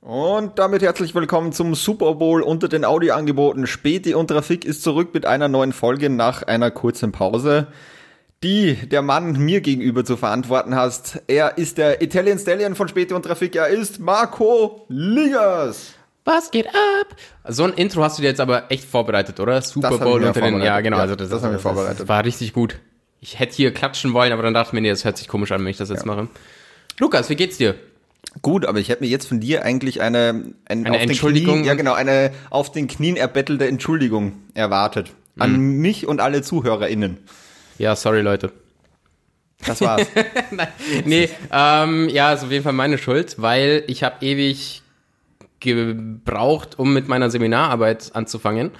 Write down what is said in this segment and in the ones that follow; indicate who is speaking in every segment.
Speaker 1: Und damit herzlich willkommen zum Super Bowl unter den Audioangeboten. Späti und Trafik ist zurück mit einer neuen Folge nach einer kurzen Pause, die der Mann mir gegenüber zu verantworten hast. Er ist der Italian Stallion von Späti und Trafik. Er ist Marco Ligas.
Speaker 2: Was geht ab? So ein Intro hast du dir jetzt aber echt vorbereitet, oder? Super
Speaker 1: Das hab ich
Speaker 2: Bowl
Speaker 1: mir
Speaker 2: unter den.
Speaker 1: vorbereitet.
Speaker 2: Ja, genau.
Speaker 1: Ja,
Speaker 2: also das,
Speaker 1: das hab ich
Speaker 2: das-
Speaker 1: vorbereitet.
Speaker 2: Das war richtig gut. Ich hätte hier klatschen wollen, aber dann dachte ich mir, nee, das hört sich komisch an, wenn ich das jetzt mache. Lukas, wie geht's dir?
Speaker 1: Gut, aber ich hätte mir jetzt von dir eigentlich eine, ein,
Speaker 2: Eine
Speaker 1: auf den
Speaker 2: Entschuldigung?
Speaker 1: Knien, ja genau, eine auf den Knien erbettelte Entschuldigung erwartet.
Speaker 2: Mhm.
Speaker 1: An mich und alle ZuhörerInnen.
Speaker 2: Ja, sorry, Leute.
Speaker 1: Das war's.
Speaker 2: Nee, ähm, ja, ist auf jeden Fall meine Schuld, weil ich habe ewig gebraucht, um mit meiner Seminararbeit anzufangen.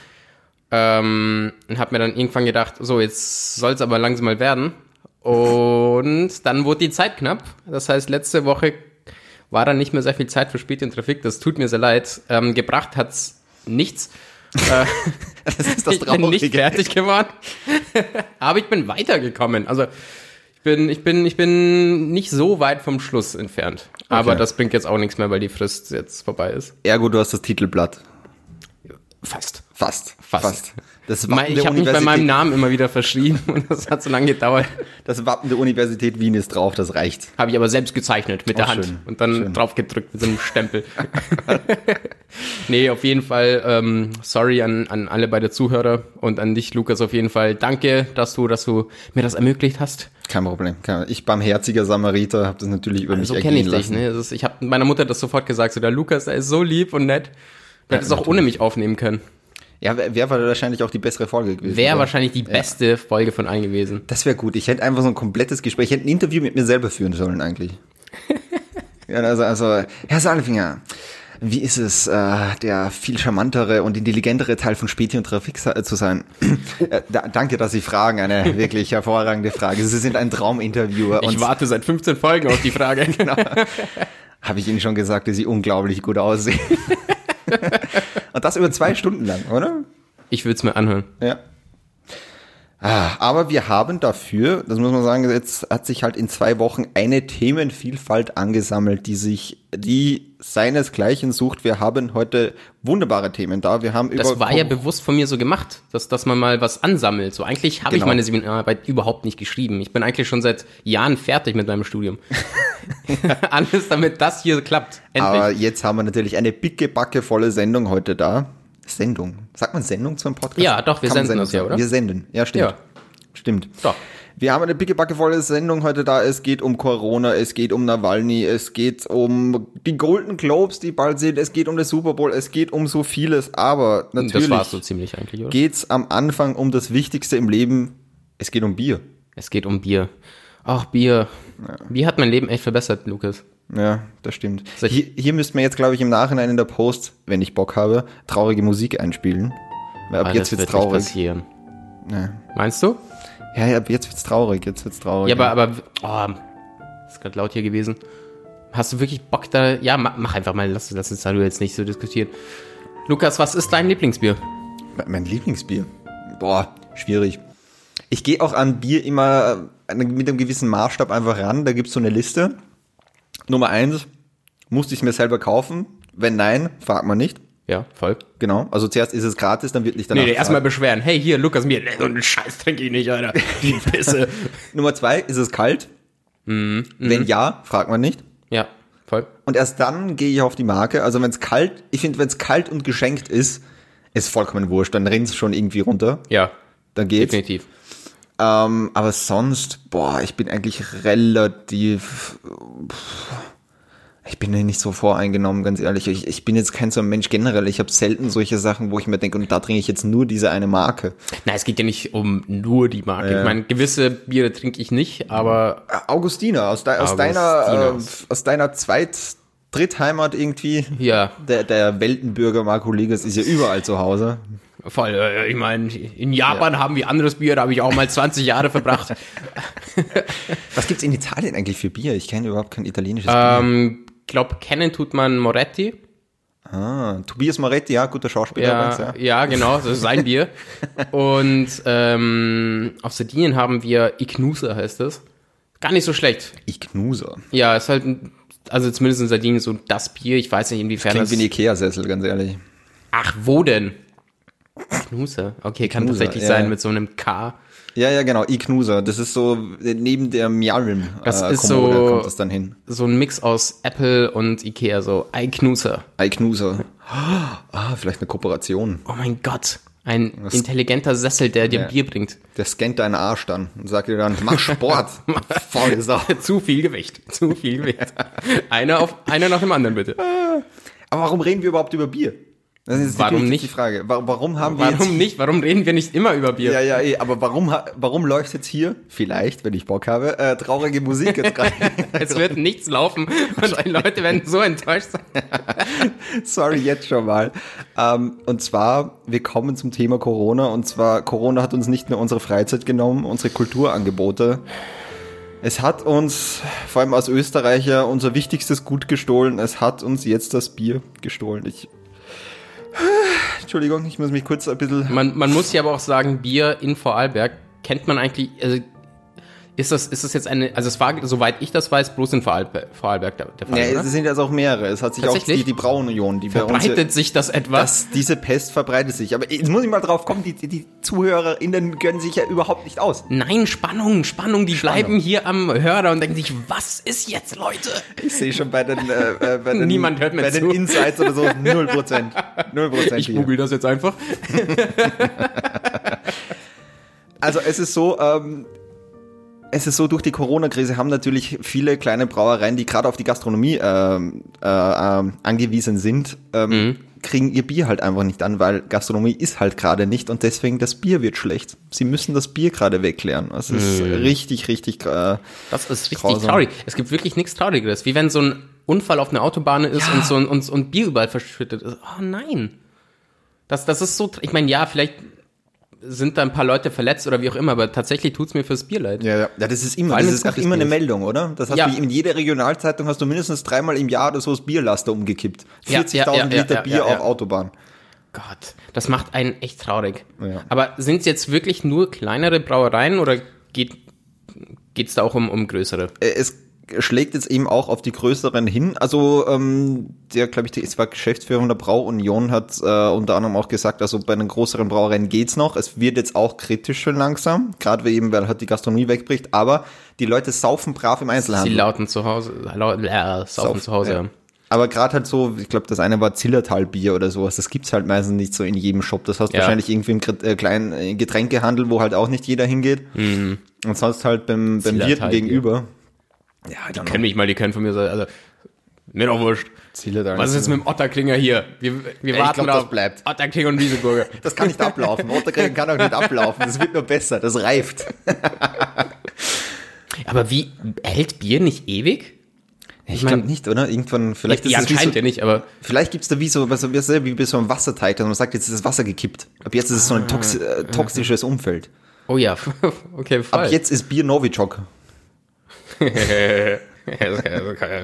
Speaker 2: Ähm, und habe mir dann irgendwann gedacht, so, jetzt soll es aber langsam mal werden. Und dann wurde die Zeit knapp. Das heißt, letzte Woche war dann nicht mehr sehr viel Zeit für Spät und Trafik. Das tut mir sehr leid. Ähm, gebracht hat's nichts.
Speaker 1: Das ist das
Speaker 2: ich bin nicht
Speaker 1: Traurige.
Speaker 2: fertig geworden. aber ich bin weitergekommen. Also ich bin, ich bin, ich bin nicht so weit vom Schluss entfernt. Aber das bringt jetzt auch nichts mehr, weil die Frist jetzt vorbei ist.
Speaker 1: Ergo, du hast das Titelblatt.
Speaker 2: Fast.
Speaker 1: Fast.
Speaker 2: Fast.
Speaker 1: Das Wappen,
Speaker 2: Mein, ich
Speaker 1: der
Speaker 2: habe mich bei meinem
Speaker 1: Universität,
Speaker 2: Namen immer wieder verschrieben und das hat so lange gedauert.
Speaker 1: das Wappen der Universität Wien ist drauf, das reicht.
Speaker 2: Habe ich aber selbst gezeichnet mit der
Speaker 1: Oh,
Speaker 2: Hand
Speaker 1: schön,
Speaker 2: und dann
Speaker 1: schön.
Speaker 2: drauf gedrückt mit so einem Stempel. nee, auf jeden Fall, ähm, sorry an, an alle beide Zuhörer und an dich, Lukas, auf jeden Fall. Danke, dass du, dass du mir das ermöglicht hast.
Speaker 1: Kein Problem. Kein, ich barmherziger Samariter habe das natürlich über mich
Speaker 2: Ah, So
Speaker 1: ergehen
Speaker 2: kenne ich dich,
Speaker 1: lassen.
Speaker 2: ne? Das ist, ich habe meiner Mutter das sofort gesagt, so der Lukas, der ist so lieb und nett. Du hättest auch ohne mich aufnehmen können.
Speaker 1: Ja, wäre wär wahrscheinlich auch die bessere Folge gewesen.
Speaker 2: Wäre
Speaker 1: oder?
Speaker 2: wahrscheinlich die beste Folge von allen gewesen.
Speaker 1: Das wäre gut. Ich hätte einfach so ein komplettes Gespräch, ich hätte ein Interview mit mir selber führen sollen eigentlich. ja, also, also, Herr Salfinger, wie ist es, äh, der viel charmantere und intelligentere Teil von Späti und Trafik sa- äh, zu sein? äh, da, danke, dass Sie fragen. Eine wirklich hervorragende Frage. Sie sind ein Trauminterviewer.
Speaker 2: Ich
Speaker 1: und
Speaker 2: warte seit 15 Folgen auf die Frage.
Speaker 1: Habe Genau. ich Ihnen schon gesagt, dass Sie unglaublich gut aussehen. und das über zwei Stunden lang, oder?
Speaker 2: Ich würde es mir anhören.
Speaker 1: Ja. Ah, Aber wir haben dafür, das muss man sagen, jetzt hat sich halt in zwei Wochen eine Themenvielfalt angesammelt, die sich, die seinesgleichen sucht. Wir haben heute wunderbare Themen da. Wir haben über
Speaker 2: Das war ja bewusst von mir so gemacht, dass, dass man mal was ansammelt. So eigentlich habe
Speaker 1: Genau.
Speaker 2: ich meine Seminararbeit überhaupt nicht geschrieben. Ich bin eigentlich schon seit Jahren fertig mit meinem Studium. Alles, damit das hier klappt. Endlich.
Speaker 1: aber jetzt haben wir natürlich eine pickebacke volle Sendung heute da. Sendung. Sagt man Sendung zum Podcast?
Speaker 2: Ja, doch, wir
Speaker 1: Kann man
Speaker 2: senden
Speaker 1: Sendung
Speaker 2: das ja,
Speaker 1: sagen.
Speaker 2: oder?
Speaker 1: Wir senden. Ja, stimmt.
Speaker 2: Ja.
Speaker 1: Stimmt.
Speaker 2: Doch.
Speaker 1: Wir haben eine pickebackevolle Sendung heute da. Es geht um Corona, es geht um Nawalny, es geht um die Golden Globes, die bald sind, es geht um den Super Bowl, es geht um so vieles. Aber
Speaker 2: das war es so
Speaker 1: natürlich
Speaker 2: ziemlich eigentlich, oder?
Speaker 1: geht's am Anfang um das Wichtigste im Leben. Es geht um Bier.
Speaker 2: Es geht um Bier. Ach, Bier. Bier hat mein Leben echt verbessert, Lukas.
Speaker 1: Ja, das stimmt.
Speaker 2: Soll ich-
Speaker 1: Hier, hier müssten wir jetzt, glaube ich, im Nachhinein in der Post, wenn ich Bock habe, traurige Musik einspielen. Weil ab
Speaker 2: Ah,
Speaker 1: jetzt
Speaker 2: das
Speaker 1: wird's
Speaker 2: wird nicht
Speaker 1: traurig.
Speaker 2: passieren. Meinst du?
Speaker 1: Ja, ja, ab jetzt wird's traurig, jetzt wird's traurig.
Speaker 2: Ja, aber, aber oh, ist gerade laut hier gewesen. Hast du wirklich Bock da? Ja, mach, mach einfach mal, lass, lass uns darüber jetzt nicht so diskutieren. Lukas, was ist dein Lieblingsbier?
Speaker 1: Mein Lieblingsbier. Boah, schwierig. Ich gehe auch an Bier immer äh, mit einem gewissen Maßstab einfach ran. Da gibt's so eine Liste. Nummer eins, musste ich mir selber kaufen? Wenn nein, fragt man nicht.
Speaker 2: Ja, voll.
Speaker 1: Genau. Also zuerst ist es gratis, dann wird nicht danach.
Speaker 2: Nee, nee,
Speaker 1: gefragt.
Speaker 2: erstmal beschweren. Hey, hier, Lukas, mir, so einen Scheiß trinke ich nicht, Alter. Die Pisse.
Speaker 1: Nummer zwei, ist es kalt?
Speaker 2: Mhm,
Speaker 1: Wenn ja, fragt man nicht.
Speaker 2: ja, voll.
Speaker 1: Und erst dann gehe ich auf die Marke. Also wenn es kalt, ich finde, wenn es kalt und geschenkt ist, ist vollkommen wurscht. Dann rinnt es schon irgendwie runter.
Speaker 2: Ja,
Speaker 1: Dann geht's.
Speaker 2: definitiv.
Speaker 1: Ähm, aber sonst, boah, ich bin eigentlich relativ. pff, Ich bin ja nicht so voreingenommen, ganz ehrlich. Ich, ich bin jetzt kein so ein Mensch generell. Ich habe selten solche Sachen, wo ich mir denke, und da trinke ich jetzt nur diese eine Marke.
Speaker 2: Na, es geht ja nicht um nur die Marke. Ich meine, gewisse Biere trinke ich nicht, aber
Speaker 1: Äh, Augustiner, aus, de aus deiner äh,
Speaker 2: Augustinas.
Speaker 1: aus deiner Zweit-, Drittheimat irgendwie.
Speaker 2: ja,
Speaker 1: Der, der Weltenbürger Marco Liges ist ja überall zu Hause.
Speaker 2: voll. Äh, Ich meine, in Japan haben wir anderes Bier, da habe ich auch mal 20 Jahre verbracht.
Speaker 1: Was gibt's in Italien eigentlich für Bier? Ich kenne überhaupt kein italienisches
Speaker 2: ähm, glaub, kennen tut man Moretti.
Speaker 1: Bier. Ah, Tobias Moretti, ja, guter Schauspieler. übrigens,
Speaker 2: Ja, ja, genau, das ist sein Bier. Und ähm, auf Sardinien haben wir Ignusa, heißt es. Gar nicht so schlecht.
Speaker 1: Ich Knuser.
Speaker 2: Ja, ist halt ein, also zumindest in Sardinien so das Bier, ich weiß nicht inwiefern
Speaker 1: Klingt
Speaker 2: das.
Speaker 1: wie ein Ikea-Sessel, ganz ehrlich.
Speaker 2: Ach, wo denn? Knuser. Okay, kann
Speaker 1: Knuser,
Speaker 2: tatsächlich
Speaker 1: ja.
Speaker 2: sein mit so einem K.
Speaker 1: Ja, ja, genau, Iknusa. Das ist so äh, neben der Mjarim.
Speaker 2: Das ist
Speaker 1: Kommode
Speaker 2: so-
Speaker 1: kommt das dann hin.
Speaker 2: So ein Mix aus Apple und Ikea, so ein Knuser.
Speaker 1: Iknusa. Ah, vielleicht eine Kooperation.
Speaker 2: Oh mein Gott. Ein intelligenter Sessel, der dir
Speaker 1: Ja.
Speaker 2: Bier bringt.
Speaker 1: Der scannt deinen Arsch dann und sagt dir dann, mach Sport. Faule Sau.
Speaker 2: Zu viel Gewicht. Zu viel Gewicht. einer, auf, einer nach dem anderen, bitte.
Speaker 1: Aber warum reden wir überhaupt über Bier? Das ist
Speaker 2: Warum
Speaker 1: natürlich
Speaker 2: nicht?
Speaker 1: die Frage. Wa- Warum haben wir jetzt
Speaker 2: Warum nicht? Warum reden wir nicht immer über Bier?
Speaker 1: Ja, ja, eh, aber warum, ha- warum läuft jetzt hier, vielleicht, wenn ich Bock habe, äh, traurige Musik jetzt rein?
Speaker 2: Es wird nichts laufen und die Leute werden so enttäuscht sein.
Speaker 1: Sorry, jetzt schon mal. Ähm, und zwar, wir kommen zum Thema Corona. Und zwar, Corona hat uns nicht nur unsere Freizeit genommen, unsere Kulturangebote. Es hat uns, vor allem als Österreicher, unser wichtigstes Gut gestohlen. Es hat uns jetzt das Bier gestohlen. Ich. Entschuldigung, ich muss mich kurz ein bisschen.
Speaker 2: Man, man muss ja aber auch sagen, Bier in Vorarlberg kennt man eigentlich. Also ist das, ist das jetzt eine, also es war, soweit ich das weiß, bloß in Vorarlberg, Vorarlberg der, der Fall.
Speaker 1: Ja,
Speaker 2: oder?
Speaker 1: es sind jetzt auch mehrere. Es hat sich auch
Speaker 2: Tatsächlich?
Speaker 1: die, die Braununion, die bei uns.
Speaker 2: Breitet sich das etwas?
Speaker 1: dass diese Pest verbreitet sich. Aber jetzt muss ich mal drauf kommen, die, die- die ZuhörerInnen gönnen sich ja überhaupt nicht aus.
Speaker 2: Nein, Spannung, Spannung, die bleiben hier am Hörer und denken sich, was ist jetzt, Leute?
Speaker 1: Ich sehe schon bei den, äh, äh, bei den,
Speaker 2: Niemand hört mir
Speaker 1: bei
Speaker 2: zu.
Speaker 1: den Insights oder so 0%. 0%
Speaker 2: Ich
Speaker 1: hier.
Speaker 2: google das jetzt einfach.
Speaker 1: Also es ist so, ähm, es ist so, durch die Corona-Krise haben natürlich viele kleine Brauereien, die gerade auf die Gastronomie ähm, äh, ähm, angewiesen sind, ähm,
Speaker 2: Mhm.
Speaker 1: kriegen ihr Bier halt einfach nicht an, weil Gastronomie ist halt gerade nicht und deswegen das Bier wird schlecht. Sie müssen das Bier gerade wegklären. Das ist
Speaker 2: Mhm.
Speaker 1: richtig, richtig äh,
Speaker 2: Das ist richtig
Speaker 1: Grausam.
Speaker 2: traurig. Es gibt wirklich nichts Traurigeres. Wie wenn so ein Unfall auf einer Autobahn ist und so ein und, und Bier überall verschüttet ist. Oh nein. Das, das ist so, tr- ich meine, ja, vielleicht sind da ein paar Leute verletzt oder wie auch immer, aber tatsächlich tut's mir fürs Bier leid.
Speaker 1: Ja, ja. ja das ist immer,
Speaker 2: allem
Speaker 1: das
Speaker 2: ist
Speaker 1: ist auch
Speaker 2: gutes
Speaker 1: immer eine
Speaker 2: Bier.
Speaker 1: Meldung, oder? Das hast
Speaker 2: Ja.
Speaker 1: du in jeder Regionalzeitung hast du mindestens dreimal im Jahr oder so das Bierlaster umgekippt.
Speaker 2: Ja,
Speaker 1: 40.000
Speaker 2: ja, ja, ja,
Speaker 1: Liter
Speaker 2: ja,
Speaker 1: Bier
Speaker 2: ja, ja.
Speaker 1: auf Autobahn.
Speaker 2: Gott, das macht einen echt traurig.
Speaker 1: Ja.
Speaker 2: Aber sind's jetzt wirklich nur kleinere Brauereien oder geht geht's da auch um, um größere?
Speaker 1: Äh, Es schlägt jetzt eben auch auf die größeren hin. Also ähm, der, glaube ich, der- es war Geschäftsführer von der Brauunion, hat äh, unter anderem auch gesagt, also bei den größeren Brauereien geht's noch. Es wird jetzt auch kritisch schon langsam, gerade weil eben, weil halt die Gastronomie wegbricht. Aber die Leute saufen brav im
Speaker 2: Die
Speaker 1: Einzelhandel.
Speaker 2: lauten zu Hause, lau, äh, saufen
Speaker 1: Sauf-
Speaker 2: zu Hause.
Speaker 1: ja. Aber gerade halt so, ich glaube, das eine war Zillertal-Bier oder sowas. Das gibt's halt meistens nicht so in jedem Shop. Das hast du
Speaker 2: Ja.
Speaker 1: wahrscheinlich irgendwie im Gret- äh, kleinen äh, Getränkehandel, wo halt auch nicht jeder hingeht. Und sonst halt beim, beim Wirten
Speaker 2: Mhm. Zillertal-Bier.
Speaker 1: gegenüber. Ja, dann
Speaker 2: Kenn mich mal, die können von mir so, also mir doch wurscht.
Speaker 1: Zillertal.
Speaker 2: Was ist jetzt mit dem Otterklinger hier? Wir, wir
Speaker 1: ich
Speaker 2: warten
Speaker 1: glaub,
Speaker 2: drauf.
Speaker 1: das bleibt.
Speaker 2: Otterklinger und Wiesengurke.
Speaker 1: das kann nicht ablaufen. Otterkring kann auch nicht ablaufen. Das wird nur besser. Das reift.
Speaker 2: Aber wie hält Bier nicht ewig?
Speaker 1: Ich,
Speaker 2: mein-
Speaker 1: glaub glaube nicht, oder? Irgendwann, vielleicht
Speaker 2: ja,
Speaker 1: es wie so,
Speaker 2: anscheinend ja nicht, aber
Speaker 1: Vielleicht gibt's da wie so, was, was, wie bei so einem Wasserteig, dass man sagt, jetzt ist das Wasser gekippt. Ab jetzt ist es so ein toxi äh, toxisches Umfeld.
Speaker 2: oh ja, okay, Ah. voll.
Speaker 1: Ab jetzt ist Bier Novichok.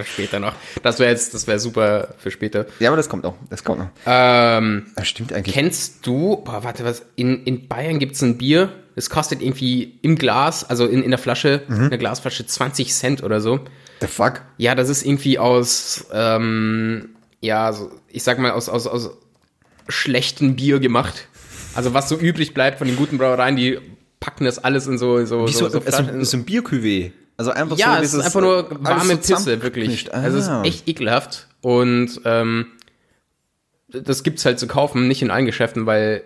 Speaker 2: später noch. Das wäre jetzt, das wäre super für später.
Speaker 1: Ja, aber das kommt noch. Das kommt noch.
Speaker 2: Ähm,
Speaker 1: Das stimmt eigentlich.
Speaker 2: kennst du, boah, warte, was, in, in Bayern gibt's ein Bier, das kostet irgendwie im Glas, also in, in der Flasche, in der Glasflasche 20 Cent oder so.
Speaker 1: The fuck?
Speaker 2: Ja, das ist irgendwie aus, ähm, ja, so, ich sag mal, aus, aus, aus schlechtem Bier gemacht. Also was so übrig bleibt von den guten Brauereien, die packen das alles in so, so,
Speaker 1: Wie so, so, so,
Speaker 2: Flaschen.
Speaker 1: so, ein Biercuvée. Also einfach
Speaker 2: ja,
Speaker 1: also, so dieses,
Speaker 2: es ist einfach nur
Speaker 1: äh, alles
Speaker 2: warme
Speaker 1: so
Speaker 2: Pisse,
Speaker 1: zusammengequetscht.
Speaker 2: wirklich.
Speaker 1: Ah.
Speaker 2: Also es ist echt ekelhaft. Und ähm, das gibt's halt zu kaufen, nicht in allen Geschäften, weil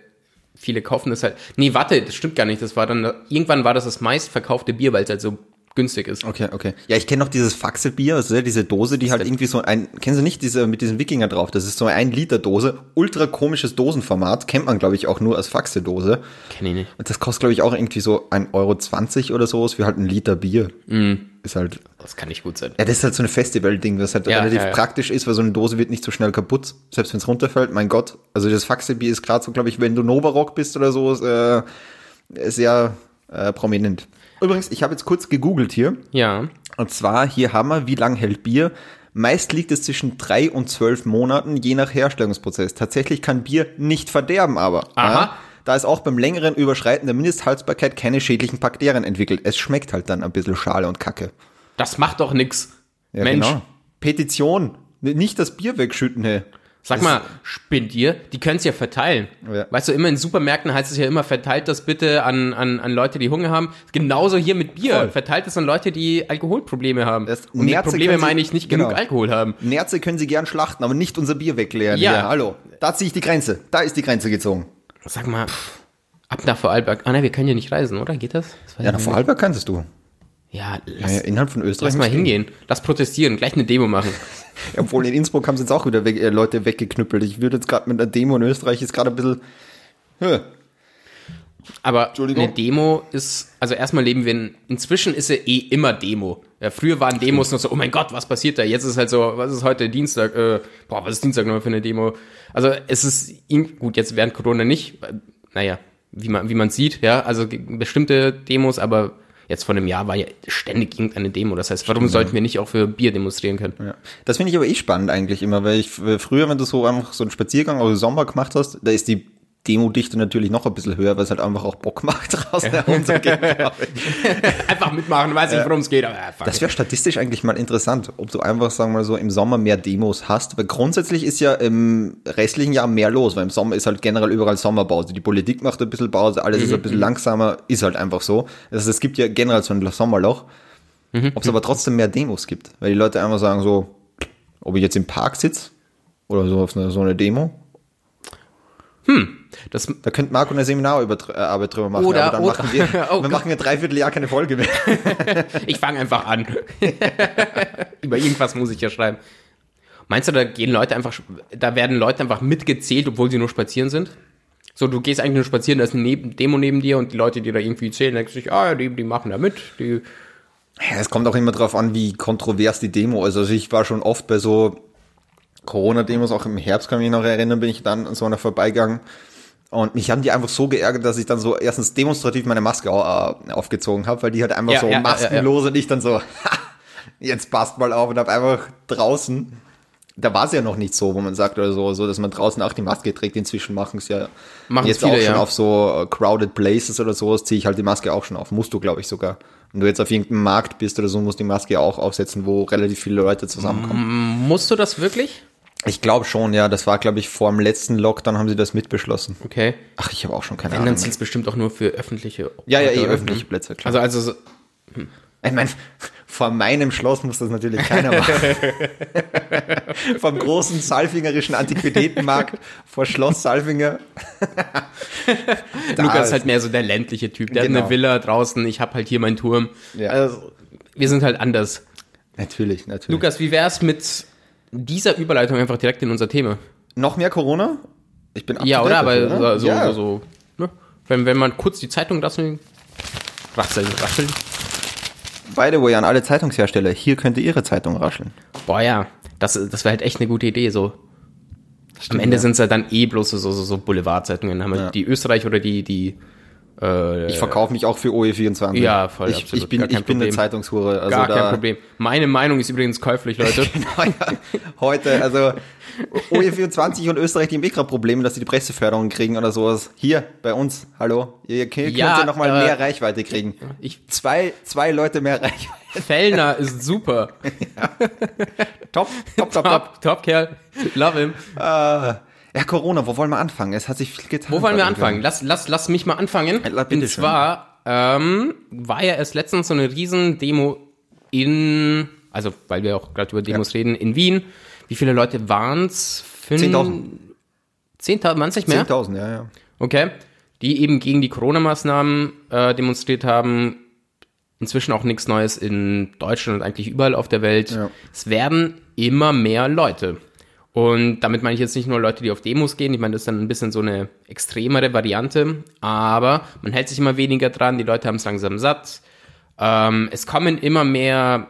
Speaker 2: viele kaufen das halt. Nee, warte, das stimmt gar nicht. Das war dann, irgendwann war das das meistverkaufte Bier, weil es halt so günstig ist.
Speaker 1: Okay, okay. Ja, ich kenne noch dieses Faxelbier, also diese Dose, die halt irgendwie so ein, kennen Sie nicht, diese mit diesem Wikinger drauf, das ist so ein Liter Dose, ultra komisches Dosenformat, kennt man glaube ich auch nur als Faxeldose.
Speaker 2: Kenn ich nicht.
Speaker 1: Und das kostet glaube ich auch irgendwie so 1,20 Euro oder so, ist wie halt ein Liter Bier.
Speaker 2: Mhm.
Speaker 1: Ist halt,
Speaker 2: Das kann nicht gut sein.
Speaker 1: ja, das ist halt so ein Festival-Ding, was halt
Speaker 2: Ja,
Speaker 1: relativ
Speaker 2: ja, ja.
Speaker 1: praktisch ist, weil so eine Dose wird nicht so schnell kaputt, selbst wenn es runterfällt, mein Gott. Also das Faxelbier ist gerade so, glaube ich, wenn du Novarock bist oder so, ist, äh, sehr äh, prominent. Übrigens, ich habe jetzt kurz gegoogelt hier.
Speaker 2: Ja.
Speaker 1: Und zwar hier haben wir, wie lang hält Bier? Meist liegt es zwischen drei und zwölf Monaten, je nach Herstellungsprozess. Tatsächlich kann Bier nicht verderben, aber
Speaker 2: Aha.
Speaker 1: Ja, da ist auch beim längeren Überschreiten der Mindesthaltbarkeit keine schädlichen Bakterien entwickelt. Es schmeckt halt dann ein bisschen Schale und Kacke.
Speaker 2: Das macht doch nix.
Speaker 1: Ja,
Speaker 2: Mensch,
Speaker 1: genau. Petition. Nicht das Bier wegschütten, hey.
Speaker 2: Sag
Speaker 1: Das-
Speaker 2: mal, spinnt ihr? Die können es ja verteilen.
Speaker 1: Ja.
Speaker 2: Weißt du, immer in Supermärkten heißt es ja immer, verteilt das bitte an, an, an Leute, die Hunger haben. Genauso hier mit Bier.
Speaker 1: Voll.
Speaker 2: Verteilt es an Leute, die Alkoholprobleme haben.
Speaker 1: Das-
Speaker 2: Und mit
Speaker 1: Nerze
Speaker 2: Probleme
Speaker 1: können sie-
Speaker 2: meine ich nicht genug
Speaker 1: genau.
Speaker 2: Alkohol haben.
Speaker 1: Nerze können sie gern schlachten, aber nicht unser Bier wegleeren.
Speaker 2: Ja.
Speaker 1: Ja. hallo. Da ziehe ich die Grenze. Da ist die Grenze gezogen.
Speaker 2: Sag mal, ab nach Vorarlberg. Ah nein, wir können ja nicht reisen, oder? Geht das? das weiß
Speaker 1: Ja,
Speaker 2: ich
Speaker 1: nach
Speaker 2: nicht.
Speaker 1: Vorarlberg kannst du.
Speaker 2: ja
Speaker 1: Ja,
Speaker 2: lass,
Speaker 1: ja, innerhalb von Österreich.
Speaker 2: lass mal
Speaker 1: musst du-
Speaker 2: hingehen. Lass protestieren, gleich eine Demo machen.
Speaker 1: Obwohl in Innsbruck haben sie jetzt auch wieder weg, äh, Leute weggeknüppelt. Ich würde jetzt gerade mit einer Demo in Österreich ist gerade ein bisschen. Hä,
Speaker 2: Aber
Speaker 1: Entschuldigung.
Speaker 2: eine Demo ist, also erstmal leben wir in, inzwischen ist ja eh immer Demo. Ja, früher waren Demos noch so, oh mein Gott, was passiert da? Jetzt ist halt so, was ist heute Dienstag? Äh, boah, was ist Dienstag nochmal für eine Demo? Also es ist, in- gut, jetzt während Corona nicht, äh, naja, wie man, wie man sieht, ja, also ge- bestimmte Demos, aber jetzt vor einem Jahr war ja ständig irgendeine Demo. Das heißt, warum sollten wir nicht auch für Bier demonstrieren können?
Speaker 1: Ja. Das finde ich aber eh spannend eigentlich immer, weil ich f- früher, wenn du so einfach so einen Spaziergang oder Sommer gemacht hast, da ist die Demodichte natürlich noch ein bisschen höher, weil es halt einfach auch Bock macht, draußen herumzugehen. glaub ich.
Speaker 2: Einfach mitmachen, weiß nicht, worum es geht, aber ja, fuck.
Speaker 1: Das wäre statistisch eigentlich mal interessant, ob du einfach, sagen wir mal so, im Sommer mehr Demos hast, weil grundsätzlich ist ja im restlichen Jahr mehr los, weil im Sommer ist halt generell überall Sommerpause. Die Politik macht ein bisschen Pause, alles
Speaker 2: Mhm,
Speaker 1: ist ein bisschen langsamer, ist halt einfach so. Das heißt, es gibt ja generell so ein Sommerloch,
Speaker 2: Mhm,
Speaker 1: ob es aber trotzdem mehr Demos gibt, weil die Leute einfach sagen so, ob ich jetzt im Park sitze oder so auf einer- so eine Demo,
Speaker 2: das,
Speaker 1: da könnte Marco eine Seminararbeit drüber machen,
Speaker 2: Oder-
Speaker 1: aber dann
Speaker 2: oder-
Speaker 1: machen wir,
Speaker 2: Oh
Speaker 1: wir
Speaker 2: Gott.
Speaker 1: machen ja dreiviertel Jahr keine Folge mehr.
Speaker 2: Ich fange einfach an. Über irgendwas muss ich ja schreiben. Meinst du, da gehen Leute einfach, da werden Leute einfach mitgezählt, obwohl sie nur spazieren sind? So, du gehst eigentlich nur spazieren, da ist eine neben, Demo neben dir und die Leute, die da irgendwie zählen, denken sich, ah, ja, die, die machen da mit. Die,
Speaker 1: Ja, Es kommt auch immer drauf an, wie kontrovers die Demo ist. Also ich war schon oft bei so Corona-Demos, auch im Herbst kann ich mich noch erinnern, bin ich dann an so einer vorbeigegangen. Und mich haben die einfach so geärgert, dass ich dann so erstens demonstrativ meine Maske au- äh, aufgezogen habe, weil die halt einfach
Speaker 2: Ja,
Speaker 1: so
Speaker 2: ja, ja,
Speaker 1: maskenlos und ich dann so, ha, jetzt passt mal auf und hab einfach draußen, da war es ja noch nicht so, wo man sagt oder so, so, dass man draußen auch die Maske trägt. Inzwischen machen es ja
Speaker 2: Machen's
Speaker 1: jetzt
Speaker 2: viele,
Speaker 1: auch schon
Speaker 2: ja.
Speaker 1: auf so äh, crowded places oder sowas ziehe ich halt die Maske auch schon auf. Musst du, glaube ich, sogar. Wenn du jetzt auf irgendeinem Markt bist oder so, musst du die Maske auch aufsetzen, wo relativ viele Leute zusammenkommen.
Speaker 2: Mm. musst du das wirklich?
Speaker 1: Ich glaube schon, ja. Das war, glaube ich, vor dem letzten Lockdown haben sie das mitbeschlossen.
Speaker 2: Okay.
Speaker 1: Ach, ich habe auch schon keine
Speaker 2: Wenn, dann
Speaker 1: Ahnung.
Speaker 2: zählt
Speaker 1: Mehr.
Speaker 2: es bestimmt auch nur für öffentliche
Speaker 1: Ja, ja, eh,
Speaker 2: oder?
Speaker 1: öffentliche Plätze, klar.
Speaker 2: Also, also, so,
Speaker 1: Ich meine, vor meinem Schloss muss das natürlich keiner machen. Vom großen salfingerischen Antiquitätenmarkt vor Schloss Salfinger. Da
Speaker 2: Lukas ist
Speaker 1: ist-
Speaker 2: halt mehr so der ländliche Typ. Der hat
Speaker 1: Genau.
Speaker 2: eine Villa draußen, ich hab halt hier meinen Turm.
Speaker 1: Ja.
Speaker 2: Also, wir sind halt anders.
Speaker 1: Natürlich, natürlich.
Speaker 2: Lukas, wie wär's mit dieser Überleitung einfach direkt in unser Thema?
Speaker 1: Noch mehr Corona? Ich bin up
Speaker 2: Ja,
Speaker 1: to
Speaker 2: oder?
Speaker 1: date
Speaker 2: Aber
Speaker 1: dafür, oder?
Speaker 2: so,
Speaker 1: ja.
Speaker 2: so, so ne? wenn, wenn man kurz die Zeitung rasseln, rasseln, rasseln.
Speaker 1: By the way, an alle Zeitungshersteller, hier könnte Ihre Zeitung rascheln.
Speaker 2: Boah, ja, das, das wäre halt echt eine gute Idee, so. Am Ende sind's ja dann eh bloß so, so, so Boulevardzeitungen. Haben wir
Speaker 1: Ja.
Speaker 2: die Österreich oder die, die, äh,
Speaker 1: Ich verkaufe mich auch für OE24.
Speaker 2: Ja, voll,
Speaker 1: Ich,
Speaker 2: absolut,
Speaker 1: ich bin,
Speaker 2: gar kein
Speaker 1: ich bin eine
Speaker 2: Problem.
Speaker 1: Zeitungshure. Also
Speaker 2: gar
Speaker 1: da,
Speaker 2: kein Problem. Meine Meinung ist übrigens käuflich, Leute.
Speaker 1: Genau, ja. Heute, also OE24 und Österreich, die haben eh gerade Probleme, dass sie die Presseförderung kriegen oder sowas. Hier, bei uns, hallo. Ihr könnt
Speaker 2: Ja,
Speaker 1: ja, nochmal
Speaker 2: äh,
Speaker 1: mehr Reichweite kriegen.
Speaker 2: Ich,
Speaker 1: Zwei, zwei Leute mehr Reichweite.
Speaker 2: Fellner ist super.
Speaker 1: Top, top, top, top.
Speaker 2: Top, top Kerl. Love him.
Speaker 1: Ja, Corona, wo wollen wir anfangen? Es hat sich viel getan.
Speaker 2: Wo wollen wir anfangen? Lass, lass, lass mich mal anfangen.
Speaker 1: Ja, bitte
Speaker 2: Und
Speaker 1: schön.
Speaker 2: zwar ähm, war ja erst letztens so eine Riesendemo in, also weil wir auch gerade über Demos reden, in Wien. Wie viele Leute waren's? Fünf-
Speaker 1: 10.000.
Speaker 2: 10.000 waren's nicht mehr?
Speaker 1: 10.000, ja, ja.
Speaker 2: Okay. Die eben gegen die Corona-Maßnahmen äh, demonstriert haben. Inzwischen auch nichts Neues in Deutschland und eigentlich überall auf der Welt.
Speaker 1: Ja.
Speaker 2: Es werden immer mehr Leute. Und damit meine ich jetzt nicht nur Leute, die auf Demos gehen. Ich meine, das ist dann ein bisschen so eine extremere Variante. Aber man hält sich immer weniger dran. Die Leute haben es langsam satt. Ähm, es kommen immer mehr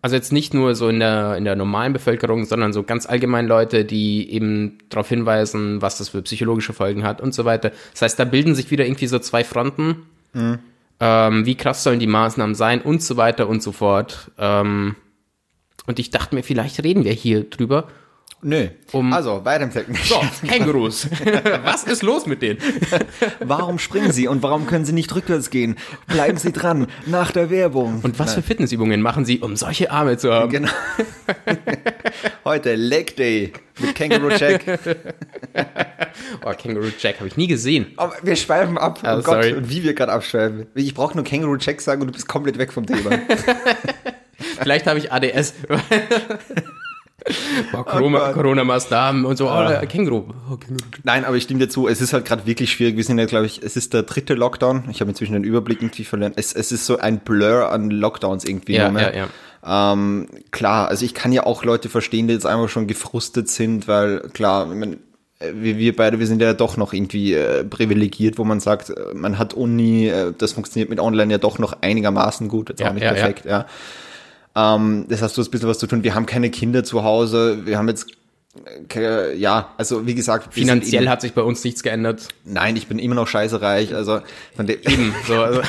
Speaker 2: also jetzt nicht nur so in der, in der normalen Bevölkerung, sondern so ganz allgemein Leute, die eben darauf hinweisen, was das für psychologische Folgen hat und so weiter. Das heißt, da bilden sich wieder irgendwie so zwei Fronten. Ähm, wie krass sollen die Maßnahmen sein und so weiter und so fort. Ähm, und ich dachte mir, vielleicht reden wir hier drüber
Speaker 1: Nö.
Speaker 2: Um-
Speaker 1: also, weiter im Text.
Speaker 2: So, Kängurus. Was ist los mit denen?
Speaker 1: Warum springen sie und warum können sie nicht rückwärts gehen? Bleiben sie dran, nach der Werbung.
Speaker 2: Und was für Fitnessübungen machen sie, um solche Arme zu haben?
Speaker 1: Genau. Heute Leg Day mit Kangaroo Jack.
Speaker 2: Oh, Känguru Jack habe ich nie gesehen.
Speaker 1: Aber wir schweifen ab. Oh
Speaker 2: Ah,
Speaker 1: Gott,
Speaker 2: sorry.
Speaker 1: und wie wir gerade abschweifen. Ich brauche nur Kangaroo Jack sagen und du bist komplett weg vom Thema.
Speaker 2: Vielleicht habe ich ADS. Boah, Corona,
Speaker 1: Gott.
Speaker 2: Corona-Maßnahmen und so. Oh, Känguru. Oh, Känguru.
Speaker 1: Nein, aber ich stimme dir zu. Es ist halt gerade wirklich schwierig. Wir sind ja, glaube ich, es ist der dritte Lockdown. Ich habe inzwischen den Überblick irgendwie verloren. Es, es ist so ein Blur an Lockdowns irgendwie.
Speaker 2: Ja,
Speaker 1: nur, ne?
Speaker 2: ja,
Speaker 1: Ähm, klar, also ich kann ja auch Leute verstehen, die jetzt einmal schon gefrustet sind, weil klar, ich mein, äh, wir, wir beide, wir sind ja doch noch irgendwie äh, privilegiert, wo man sagt, äh, man hat Uni, äh, das funktioniert mit Online ja doch noch einigermaßen gut, jetzt
Speaker 2: Ja,
Speaker 1: auch nicht
Speaker 2: ja, ja.
Speaker 1: perfekt, ja. Ähm, das hast du ein bisschen was zu tun. Wir haben keine Kinder zu Hause, wir haben jetzt ke- ja, also wie gesagt, wir sind
Speaker 2: Finanziell
Speaker 1: eben-
Speaker 2: hat sich bei uns nichts geändert.
Speaker 1: Nein, ich bin immer noch scheiße reich. Also von dem,
Speaker 2: Eben. So, also.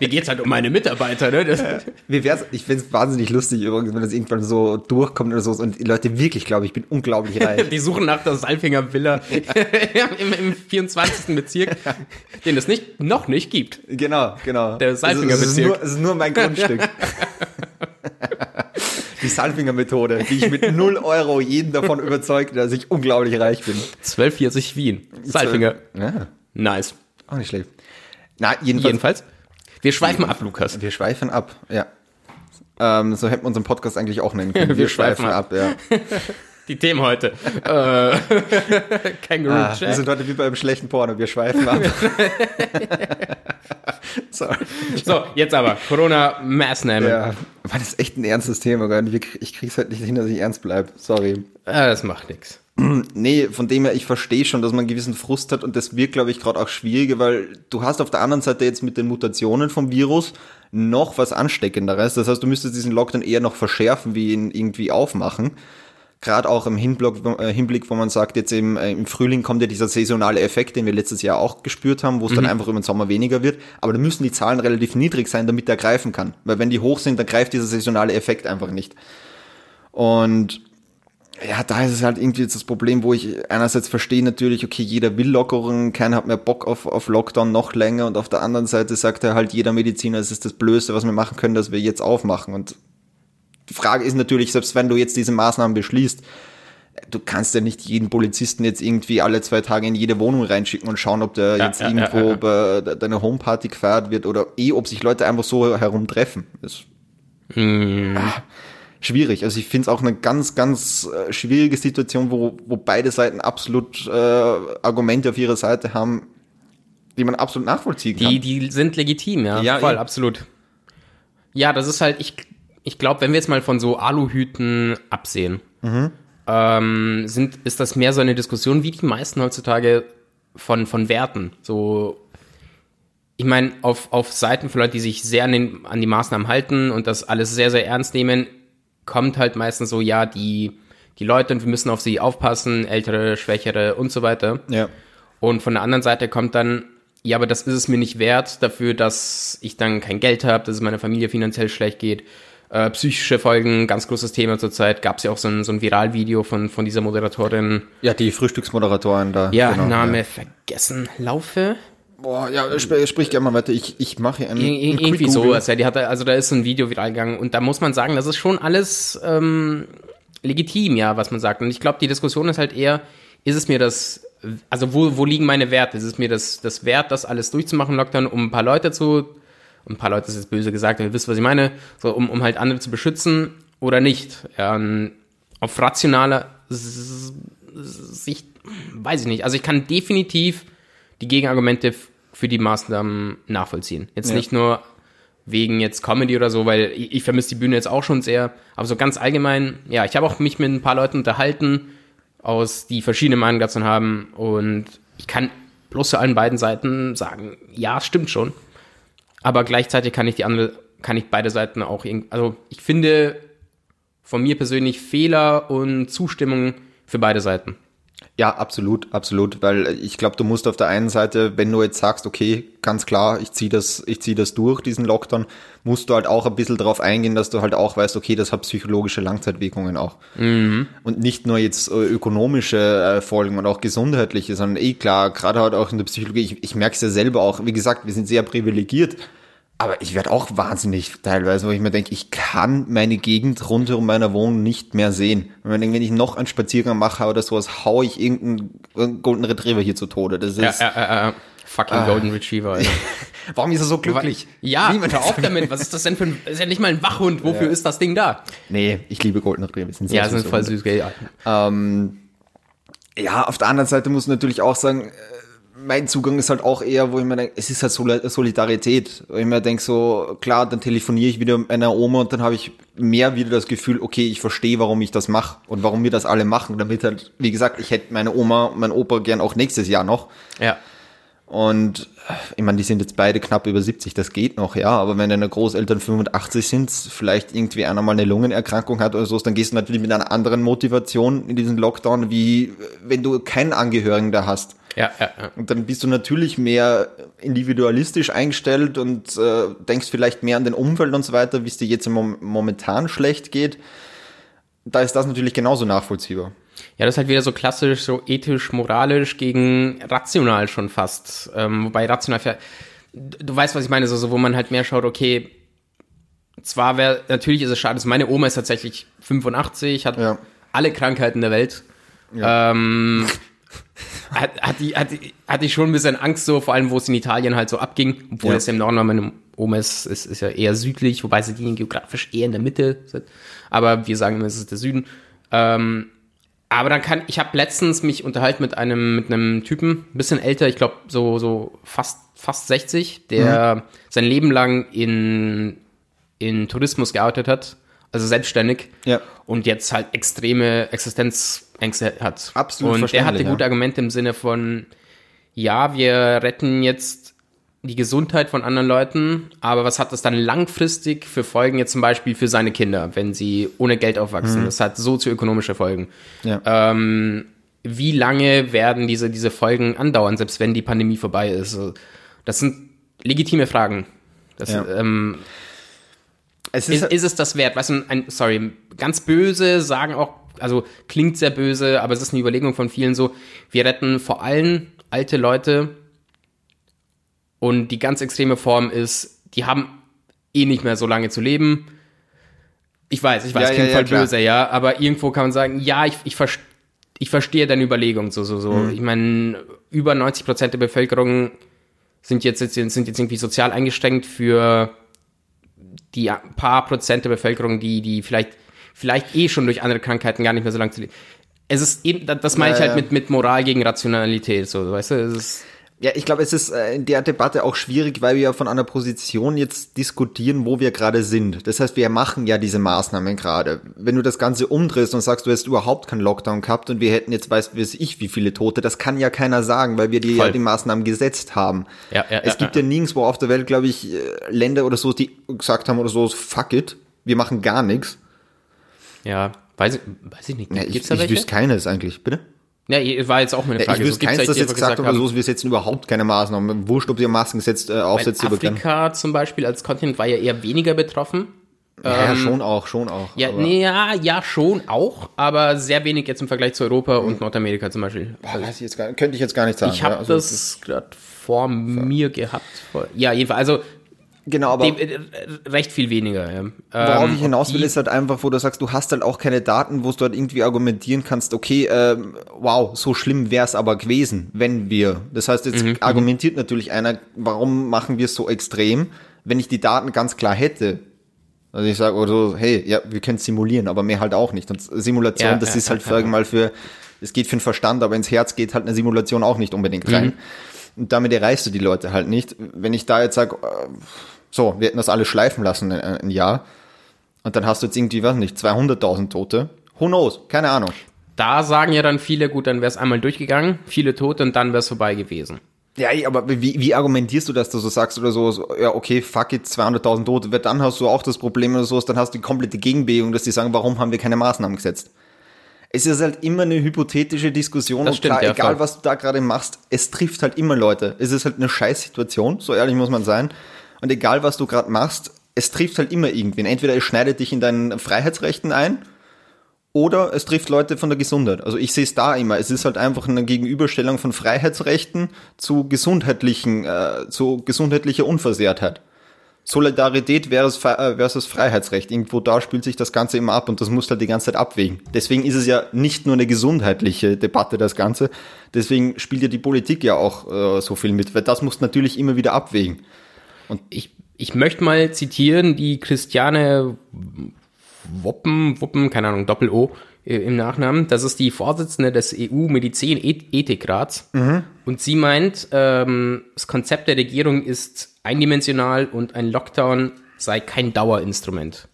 Speaker 2: Mir geht's halt um meine Mitarbeiter, ne? Das,
Speaker 1: mir wär's, ich find's wahnsinnig lustig übrigens, wenn das irgendwann so durchkommt oder so und die Leute wirklich glauben, ich bin unglaublich reich.
Speaker 2: Die suchen nach der Salfinger Villa im, im 24. Bezirk, den es nicht, noch nicht gibt.
Speaker 1: genau, genau.
Speaker 2: Der
Speaker 1: Es ist- es ist,
Speaker 2: Salfinger-Bezirk.
Speaker 1: nur, es ist nur mein Grundstück. die Salfinger-Methode, wie ich mit 0 Euro jeden davon überzeugt, dass ich unglaublich reich bin.
Speaker 2: 1240 Wien. Salfinger.
Speaker 1: Ja,
Speaker 2: Nice.
Speaker 1: auch nicht schlecht. Na, jedenfalls,
Speaker 2: Jedenfalls. Wir schweifen ab, Lukas.
Speaker 1: wir schweifen ab, ja. Ähm, so hätten wir unseren Podcast eigentlich auch nennen können.
Speaker 2: Wir schweifen
Speaker 1: ab, ja.
Speaker 2: Die Themen heute. äh, Kangaroo
Speaker 1: Ah, wir
Speaker 2: Jack.
Speaker 1: sind heute wie beim schlechten Porno, wir schweifen ab. Sorry.
Speaker 2: So, jetzt aber. Corona-Maßnahmen.
Speaker 1: Ja, war das ist echt ein ernstes Thema, gell? Wir krieg- ich krieg's halt nicht hin, dass ich ernst bleib. Sorry.
Speaker 2: Ah, das macht nichts.
Speaker 1: Nee, von dem her, ich verstehe schon, dass man einen gewissen Frust hat und das wird, glaube ich, gerade auch schwieriger, weil du hast auf der anderen Seite jetzt mit den Mutationen vom Virus noch was Ansteckenderes. Das heißt, du müsstest diesen Lockdown eher noch verschärfen, wie ihn irgendwie aufmachen. Gerade auch im Hinblick, äh, Hinblick, wo man sagt, jetzt im, äh, im Frühling kommt ja dieser saisonale Effekt, den wir letztes Jahr auch gespürt haben, wo es dann einfach über den Sommer weniger wird. Aber da müssen die Zahlen relativ niedrig sein, damit der greifen kann. Weil wenn die hoch sind, dann greift dieser saisonale Effekt einfach nicht. Und ja, da ist es halt irgendwie jetzt das Problem, wo ich einerseits verstehe natürlich, okay, jeder will Lockerungen, keiner hat mehr Bock auf, auf Lockdown noch länger und auf der anderen Seite sagt er halt jeder Mediziner, es ist das Blödste, was wir machen können, dass wir jetzt aufmachen. Und die Frage ist natürlich, selbst wenn du jetzt diese Maßnahmen beschließt, du kannst ja nicht jeden Polizisten jetzt irgendwie alle zwei Tage in jede Wohnung reinschicken und schauen, ob der
Speaker 2: Ja,
Speaker 1: jetzt
Speaker 2: ja, ja,
Speaker 1: irgendwo
Speaker 2: ja, ja.
Speaker 1: bei de- deiner Homeparty gefeiert wird oder eh, ob sich Leute einfach so herumtreffen. Das schwierig. Also ich finde es auch eine ganz, ganz äh, schwierige Situation, wo, wo beide Seiten absolut äh, Argumente auf ihrer Seite haben, die man absolut nachvollziehen
Speaker 2: Die,
Speaker 1: kann.
Speaker 2: die sind legitim, ja.
Speaker 1: Ja,
Speaker 2: voll,
Speaker 1: eben.
Speaker 2: absolut. Ja, das ist halt, ich, ich glaube, wenn wir jetzt mal von so Aluhüten absehen, ähm, sind, ist das mehr so eine Diskussion, wie die meisten heutzutage von, von Werten. So, ich meine, auf, auf Seiten von Leuten, die sich sehr an, den, an die Maßnahmen halten und das alles sehr, sehr ernst nehmen, kommt halt meistens so, ja, die, die Leute und wir müssen auf sie aufpassen, ältere, schwächere und so weiter.
Speaker 1: ja.
Speaker 2: Und von der anderen Seite kommt dann, ja, aber das ist es mir nicht wert dafür, dass ich dann kein Geld habe, dass es meiner Familie finanziell schlecht geht. Äh, psychische Folgen, ganz großes Thema zurzeit. Gab es ja auch so ein, so ein Viralvideo von, von dieser Moderatorin.
Speaker 1: ja, die Frühstücksmoderatorin da.
Speaker 2: Ja,
Speaker 1: genau,
Speaker 2: Name
Speaker 1: Ja.
Speaker 2: vergessen. Laufe?
Speaker 1: Boah, ja, sp sprich gerne mal weiter. Ich, ich mache einen,
Speaker 2: Ir- ir-
Speaker 1: einen
Speaker 2: irgendwie
Speaker 1: Quick Google.
Speaker 2: sowas. Ja, die hatte, also da ist so ein Video viral gegangen und da muss man sagen, das ist schon alles ähm, legitim, ja, was man sagt. Und ich glaube, die Diskussion ist halt eher, ist es mir das, also wo, wo liegen meine Werte? Ist es mir das, das wert, das alles durchzumachen, Lockdown, um ein paar Leute zu, um ein paar Leute ist jetzt böse gesagt, aber ihr wisst, was ich meine, so, um, um halt andere zu beschützen oder nicht. Ja, ähm, auf rationaler S- S- Sicht, weiß ich nicht. Also ich kann definitiv die Gegenargumente f- für die Maßnahmen nachvollziehen. Jetzt
Speaker 1: Ja.
Speaker 2: nicht nur wegen jetzt Comedy oder so, weil ich, ich vermisse die Bühne jetzt auch schon sehr. Aber so ganz allgemein, ja, ich habe auch mich mit ein paar Leuten unterhalten, aus die verschiedene Meinungen dazu haben und ich kann bloß zu allen beiden Seiten sagen, ja, stimmt schon. Aber gleichzeitig kann ich die andere, kann ich beide Seiten auch irgendwie, also ich finde von mir persönlich Fehler und Zustimmung für beide Seiten.
Speaker 1: Ja, absolut, absolut, weil ich glaube, du musst auf der einen Seite, wenn du jetzt sagst, okay, ganz klar, ich ziehe das, ich zieh das durch, diesen Lockdown, musst du halt auch ein bisschen drauf eingehen, dass du halt auch weißt, okay, das hat psychologische Langzeitwirkungen auch. Mhm. Und nicht nur jetzt äh, ökonomische äh, Folgen und auch gesundheitliche, sondern eh klar, gerade halt auch in der Psychologie, ich, ich merke es ja selber auch, wie gesagt, wir sind sehr privilegiert, aber ich werde auch wahnsinnig teilweise, wo ich mir denke, ich kann meine Gegend rund um meiner Wohnung nicht mehr sehen. Und wenn, wenn ich noch einen Spaziergang mache oder sowas, hau ich irgendeinen Golden Retriever hier zu Tode. Das
Speaker 2: Ja,
Speaker 1: ist,
Speaker 2: ja, ja, ja. äh, Fucking Golden Retriever. Alter.
Speaker 1: warum ist er so glücklich?
Speaker 2: Ja,
Speaker 1: Niemand-
Speaker 2: hör auf damit. Was ist das denn für ein. Ist ja nicht mal ein Wachhund. Wofür ist das Ding da?
Speaker 1: Nee, ich liebe Golden Retriever. Sind sehr
Speaker 2: Ja, sind
Speaker 1: süße
Speaker 2: voll
Speaker 1: Hunde.
Speaker 2: süß, gell? Ja.
Speaker 1: Ja, auf der anderen Seite muss man natürlich auch sagen, äh, mein Zugang ist halt auch eher, wo ich mir denke, es ist halt Sol- Solidarität. Wo ich mir denke, so, klar, dann telefoniere ich wieder mit meiner Oma und dann habe ich mehr wieder das Gefühl, okay, ich verstehe, warum ich das mache und warum wir das alle machen. Damit halt, wie gesagt, ich hätte meine Oma und mein Opa gern auch nächstes Jahr noch.
Speaker 2: ja.
Speaker 1: Und äh, ich meine, die sind jetzt beide knapp über 70, das geht noch, ja. Aber wenn deine Großeltern 85 sind, vielleicht irgendwie einer mal eine Lungenerkrankung hat oder so, dann gehst du natürlich mit einer anderen Motivation in diesen Lockdown, wie äh, wenn du keinen Angehörigen da hast.
Speaker 2: Ja, ja, ja.
Speaker 1: Und dann bist du natürlich mehr individualistisch eingestellt und äh, denkst vielleicht mehr an den Umfeld und so weiter, wie es dir jetzt im Mom momentan schlecht geht. Da ist das natürlich genauso nachvollziehbar.
Speaker 2: Ja, das ist halt wieder so klassisch, so ethisch, moralisch gegen rational schon fast. Ähm, wobei rational, ver- du du weißt, was ich meine, so, so wo man halt mehr schaut, okay, zwar wäre, natürlich ist es schade, dass meine Oma ist tatsächlich 85, hat
Speaker 1: Ja.
Speaker 2: alle Krankheiten der Welt. Ähm, hat, hat, die, hat, die, hatte ich schon ein bisschen Angst, so vor allem, wo es in Italien halt so abging, obwohl
Speaker 1: Ja.
Speaker 2: es im Norden war, meine Oma ist, ist, ist ja eher südlich, wobei sie liegen geografisch eher in der Mitte sind. Aber wir sagen immer, es ist der Süden. Ähm, aber dann kann, ich habe letztens mich unterhalten mit einem, mit einem Typen, ein bisschen älter, ich glaube so, so fast, fast 60,
Speaker 1: Mhm.
Speaker 2: der sein Leben lang in, in Tourismus gearbeitet hat, also selbstständig.
Speaker 1: Ja.
Speaker 2: Und jetzt halt extreme Existenzängste hat.
Speaker 1: Absolut
Speaker 2: Und er hatte
Speaker 1: verständlich, ja.
Speaker 2: gute Argumente im Sinne von, ja, wir retten jetzt die Gesundheit von anderen Leuten, aber was hat das dann langfristig für Folgen jetzt zum Beispiel für seine Kinder, wenn sie ohne Geld aufwachsen?
Speaker 1: Mhm.
Speaker 2: Das hat sozioökonomische Folgen
Speaker 1: Ja.
Speaker 2: wie lange werden diese, diese Folgen andauern, selbst wenn die Pandemie vorbei ist? Also, Das sind legitime Fragen. Das,
Speaker 1: Ja.
Speaker 2: ähm,
Speaker 1: es
Speaker 2: ist, ist es das wert? Weißt du, ein, sorry, ganz böse sagen auch, also klingt sehr böse, aber es ist eine Überlegung von vielen so, wir retten vor allem alte Leute und die ganz extreme Form ist, die haben eh nicht mehr so lange zu leben. Ich weiß, ich weiß,
Speaker 1: Ja, ja,
Speaker 2: klingt
Speaker 1: ja,
Speaker 2: voll
Speaker 1: klar.
Speaker 2: böse, ja, aber irgendwo kann man sagen, ja, ich, ich, verste- ich verstehe deine Überlegung so, so, so.
Speaker 1: Mhm.
Speaker 2: Ich meine, über 90 Prozent der Bevölkerung sind jetzt, jetzt- sind jetzt irgendwie sozial eingeschränkt für die paar Prozent der Bevölkerung, die, die vielleicht, vielleicht eh schon durch andere Krankheiten gar nicht mehr so lange zu leben. Es ist eben, das- das meine
Speaker 1: Ja,
Speaker 2: ich halt
Speaker 1: ja.
Speaker 2: mit, mit Moral gegen Rationalität, so, weißt du, es ist,
Speaker 1: Ja, ich glaube, es ist äh, in der Debatte auch schwierig, weil wir ja von einer Position jetzt diskutieren, wo wir gerade sind. Das heißt, wir machen ja diese Maßnahmen gerade. Wenn du das Ganze umdrehst und sagst, du hättest überhaupt keinen Lockdown gehabt und wir hätten jetzt, weiß, weiß ich, wie viele Tote, das kann ja keiner sagen, weil wir die, ja
Speaker 2: Voll.
Speaker 1: die Maßnahmen gesetzt haben.
Speaker 2: Ja, ja,
Speaker 1: es
Speaker 2: ja,
Speaker 1: gibt ja, nirgendwo auf der Welt, glaube ich, äh, Länder oder so, die gesagt haben oder so, fuck it, wir machen gar nichts.
Speaker 2: ja, weiß ich, weiß ich nicht,
Speaker 1: Ja,
Speaker 2: gibt's
Speaker 1: ich
Speaker 2: da
Speaker 1: ich
Speaker 2: welche?
Speaker 1: wüsste keines eigentlich, bitte?
Speaker 2: Ja, ich- war jetzt auch meine
Speaker 1: Ja, ich
Speaker 2: Frage.
Speaker 1: wüsste
Speaker 2: gibt's
Speaker 1: keins,
Speaker 2: welche,
Speaker 1: das
Speaker 2: die
Speaker 1: jetzt
Speaker 2: einfach
Speaker 1: gesagt haben,
Speaker 2: haben,
Speaker 1: so, wir setzen überhaupt keine Maßnahmen. Wurscht, ob sie Maßnahmen gesetzt, äh, aufsetzt,
Speaker 2: weil
Speaker 1: die wir kennen.
Speaker 2: Afrika zum Beispiel als Kontinent war ja eher weniger betroffen.
Speaker 1: Ja, ja, schon auch, schon auch.
Speaker 2: Ähm, Ja,
Speaker 1: aber-
Speaker 2: nee, ja, ja, schon auch, aber sehr wenig jetzt im Vergleich zu Europa
Speaker 1: Mhm.
Speaker 2: und Nordamerika zum Beispiel.
Speaker 1: Boah, weiß ich jetzt gar, könnte ich jetzt gar nicht sagen.
Speaker 2: Ich habe
Speaker 1: ja, also,
Speaker 2: das gerade vor mir gehabt. Vor- Ja, jedenfalls, also
Speaker 1: Genau, aber
Speaker 2: dem, äh, recht viel weniger. Ja.
Speaker 1: worauf
Speaker 2: Ähm,
Speaker 1: ich hinaus will,
Speaker 2: die-
Speaker 1: ist halt einfach, wo du sagst, du hast halt auch keine Daten, wo du halt irgendwie argumentieren kannst, okay, ähm, wow, so schlimm wäre es aber gewesen, wenn wir. Das heißt,
Speaker 2: Mhm,
Speaker 1: jetzt argumentiert natürlich einer, warum machen wir es so extrem, wenn ich die Daten ganz klar hätte. Also ich sage, also, hey, ja, wir können simulieren, aber mehr halt auch nicht. Und Simulation,
Speaker 2: Ja,
Speaker 1: das
Speaker 2: ja,
Speaker 1: ist
Speaker 2: ja,
Speaker 1: halt
Speaker 2: ja,
Speaker 1: sag ich mal für, es geht für den Verstand, aber ins Herz geht halt eine Simulation auch nicht unbedingt rein.
Speaker 2: Mhm.
Speaker 1: Und damit erreichst du die Leute halt nicht. Wenn ich da jetzt sage, so, wir hätten das alle schleifen lassen in ein Jahr. Und dann hast du jetzt irgendwie, weiß nicht, 200.000 Tote. Who knows? Keine Ahnung.
Speaker 2: Da sagen ja dann viele, gut, dann wäre es einmal durchgegangen, viele tot und dann wäre es vorbei gewesen.
Speaker 1: Ja, ey, aber wie, wie argumentierst du, dass du so sagst oder so, so ja, okay, fuck it, 200.000 Tote, weil dann hast du auch das Problem oder so, dann hast du die komplette Gegenbewegung, dass die sagen, warum haben wir keine Maßnahmen gesetzt? es ist halt immer eine hypothetische Diskussion
Speaker 2: Das
Speaker 1: und
Speaker 2: stimmt,
Speaker 1: klar,
Speaker 2: ja,
Speaker 1: egal
Speaker 2: voll.
Speaker 1: was du da gerade machst, es trifft halt immer Leute. Es ist halt eine scheiß Situation, so ehrlich muss man sein. Und egal was du gerade machst, es trifft halt immer irgendwen. Entweder es schneidet dich in deinen Freiheitsrechten ein oder es trifft Leute von der Gesundheit. Also ich sehe es da immer. Es ist halt einfach eine Gegenüberstellung von Freiheitsrechten zu gesundheitlichen, äh, zu gesundheitlicher Unversehrtheit. Solidarität versus, Fre- äh, versus Freiheitsrecht. Irgendwo da spielt sich das Ganze immer ab und das musst du halt die ganze Zeit abwägen. Deswegen ist es ja nicht nur eine gesundheitliche Debatte, das Ganze. Deswegen spielt ja die Politik ja auch äh, so viel mit, weil das musst du natürlich immer wieder abwägen.
Speaker 2: ich, ich möchte mal zitieren die Christiane Woppen, Wuppen, keine Ahnung, Doppel-O äh, im Nachnamen. Das ist die Vorsitzende des EU-Medizin-Ethikrats.
Speaker 1: Mhm.
Speaker 2: Und sie meint, ähm, das Konzept der Regierung ist eindimensional und ein Lockdown sei kein Dauerinstrument.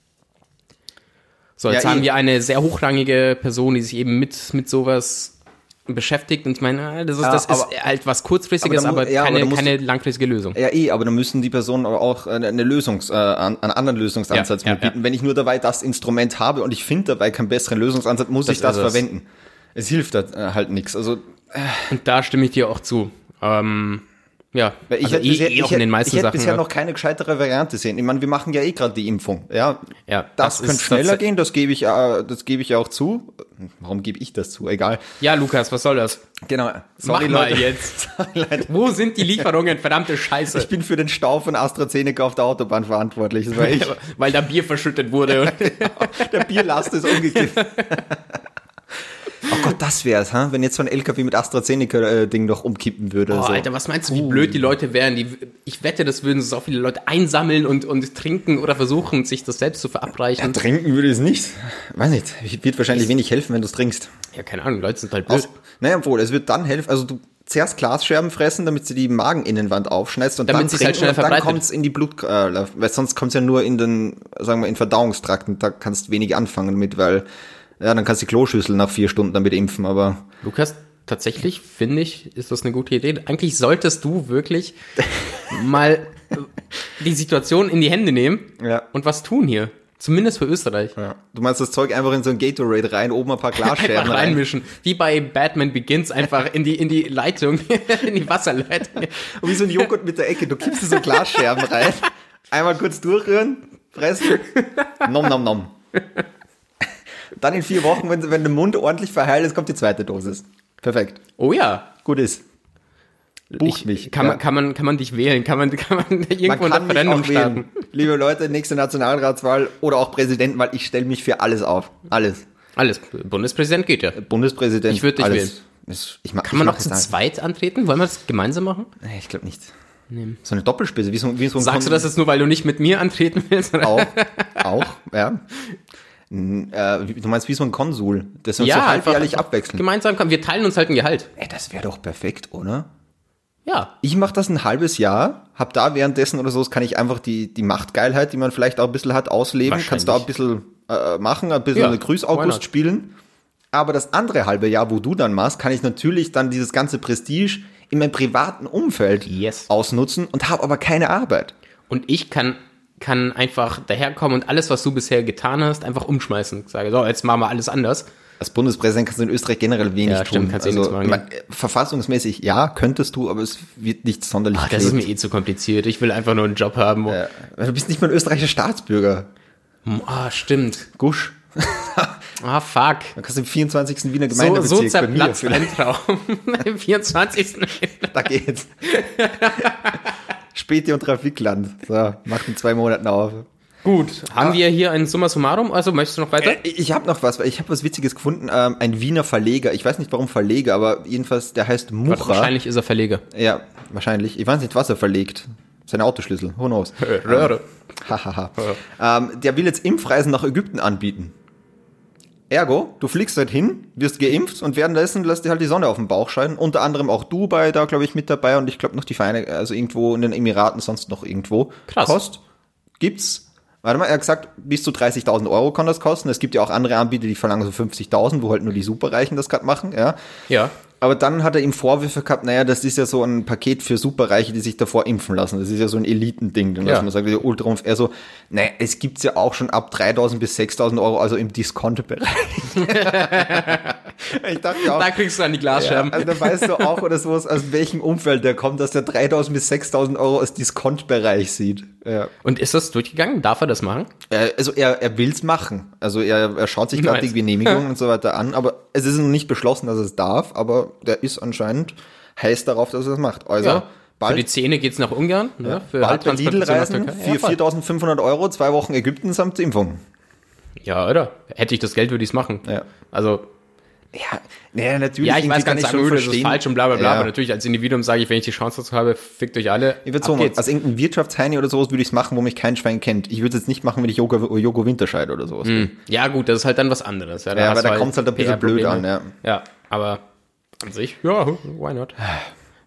Speaker 2: So, jetzt
Speaker 1: Ja,
Speaker 2: haben
Speaker 1: eh.
Speaker 2: wir eine sehr hochrangige Person, die sich eben mit, mit sowas beschäftigt. Und ich meine, ah, das ist,
Speaker 1: Ja,
Speaker 2: das
Speaker 1: aber-
Speaker 2: ist halt was kurzfristiges,
Speaker 1: aber da
Speaker 2: aber,
Speaker 1: mu- ja, aber
Speaker 2: keine,
Speaker 1: da musst
Speaker 2: keine langfristige Lösung.
Speaker 1: Ja, eh, aber da müssen die Personen aber auch eine eine Lösungs, äh, an- einen anderen Lösungsansatz
Speaker 2: Ja, ja,
Speaker 1: mitbieten. Wenn ich nur dabei das Instrument habe und ich finde dabei keinen besseren Lösungsansatz, muss ich das
Speaker 2: ist es.
Speaker 1: verwenden. Es hilft halt, äh, halt nichts. Also
Speaker 2: Und da stimme ich dir auch zu. Ähm, ja,
Speaker 1: Weil ich
Speaker 2: also
Speaker 1: hätte
Speaker 2: eh,
Speaker 1: bisher,
Speaker 2: eh auch
Speaker 1: ich
Speaker 2: in
Speaker 1: hätte,
Speaker 2: den meisten
Speaker 1: ich hätte
Speaker 2: Sachen.
Speaker 1: bisher
Speaker 2: ja.
Speaker 1: noch keine gescheitere Variante sehen. Ich meine, wir machen ja eh gerade die Impfung. Ja,
Speaker 2: Ja,
Speaker 1: das,
Speaker 2: das ist
Speaker 1: könnte schneller
Speaker 2: tats-
Speaker 1: gehen, das gebe ich, äh, das gebe ich ja auch zu. Warum gebe ich das zu? Egal.
Speaker 2: ja, Lukas, was soll das?
Speaker 1: Genau.
Speaker 2: Mach mal jetzt.
Speaker 1: Sorry, Leute.
Speaker 2: Wo sind die Lieferungen? Verdammte Scheiße.
Speaker 1: Ich bin für den Stau von AstraZeneca auf der Autobahn verantwortlich. Das war ich.
Speaker 2: Weil da Bier verschüttet wurde. Und
Speaker 1: Der Bierlast ist umgekippt. oh Gott, das wär's, ha? wenn jetzt so ein LKW mit AstraZeneca-Ding noch umkippen würde.
Speaker 2: Boah,
Speaker 1: genau so.
Speaker 2: Oh, Alter, was meinst du, wie blöd die Leute wären? Die, ich wette, das würden so viele Leute einsammeln und, und trinken oder versuchen, sich das selbst zu verabreichen.
Speaker 1: Trinken würde ich es nicht. Weiß nicht. Wird wahrscheinlich wenig helfen, wenn du es trinkst.
Speaker 2: Ja, keine Ahnung, Leute sind halt blöd.
Speaker 1: Aus, naja, wohl, es wird dann helfen. Also du zuerst Glasscherben fressen, damit du die Mageninnenwand aufschneidest und
Speaker 2: Damit
Speaker 1: dann
Speaker 2: sich's halt
Speaker 1: trinken
Speaker 2: schneller
Speaker 1: und dann
Speaker 2: verbreitet.
Speaker 1: kommt es in die Blut, äh, weil sonst kommt es ja nur in den, sagen wir, in Verdauungstrakt und da kannst wenig anfangen mit, weil ja, dann kannst du die Kloschüssel nach vier Stunden damit impfen, aber
Speaker 2: Lukas, tatsächlich finde ich, ist das eine gute Idee. Eigentlich solltest du wirklich mal äh, die Situation in die Hände nehmen
Speaker 1: Ja.
Speaker 2: und was tun hier. Zumindest für Österreich.
Speaker 1: du meinst das Zeug einfach in so ein Gatorade rein, oben ein paar
Speaker 2: Einfach
Speaker 1: Glasscherben rein.
Speaker 2: reinmischen. Wie bei Batman Begins einfach in die, in die Leitung, in die Wasserleitung.
Speaker 1: Und Wie so ein Joghurt mit der Ecke, du kippst dir so Glasscherben rein, einmal kurz durchrühren, fressen, nom nom nom. Dann in vier Wochen, wenn, wenn der Mund ordentlich verheilt ist, kommt die zweite Dosis. Perfekt.
Speaker 2: Oh ja.
Speaker 1: gut ist. Bucht
Speaker 2: Ich-
Speaker 1: mich.
Speaker 2: Kann, man,
Speaker 1: Ja.
Speaker 2: kann, man, kann man dich wählen? Kann man, kann man irgendwo ein
Speaker 1: man kann mich
Speaker 2: Referendum
Speaker 1: auch
Speaker 2: starten?
Speaker 1: wählen. Liebe Leute, nächste Nationalratswahl oder auch Präsidentenwahl, ich stelle mich für alles auf. Alles.
Speaker 2: Alles. Bundespräsident geht ja.
Speaker 1: Bundespräsident.
Speaker 2: Ich würd dich
Speaker 1: alles.
Speaker 2: wählen.
Speaker 1: Ist- Ich mach,
Speaker 2: Kann man
Speaker 1: Äh, ich mach
Speaker 2: auch zu
Speaker 1: das
Speaker 2: zweit antreten? Wollen wir das gemeinsam machen?
Speaker 1: da. Nee, Ich glaube nicht. So eine Doppelspitze, wie so, wie so ein
Speaker 2: Sagst du das jetzt nur, weil du nicht mit mir antreten willst? oder?
Speaker 1: Auch, auch, ja. N- Äh, wie- du meinst wie so ein Konsul, das wir uns so
Speaker 2: einfach
Speaker 1: halbjährlich abwechseln.
Speaker 2: Gemeinsam kann, wir teilen uns halt ein Gehalt.
Speaker 1: Ey, das wäre doch perfekt, oder?
Speaker 2: Ja.
Speaker 1: ich mache das ein halbes Jahr, hab da währenddessen oder so, das kann ich einfach die, die Machtgeilheit, die man vielleicht auch ein bisschen hat, ausleben,
Speaker 2: Wahrscheinlich.
Speaker 1: kannst da ein bisschen äh, machen, ein bisschen
Speaker 2: Ja,
Speaker 1: eine
Speaker 2: why
Speaker 1: Grüß-August
Speaker 2: not?
Speaker 1: spielen. Aber das andere halbe Jahr, wo du dann machst, kann ich natürlich dann dieses ganze Prestige in meinem privaten Umfeld
Speaker 2: Yes.
Speaker 1: ausnutzen und habe aber keine Arbeit.
Speaker 2: Und ich kann, kann einfach daherkommen und alles, was du bisher getan hast, einfach umschmeißen. Ich Sage, so, jetzt machen wir alles anders.
Speaker 1: Als Bundespräsident kannst du in Österreich generell wenig
Speaker 2: Ja, stimmt,
Speaker 1: tun.
Speaker 2: kannst eh nichts machen,
Speaker 1: ich mein, äh, verfassungsmäßig ja, könntest du, aber es wird nicht sonderlich
Speaker 2: Ach, das ist eh-
Speaker 1: gelebt.
Speaker 2: mir eh zu kompliziert. Ich will einfach nur einen Job haben. Wo,
Speaker 1: Ja, weil Du bist nicht mal ein österreichischer Staatsbürger.
Speaker 2: Ah, stimmt.
Speaker 1: Gusch.
Speaker 2: Ah, fuck.
Speaker 1: Du kannst im 24. Wiener
Speaker 2: So,
Speaker 1: Gemeindebezirk
Speaker 2: so
Speaker 1: bei mir
Speaker 2: zerplatzt
Speaker 1: vielleicht.
Speaker 2: ein Traum. Im 24.
Speaker 1: Da geht's. Späti und Trafikland. So, macht in zwei Monaten auf.
Speaker 2: Gut.
Speaker 1: Ah.
Speaker 2: Haben wir hier einen Summa Summarum? Also, möchtest du noch weiter?
Speaker 1: Ich habe noch was, weil ich habe was Witziges gefunden. Ähm, ein Wiener Verleger. Ich weiß nicht, warum Verleger, aber jedenfalls, der heißt Mucher.
Speaker 2: Wahrscheinlich ist er Verleger.
Speaker 1: Ja, wahrscheinlich. Ich weiß nicht, was er verlegt. Seine Autoschlüssel. Who knows?
Speaker 2: Röhre.
Speaker 1: Hahaha. ähm, der will jetzt Impfreisen nach Ägypten anbieten. Ergo, du fliegst halt hin, wirst geimpft und währenddessen lässt dir halt die Sonne auf den Bauch scheinen. Unter anderem auch Dubai da, glaube ich, mit dabei und ich glaube noch die Vereine, also irgendwo in den Emiraten, sonst noch irgendwo.
Speaker 2: Krass.
Speaker 1: Kost gibt's. Warte mal, er hat gesagt, bis zu 30.000 Euro kann das kosten. Es gibt ja auch andere Anbieter, die verlangen so 50.000, wo halt nur die Superreichen das gerade machen, ja.
Speaker 2: Ja.
Speaker 1: aber dann hat er ihm Vorwürfe gehabt, naja, das ist ja so ein Paket für Superreiche, die sich davor impfen lassen. Das ist ja so ein Elitending. Dann
Speaker 2: Ja.
Speaker 1: ja. man sagt, der Ultra er so, naja, es gibt's ja auch schon ab 3.000 bis 6.000 Euro, also im Discount-Bereich. ich dachte auch,
Speaker 2: Da kriegst du an die Glasscherben.
Speaker 1: Oh. ja, also da weißt du auch oder so, aus welchem Umfeld der kommt, dass der 3.000 bis 6.000 Euro als Discount-Bereich sieht. Ja.
Speaker 2: Und ist das durchgegangen? Darf er das machen?
Speaker 1: Äh, Also er, er will's machen. Also er, er schaut sich gerade die
Speaker 2: Nice.
Speaker 1: Genehmigung und so weiter an, aber es ist noch nicht beschlossen, dass er es darf, aber der ist anscheinend heiß darauf, dass er es macht. Also
Speaker 2: Für die
Speaker 1: bald,
Speaker 2: Zähne geht's nach Ungarn. Ne? Für
Speaker 1: bald bei Lidl
Speaker 2: Haartransplantation nach
Speaker 1: reisen,
Speaker 2: Türkei.
Speaker 1: vier- 4.500 Euro, zwei Wochen Ägypten samt Impfung.
Speaker 2: Ja, oder? Hätte ich das Geld, würde ich's machen.
Speaker 1: Ja.
Speaker 2: Also,
Speaker 1: Ja, naja, natürlich.
Speaker 2: ja, ich
Speaker 1: irgendwie
Speaker 2: weiß ganz
Speaker 1: schon
Speaker 2: sagen, das ist
Speaker 1: verstehen.
Speaker 2: falsch und bla bla bla.
Speaker 1: Ja.
Speaker 2: Aber natürlich als Individuum sage ich, wenn ich die Chance dazu habe, fickt euch alle.
Speaker 1: Ich würde
Speaker 2: Ab
Speaker 1: so machen,
Speaker 2: geht's.
Speaker 1: als irgendein Wirtschaftsheini oder sowas würde ich es machen, wo mich kein Schwein kennt. Ich würde es jetzt nicht machen, wenn ich Joko, Joko Winterscheid oder sowas bin.
Speaker 2: ja, gut, das ist halt dann was anderes. da
Speaker 1: Ja, aber
Speaker 2: hast
Speaker 1: da
Speaker 2: du
Speaker 1: kommt's halt ein bisschen
Speaker 2: PR-Probleme.
Speaker 1: blöd an, ja.
Speaker 2: Ja, aber an sich, ja, why not?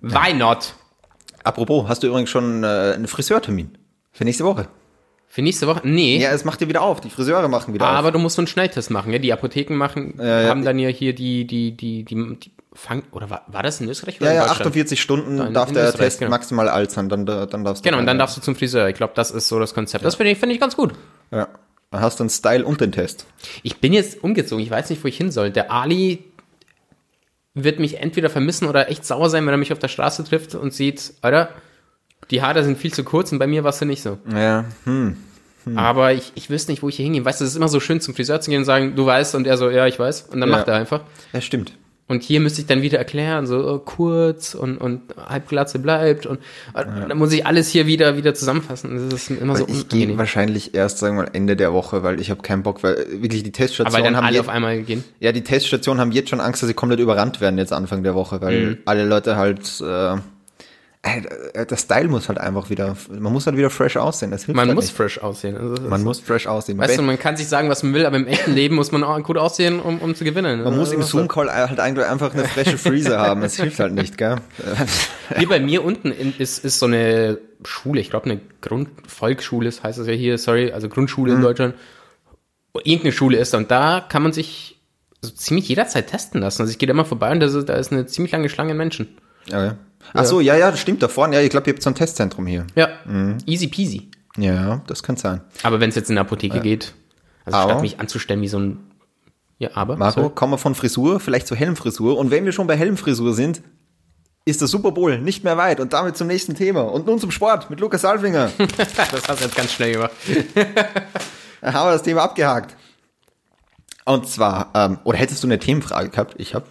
Speaker 2: Why not?
Speaker 1: Apropos, hast du übrigens schon äh, einen Friseurtermin für nächste Woche?
Speaker 2: Für nächste Woche? Nee.
Speaker 1: Ja, es macht dir wieder auf. Die Friseure machen wieder auf.
Speaker 2: Aber du musst so einen Schnelltest machen, ja? Die Apotheken machen,
Speaker 1: ja.
Speaker 2: haben dann ja hier die, die, die, die, die Fang, oder war, war das in Österreich oder
Speaker 1: Ja,
Speaker 2: in
Speaker 1: ja,
Speaker 2: Deutschland?
Speaker 1: 48 Stunden
Speaker 2: in-
Speaker 1: darf
Speaker 2: in
Speaker 1: der
Speaker 2: Österreich,
Speaker 1: Test
Speaker 2: genau.
Speaker 1: maximal alt sein, dann, dann darfst du.
Speaker 2: Genau, und dann darfst du zum Friseur. Ich glaube, das ist so das Konzept. Das finde ich, finde ich ganz gut.
Speaker 1: Ja. Dann hast du einen Style und den Test.
Speaker 2: Ich bin jetzt umgezogen, ich weiß nicht, wo ich hin soll. Der Ali wird mich entweder vermissen oder echt sauer sein, wenn er mich auf der Straße trifft und sieht, Alter, die Haare sind viel zu kurz und bei mir war es ja nicht so.
Speaker 1: Ja. hm.
Speaker 2: Aber ich, ich wüsste nicht, wo ich hier hingehe. Weißt du, es ist immer so schön, zum Friseur zu gehen und sagen, du weißt, und er so, ja, ich weiß. Und dann
Speaker 1: Ja.
Speaker 2: macht er einfach.
Speaker 1: Ja, stimmt.
Speaker 2: Und hier müsste ich dann wieder erklären, so oh, kurz und, und Halbglatze bleibt. Und äh, dann muss ich alles hier wieder, wieder zusammenfassen. Das ist immer so
Speaker 1: ich gehe
Speaker 2: unangenehm.
Speaker 1: wahrscheinlich erst, sagen wir mal, Ende der Woche, weil ich habe keinen Bock, weil äh, wirklich die
Speaker 2: Aber
Speaker 1: Teststationen
Speaker 2: dann
Speaker 1: haben
Speaker 2: alle auf
Speaker 1: jetzt,
Speaker 2: einmal gehen.
Speaker 1: ja, die Teststationen haben jetzt schon Angst, dass sie komplett überrannt werden jetzt Anfang der Woche, weil
Speaker 2: Mhm.
Speaker 1: alle Leute halt, äh, äh, der Style muss halt einfach wieder, man muss halt wieder fresh aussehen. Das hilft
Speaker 2: Man
Speaker 1: halt
Speaker 2: muss
Speaker 1: nicht.
Speaker 2: fresh aussehen. Also, das
Speaker 1: man
Speaker 2: ist-
Speaker 1: muss fresh aussehen.
Speaker 2: Weißt
Speaker 1: Wenn-
Speaker 2: du, man kann sich sagen, was man will, aber im echten Leben muss man auch gut aussehen, um, um zu gewinnen.
Speaker 1: man muss im Zoom-Call halt eigentlich einfach eine frische Freezer haben. Das hilft halt nicht, gell?
Speaker 2: Hier bei mir unten in, ist, ist so eine Schule, ich glaube eine Grundvolksschule, das heißt es ja hier, sorry, also Grundschule
Speaker 1: Mhm.
Speaker 2: in Deutschland. Irgendeine Schule ist da und da kann man sich so ziemlich jederzeit testen lassen. Also ich gehe da immer vorbei und da ist, da ist eine ziemlich lange Schlange an Menschen.
Speaker 1: Ja, ja. Ach so, ja, ja, das stimmt, da vorne. Ja, ich glaube, ihr habt so ein Testzentrum hier.
Speaker 2: Ja,
Speaker 1: Mhm.
Speaker 2: easy peasy.
Speaker 1: Ja, das kann sein.
Speaker 2: Aber wenn es jetzt in eine Apotheke geht, also
Speaker 1: Aber-
Speaker 2: statt mich anzustellen wie so ein, ja, aber.
Speaker 1: Marco,
Speaker 2: sorry.
Speaker 1: kommen wir von Frisur vielleicht zu Helmfrisur. Und wenn wir schon bei Helmfrisur sind, ist der Super Bowl nicht mehr weit. Und damit zum nächsten Thema. Und nun zum Sport mit Lukas Alfinger.
Speaker 2: das hast du jetzt ganz schnell gemacht.
Speaker 1: Dann haben wir das Thema abgehakt. Und zwar, ähm, oder hättest du eine Themenfrage gehabt? Ich habe,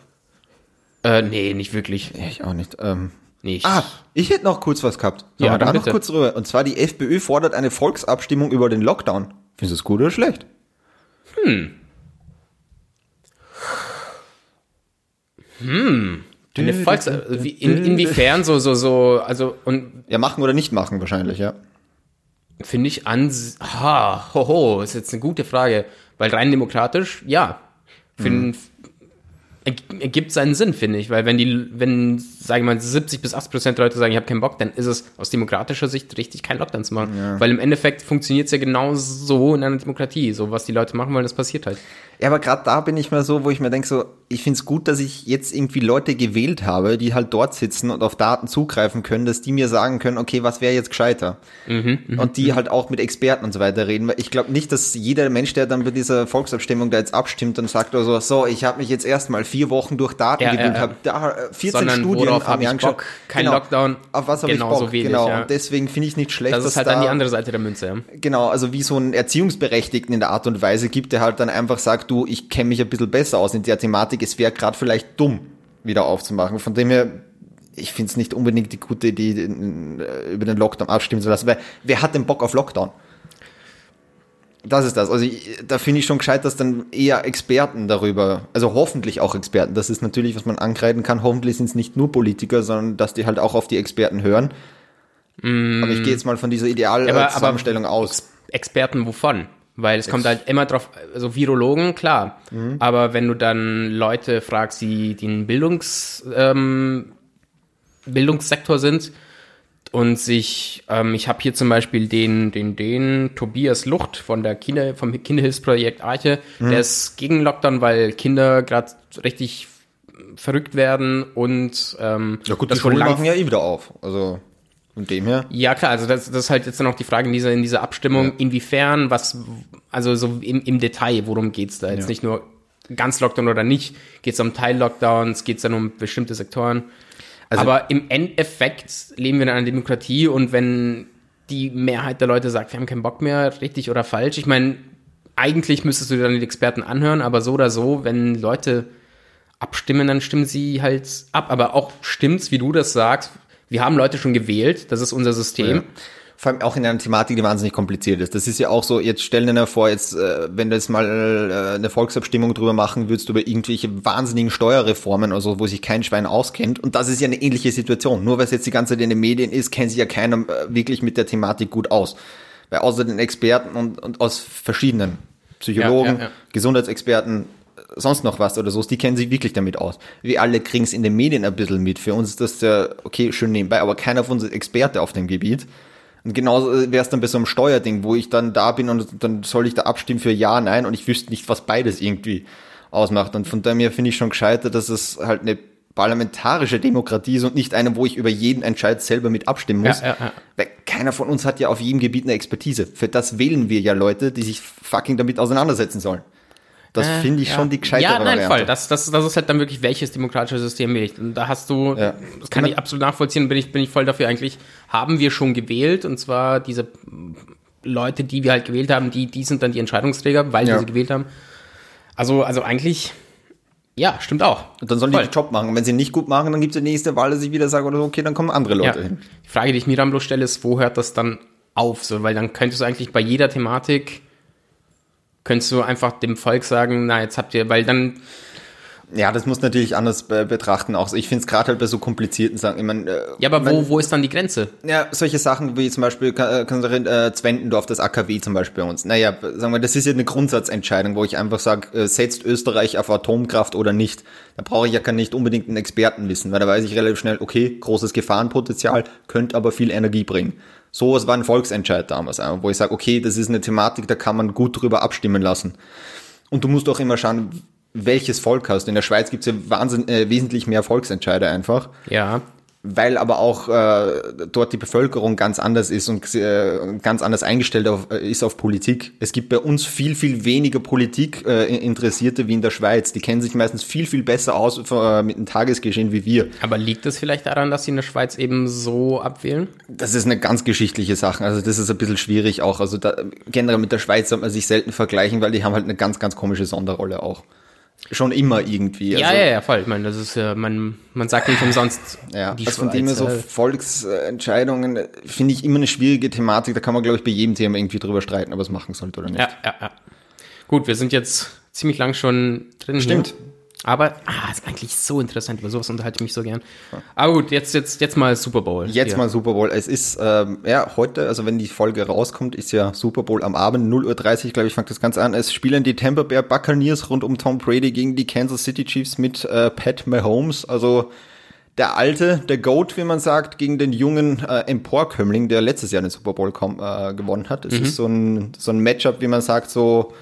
Speaker 2: Äh, nee, nicht wirklich.
Speaker 1: ich auch nicht. Ähm,
Speaker 2: Nicht.
Speaker 1: Ah, ich hätte noch kurz was gehabt. Sollen
Speaker 2: Ja,
Speaker 1: wir da
Speaker 2: dann
Speaker 1: noch
Speaker 2: bitte.
Speaker 1: kurz drüber? Und zwar die FPÖ fordert eine Volksabstimmung über den Lockdown. Findest du es gut oder schlecht? Hm. Hm.
Speaker 2: Eine Volks wie, in, inwiefern so, so, so, also, und
Speaker 1: Ja, machen oder nicht machen wahrscheinlich, ja.
Speaker 2: finde ich an, ha, hoho, ist jetzt eine gute Frage, weil rein demokratisch, ja,
Speaker 1: Mhm.
Speaker 2: find, erg- ergibt seinen Sinn, finde ich, weil wenn die, wenn, sagen wir mal, 70 bis 80 Prozent der Leute sagen, ich habe keinen Bock, dann ist es aus demokratischer Sicht richtig, keinen Lockdown zu machen, weil im Endeffekt funktioniert es ja genau so in einer Demokratie, so was die Leute machen wollen, das passiert halt.
Speaker 1: Ja, aber gerade da bin ich mal so, wo ich mir denke, so, ich find's gut, dass ich jetzt irgendwie Leute gewählt habe, die halt dort sitzen und auf Daten zugreifen können, dass die mir sagen können, okay, was wäre jetzt gescheiter?
Speaker 2: Mhm,
Speaker 1: und die halt auch mit Experten und so weiter reden. Weil ich glaube nicht, dass jeder Mensch, der dann bei dieser Volksabstimmung da jetzt abstimmt und sagt oder so, so, ich habe mich jetzt erstmal vier Wochen durch Daten
Speaker 2: Ja,
Speaker 1: gewählt,
Speaker 2: ja, ja.
Speaker 1: habe da äh, 14
Speaker 2: Sondern
Speaker 1: Studien
Speaker 2: worauf hab
Speaker 1: mir
Speaker 2: ich
Speaker 1: angeschaut.
Speaker 2: Bock? Kein Lockdown.
Speaker 1: Genau. Auf was habe ich
Speaker 2: Genau,
Speaker 1: Bock?
Speaker 2: so wenig,
Speaker 1: genau.
Speaker 2: ja.
Speaker 1: Und deswegen finde ich nicht schlecht,
Speaker 2: Das
Speaker 1: dass
Speaker 2: ist halt
Speaker 1: da
Speaker 2: dann die andere Seite der Münze, ja.
Speaker 1: Genau, also wie so einen Erziehungsberechtigten in der Art und Weise gibt, der halt dann einfach sagt, du, ich kenne mich ein bisschen besser aus in der Thematik, es wäre gerade vielleicht dumm, wieder aufzumachen. Von dem her, ich finde es nicht unbedingt die gute Idee, den, äh, über den Lockdown abstimmen zu lassen, weil wer hat denn Bock auf Lockdown? Das ist das. Also ich, da finde ich schon gescheit, dass dann eher Experten darüber, also hoffentlich auch Experten, das ist natürlich, was man ankreiden kann, hoffentlich sind es nicht nur Politiker, sondern dass die halt auch auf die Experten hören. Aber ich gehe jetzt mal von dieser
Speaker 2: aber-
Speaker 1: Idealzusammenstellung aus.
Speaker 2: Experten wovon? Weil es kommt halt immer drauf, also Virologen, klar.
Speaker 1: Mhm.
Speaker 2: Aber wenn du dann Leute fragst, die, die im Bildungs, ähm, Bildungssektor sind und sich, ähm, ich habe hier zum Beispiel den, den, den Tobias Lucht von der Kinder,
Speaker 1: Mhm.
Speaker 2: vom Kinderhilfsprojekt Arche, der ist gegen Lockdown, weil Kinder gerade richtig verrückt werden und ähm,
Speaker 1: Ja gut,
Speaker 2: das
Speaker 1: die Schulen
Speaker 2: lang-
Speaker 1: machen ja eh wieder auf. Also von dem her.
Speaker 2: Ja, klar, also das, das ist halt jetzt dann auch die Frage in dieser, in dieser Abstimmung, inwiefern, was, also so im, im Detail, worum geht's da? Jetzt
Speaker 1: Ja.
Speaker 2: nicht nur ganz Lockdown oder nicht, geht's um Teil-Lockdowns, geht's dann um bestimmte Sektoren.
Speaker 1: Also-
Speaker 2: Aber im Endeffekt leben wir in einer Demokratie und wenn die Mehrheit der Leute sagt, wir haben keinen Bock mehr, richtig oder falsch, ich meine, eigentlich müsstest du dir dann die Experten anhören, aber so oder so, wenn Leute abstimmen, dann stimmen sie halt ab. Aber auch stimmt's, wie du das sagst. Wir haben Leute schon gewählt, das ist unser System.
Speaker 1: Ja. Vor allem auch in einer Thematik, die wahnsinnig kompliziert ist. Das ist ja auch so, jetzt stellen wir dir vor, jetzt, äh, wenn du jetzt mal äh, eine Volksabstimmung drüber machen würdest, über irgendwelche wahnsinnigen Steuerreformen oder so, wo sich kein Schwein auskennt. Und das ist ja eine ähnliche Situation. Nur weil es jetzt die ganze Zeit in den Medien ist, kennt sich ja keiner äh, wirklich mit der Thematik gut aus. Weil außer den Experten und, und aus verschiedenen Psychologen,
Speaker 2: Ja, ja, ja.
Speaker 1: Gesundheitsexperten, sonst noch was oder so, die kennen sich wirklich damit aus. Wir alle kriegen es in den Medien ein bisschen mit. Für uns ist das ja, okay, schön nebenbei, aber keiner von uns ist Experte auf dem Gebiet. Und genauso wäre es dann bei so einem Steuerding, wo ich dann da bin und dann soll ich da abstimmen für Ja, Nein und ich wüsste nicht, was beides irgendwie ausmacht. Und von dem her finde ich schon gescheiter, dass es halt eine parlamentarische Demokratie ist und nicht eine, wo ich über jeden Entscheid selber mit abstimmen muss.
Speaker 2: Ja, ja, ja.
Speaker 1: Weil keiner von uns hat ja auf jedem Gebiet eine Expertise. Für das wählen wir ja Leute, die sich fucking damit auseinandersetzen sollen. Das
Speaker 2: Äh,
Speaker 1: finde ich
Speaker 2: ja.
Speaker 1: schon die gescheitere
Speaker 2: Ja, nein,
Speaker 1: Variante.
Speaker 2: voll. Das, das, das ist halt dann wirklich, welches demokratische System will ich. Und da hast du,
Speaker 1: Ja.
Speaker 2: das kann ich absolut nachvollziehen, bin ich, bin ich voll dafür eigentlich, haben wir schon gewählt und zwar diese Leute, die wir halt gewählt haben, die, die sind dann die Entscheidungsträger, weil wir
Speaker 1: Ja.
Speaker 2: sie gewählt haben. Also, also eigentlich, ja, stimmt auch.
Speaker 1: Und dann sollen die
Speaker 2: Voll.
Speaker 1: den Job machen. Und wenn sie ihn nicht gut machen, dann gibt es die nächste Wahl, dass ich wieder sage, oder so, okay, dann kommen andere
Speaker 2: Ja.
Speaker 1: Leute hin.
Speaker 2: Die Frage, die ich mir dann bloß stelle, ist, wo hört das dann auf? So, weil dann könntest du eigentlich bei jeder Thematik, könntest du einfach dem Volk sagen, na, jetzt habt ihr, weil dann
Speaker 1: Ja, das muss natürlich anders be betrachten. Auch so. ich finde es gerade halt bei so komplizierten Sachen. Ich mein, äh,
Speaker 2: Ja, aber
Speaker 1: man,
Speaker 2: wo, wo ist dann die Grenze?
Speaker 1: Ja, solche Sachen wie zum Beispiel äh, kannst du drin, äh, Zwentendorf, das AKW zum Beispiel bei uns. Naja, sagen wir, das ist ja eine Grundsatzentscheidung, wo ich einfach sage, äh, setzt Österreich auf Atomkraft oder nicht. Da brauche ich ja gar nicht unbedingt einen Experten wissen, weil da weiß ich relativ schnell, okay, großes Gefahrenpotenzial, könnte aber viel Energie bringen. So, es war ein Volksentscheid damals, äh, wo ich sage, okay, das ist eine Thematik, da kann man gut drüber abstimmen lassen. Und du musst auch immer schauen, welches Volk hast. du. In der Schweiz gibt's ja wahnsinn, äh, wesentlich mehr Volksentscheide einfach,
Speaker 2: Ja.
Speaker 1: weil aber auch äh, dort die Bevölkerung ganz anders ist und äh, ganz anders eingestellt auf, äh, ist auf Politik. Es gibt bei uns viel, viel weniger Politik äh, Interessierte wie in der Schweiz. Die kennen sich meistens viel, viel besser aus äh, mit dem Tagesgeschehen wie wir.
Speaker 2: Aber liegt es vielleicht daran, dass sie in der Schweiz eben so abwählen?
Speaker 1: Das ist eine ganz geschichtliche Sache. Also das ist ein bisschen schwierig auch. Also da, generell mit der Schweiz sollte man sich selten vergleichen, weil die haben halt eine ganz, ganz komische Sonderrolle auch. Schon immer irgendwie.
Speaker 2: ja,
Speaker 1: Also-
Speaker 2: ja, ja, voll. Ich meine, das ist ja, man, man sagt nicht umsonst
Speaker 1: Ja,
Speaker 2: die äh,
Speaker 1: also von dem her so
Speaker 2: Schweizer.
Speaker 1: Volksentscheidungen äh, finde ich immer eine schwierige Thematik. Da kann man, glaube ich, bei jedem Thema irgendwie drüber streiten, ob es machen sollte oder nicht.
Speaker 2: ja, ja, ja. Gut, wir sind jetzt ziemlich lang schon drin.
Speaker 1: Stimmt.
Speaker 2: Hier. Aber, ah, ist eigentlich so interessant, über sowas unterhalte ich mich so gern. Aber gut, jetzt, jetzt, jetzt mal Super Bowl.
Speaker 1: Jetzt
Speaker 2: Hier.
Speaker 1: mal Super Bowl. Es ist, ähm, ja, heute, also wenn die Folge rauskommt, ist ja Super Bowl am Abend, 0.30 Uhr, glaube ich, fängt das Ganze an. Es spielen die Tampa Bay Buccaneers rund um Tom Brady gegen die Kansas City Chiefs mit äh, Pat Mahomes. Also der alte, der Goat, wie man sagt, gegen den jungen äh, Emporkömmling, der letztes Jahr den Super Bowl kom- äh, gewonnen hat.
Speaker 2: Mhm.
Speaker 1: Es ist so ein, so ein Matchup, wie man sagt, so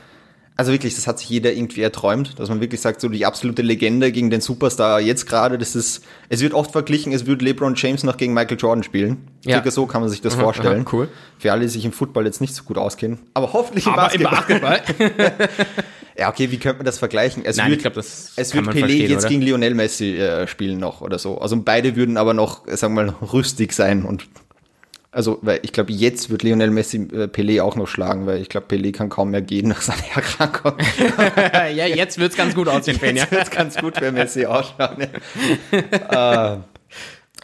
Speaker 1: Also wirklich, das hat sich jeder irgendwie erträumt, dass man wirklich sagt, so die absolute Legende gegen den Superstar jetzt gerade, das ist, es wird oft verglichen, es würde LeBron James noch gegen Michael Jordan spielen.
Speaker 2: Ja.
Speaker 1: Circa so kann man sich das vorstellen.
Speaker 2: aha, cool.
Speaker 1: Für alle, die sich im Football jetzt nicht so gut auskennen. Aber hoffentlich im
Speaker 2: Aber im
Speaker 1: Basketball.
Speaker 2: Basketball.
Speaker 1: Ja, okay, wie könnte man das vergleichen? Es
Speaker 2: Nein,
Speaker 1: wird,
Speaker 2: ich glaube, das
Speaker 1: es wird
Speaker 2: kann man
Speaker 1: Pelé
Speaker 2: verstehen,
Speaker 1: jetzt
Speaker 2: oder?
Speaker 1: gegen Lionel Messi äh, spielen noch oder so. Also beide würden aber noch, äh, sagen wir mal, rüstig sein und also, weil ich glaube, jetzt wird Lionel Messi äh, Pelé auch noch schlagen, weil ich glaube, Pelé kann kaum mehr gehen nach seiner Erkrankung.
Speaker 2: ja, jetzt wird's ganz gut aussehen, Fenja.
Speaker 1: Jetzt wird's ganz gut, wenn Messi ausschaut. Ne? äh,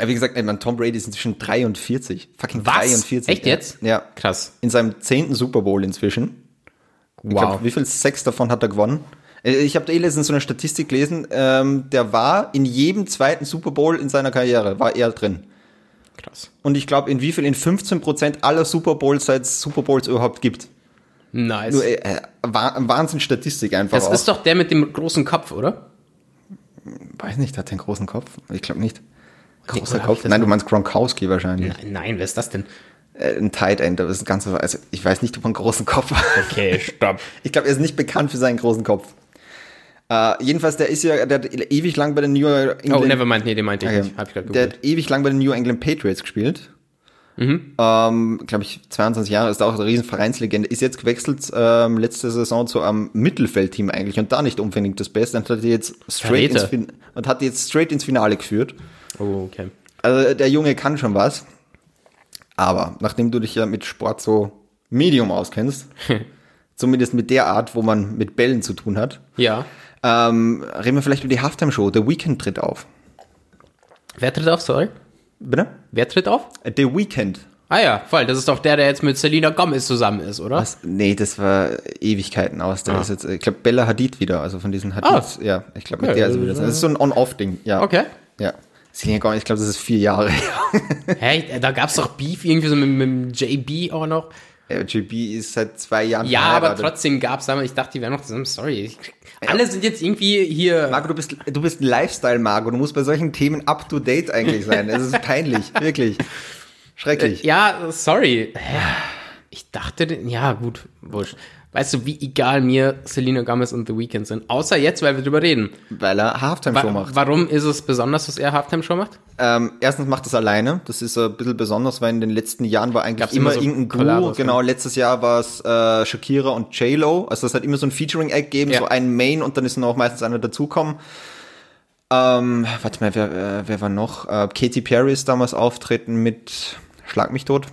Speaker 1: wie gesagt, ey, man, Tom Brady ist inzwischen 43. Fucking
Speaker 2: Was?
Speaker 1: 43.
Speaker 2: Echt
Speaker 1: ja.
Speaker 2: jetzt?
Speaker 1: Ja.
Speaker 2: Krass.
Speaker 1: In seinem zehnten Super Bowl inzwischen. Ich
Speaker 2: Wow.
Speaker 1: glaub, wie viel Sex davon hat er gewonnen? Äh, Ich habe eh letztens so eine Statistik gelesen, ähm, der war in jedem zweiten Super Bowl in seiner Karriere, war er drin.
Speaker 2: Krass.
Speaker 1: Und ich glaube, in wie viel? In 15% aller Super Bowls, seit es Super Bowls überhaupt gibt.
Speaker 2: Nice.
Speaker 1: Nur, äh, äh, Wah- Wahnsinn-Statistik einfach
Speaker 2: das
Speaker 1: auch.
Speaker 2: ist doch der mit dem großen Kopf, oder?
Speaker 1: Weiß nicht, hat den großen Kopf? Ich glaube nicht. Großer
Speaker 2: oder hab ich
Speaker 1: Kopf?
Speaker 2: das
Speaker 1: Nein, du meinst Gronkowski wahrscheinlich.
Speaker 2: Nein, wer ist das denn?
Speaker 1: Äh, ein Tight End, aber das ist ein ganzer, also ich weiß nicht, ob er einen großen Kopf hat.
Speaker 2: Okay, stopp.
Speaker 1: Ich glaube, er ist nicht bekannt für seinen großen Kopf. Äh, jedenfalls, der ist ja, der hat ewig lang bei den New England.
Speaker 2: Oh, nevermind, nee, den meinte ich
Speaker 1: Okay.
Speaker 2: nicht. Hab ich gerade
Speaker 1: Der
Speaker 2: gegoogelt.
Speaker 1: hat ewig lang bei den New England Patriots gespielt.
Speaker 2: Mhm.
Speaker 1: Ähm, Glaube ich, 22 Jahre, ist da auch eine riesen Vereinslegende. Ist jetzt gewechselt ähm, letzte Saison zu einem Mittelfeldteam eigentlich und da nicht unbedingt das Beste. Und hat die jetzt straight, ins,
Speaker 2: Verräter.
Speaker 1: fin und hat die jetzt straight ins Finale geführt.
Speaker 2: Oh, okay.
Speaker 1: Also der Junge kann schon was. Aber nachdem du dich ja mit Sport so medium auskennst, zumindest mit der Art, wo man mit Bällen zu tun hat,
Speaker 2: Ja.
Speaker 1: ähm, reden wir vielleicht über die Halftime-Show. The Weekend tritt auf.
Speaker 2: Wer tritt auf, sorry?
Speaker 1: Bitte?
Speaker 2: Wer tritt auf?
Speaker 1: Äh, The Weekend.
Speaker 2: Ah ja, voll. Das ist doch der, der jetzt mit Selina Gomez zusammen ist, oder?
Speaker 1: Was? Nee, das war Ewigkeiten aus. Da ist jetzt, äh, ich glaube, Bella Hadid wieder, also von diesen Hadids.
Speaker 2: Ah.
Speaker 1: Ja, ich glaube, mit der
Speaker 2: Ja,
Speaker 1: ist wieder. Das ist so ein On-Off-Ding, ja.
Speaker 2: Okay.
Speaker 1: Ja. Selena Gomez, ich glaube, das ist vier Jahre.
Speaker 2: Hey, da gab's doch Beef irgendwie so mit, mit dem JB auch noch.
Speaker 1: Äh, JB ist seit zwei Jahren
Speaker 2: Ja, aber
Speaker 1: verheiratet.
Speaker 2: trotzdem gab's damals, ich dachte, die wären noch zusammen. Sorry. Ich, alle sind jetzt irgendwie hier.
Speaker 1: Marco, du bist, du bist ein Lifestyle-Marco. Du musst bei solchen Themen up to date eigentlich sein. Es ist peinlich, wirklich. Schrecklich.
Speaker 2: Äh, Ja, sorry. Ich dachte, den- ja, gut, wurscht. Weißt du, wie egal mir Selena Gomez und The Weeknd sind? Außer jetzt, weil wir drüber reden.
Speaker 1: Weil er
Speaker 2: Wa
Speaker 1: Halftime-Show macht.
Speaker 2: Warum ist es besonders, dass er Halftime-Show macht?
Speaker 1: Ähm, erstens macht es alleine. Das ist ein bisschen besonders, weil in den letzten Jahren war eigentlich
Speaker 2: Gab's
Speaker 1: immer,
Speaker 2: immer so
Speaker 1: irgendein Crew.
Speaker 2: Kollabos,
Speaker 1: genau, letztes Jahr war es äh, Shakira und J-Lo. Also es hat immer so ein Featuring-Act gegeben,
Speaker 2: Ja.
Speaker 1: so ein Main und dann ist noch meistens einer dazukommen. Ähm, warte mal, wer, äh, wer war noch? Äh, Katy Perry ist damals auftreten mit Schlag mich tot.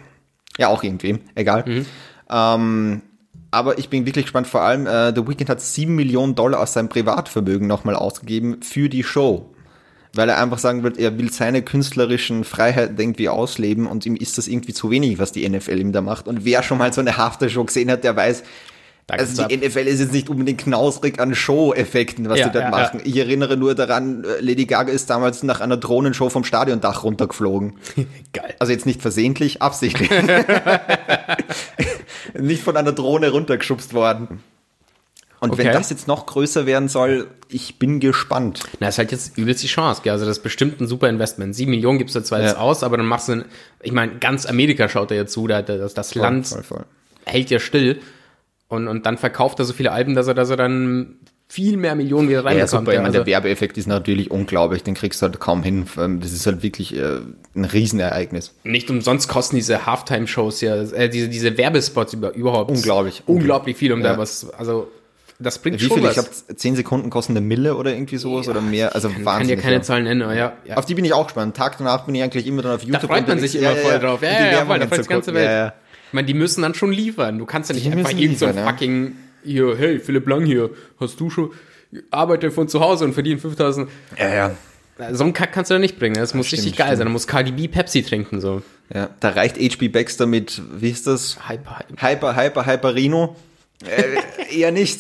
Speaker 1: Ja, auch irgendwem, egal.
Speaker 2: Mhm.
Speaker 1: Ähm, aber ich bin wirklich gespannt, vor allem äh, The Weeknd hat 7 Millionen Dollar aus seinem Privatvermögen nochmal ausgegeben für die Show weil er einfach sagen wird, er will seine künstlerischen Freiheiten irgendwie ausleben und ihm ist das irgendwie zu wenig, was die NFL ihm da macht. Und wer schon mal so eine Haftershow gesehen hat, der weiß,
Speaker 2: Da geht's
Speaker 1: also die
Speaker 2: ab.
Speaker 1: NFL ist jetzt nicht unbedingt knausrig an Show-Effekten, was
Speaker 2: Ja,
Speaker 1: die dort
Speaker 2: ja,
Speaker 1: machen. Ich erinnere nur daran, äh, Lady Gaga ist damals nach einer Drohnenshow vom Stadiondach runtergeflogen.
Speaker 2: Geil.
Speaker 1: Also jetzt nicht versehentlich, absichtlich. nicht von einer Drohne runtergeschubst worden. Und wenn
Speaker 2: Okay.
Speaker 1: das jetzt noch größer werden soll, ich bin gespannt.
Speaker 2: Na, ist halt jetzt übelst die Chance, gell? Also das ist bestimmt ein super Investment. Sieben Millionen gibst du zwar jetzt
Speaker 1: Ja.
Speaker 2: aus, aber dann machst du, einen, ich meine, ganz Amerika schaut da jetzt zu, da, das, das Land
Speaker 1: Voll, voll, voll.
Speaker 2: hält ja still und, und dann verkauft er so viele Alben, dass er, dass er dann viel mehr Millionen wieder
Speaker 1: Ja,
Speaker 2: reinbekommt.
Speaker 1: super. Ich
Speaker 2: Ja,
Speaker 1: meine, der
Speaker 2: also,
Speaker 1: Werbeeffekt ist natürlich unglaublich, den kriegst du halt kaum hin. Ähm, Das ist halt wirklich äh, ein Riesenereignis.
Speaker 2: nicht umsonst kosten diese Halftime-Shows ja, äh, diese, diese Werbespots über, überhaupt
Speaker 1: Unglaublich.
Speaker 2: unglaublich viel, um
Speaker 1: Ja.
Speaker 2: da was, also das bringt
Speaker 1: Wie
Speaker 2: schon
Speaker 1: viel? Ich
Speaker 2: was.
Speaker 1: glaube, 10 Sekunden kosten eine Mille oder irgendwie sowas oder mehr. Also
Speaker 2: ich kann dir
Speaker 1: wahnsinnig.
Speaker 2: keine
Speaker 1: ja.
Speaker 2: Zahlen nennen, aber ja. ja.
Speaker 1: Auf die bin ich auch gespannt. Tag danach bin ich eigentlich immer dann auf YouTube.
Speaker 2: freut man
Speaker 1: unterwegs.
Speaker 2: sich immer voll drauf. Ja,
Speaker 1: um
Speaker 2: ja,
Speaker 1: die
Speaker 2: ja, voll,
Speaker 1: Werbungen
Speaker 2: da freut
Speaker 1: zu
Speaker 2: die ganze
Speaker 1: gucken.
Speaker 2: Welt.
Speaker 1: Ja, ja.
Speaker 2: Ich meine, die müssen dann schon liefern. Du kannst ja nicht
Speaker 1: Die
Speaker 2: einfach
Speaker 1: müssen
Speaker 2: irgend so ein
Speaker 1: liefern, ja.
Speaker 2: fucking hier, hey, Philipp Lang hier, hast du schon arbeite von zu Hause und verdien 5000.
Speaker 1: Ja, ja.
Speaker 2: So einen Kack kannst du da nicht bringen. ne? Das muss
Speaker 1: stimmt,
Speaker 2: richtig geil
Speaker 1: stimmt.
Speaker 2: sein. Da muss KDB Pepsi trinken so.
Speaker 1: ja. Da reicht HB Baxter mit, wie ist das?
Speaker 2: Hyper, hyper.
Speaker 1: Hyper, Hyper, Hyperino? Äh, eher nicht.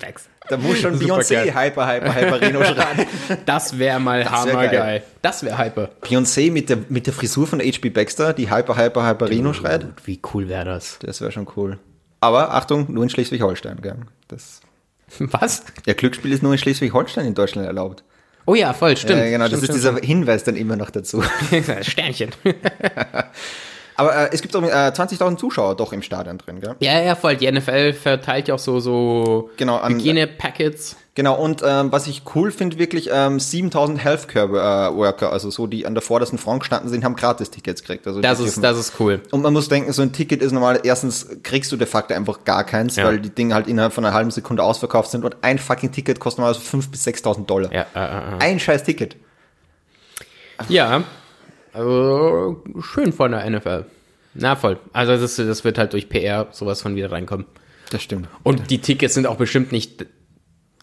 Speaker 2: Bags.
Speaker 1: Da muss schon
Speaker 2: Super
Speaker 1: Beyoncé
Speaker 2: geil.
Speaker 1: Hyper, Hyper, Hyperino schreiben.
Speaker 2: Das wäre mal
Speaker 1: wär
Speaker 2: hammergeil.
Speaker 1: geil.
Speaker 2: Das wäre hyper.
Speaker 1: Beyoncé mit der, mit der Frisur von HB Baxter, die Hyper, Hyper,
Speaker 2: Genau.
Speaker 1: Hyperino schreit.
Speaker 2: Wie cool wäre das?
Speaker 1: Das wäre schon cool. Aber Achtung, nur in Schleswig-Holstein. gell? Das
Speaker 2: Was?
Speaker 1: ja, Glücksspiel ist nur in Schleswig-Holstein in Deutschland erlaubt.
Speaker 2: Oh ja, voll, stimmt.
Speaker 1: Äh, genau, das
Speaker 2: stimmt,
Speaker 1: ist dieser Hinweis dann immer noch dazu.
Speaker 2: dieser Sternchen.
Speaker 1: Aber äh, es gibt auch äh, 20.000 Zuschauer doch im Stadion drin, gell?
Speaker 2: ja, ja, voll. Die NFL verteilt ja auch so so
Speaker 1: Genau, an-
Speaker 2: Hygiene-Packets.
Speaker 1: Genau, und ähm, was ich cool finde, wirklich ähm, 7.000 Healthcare-Worker, also so, die an der vordersten Front gestanden sind, haben Gratis-Tickets gekriegt. Also die
Speaker 2: Das
Speaker 1: dürfen-
Speaker 2: ist, das ist cool.
Speaker 1: Und man muss denken, so ein Ticket ist normal, erstens kriegst du de facto einfach gar keins,
Speaker 2: Ja.
Speaker 1: weil die Dinge halt innerhalb von einer halben Sekunde ausverkauft sind und ein fucking Ticket kostet normalerweise 5.000 bis 6.000 Dollar.
Speaker 2: Ja, äh, äh, äh.
Speaker 1: Ein scheiß Ticket.
Speaker 2: ja. Also, schön von der NFL. Na voll. Also das, das wird halt durch PR sowas von wieder reinkommen.
Speaker 1: Das stimmt.
Speaker 2: Und die Tickets sind auch bestimmt nicht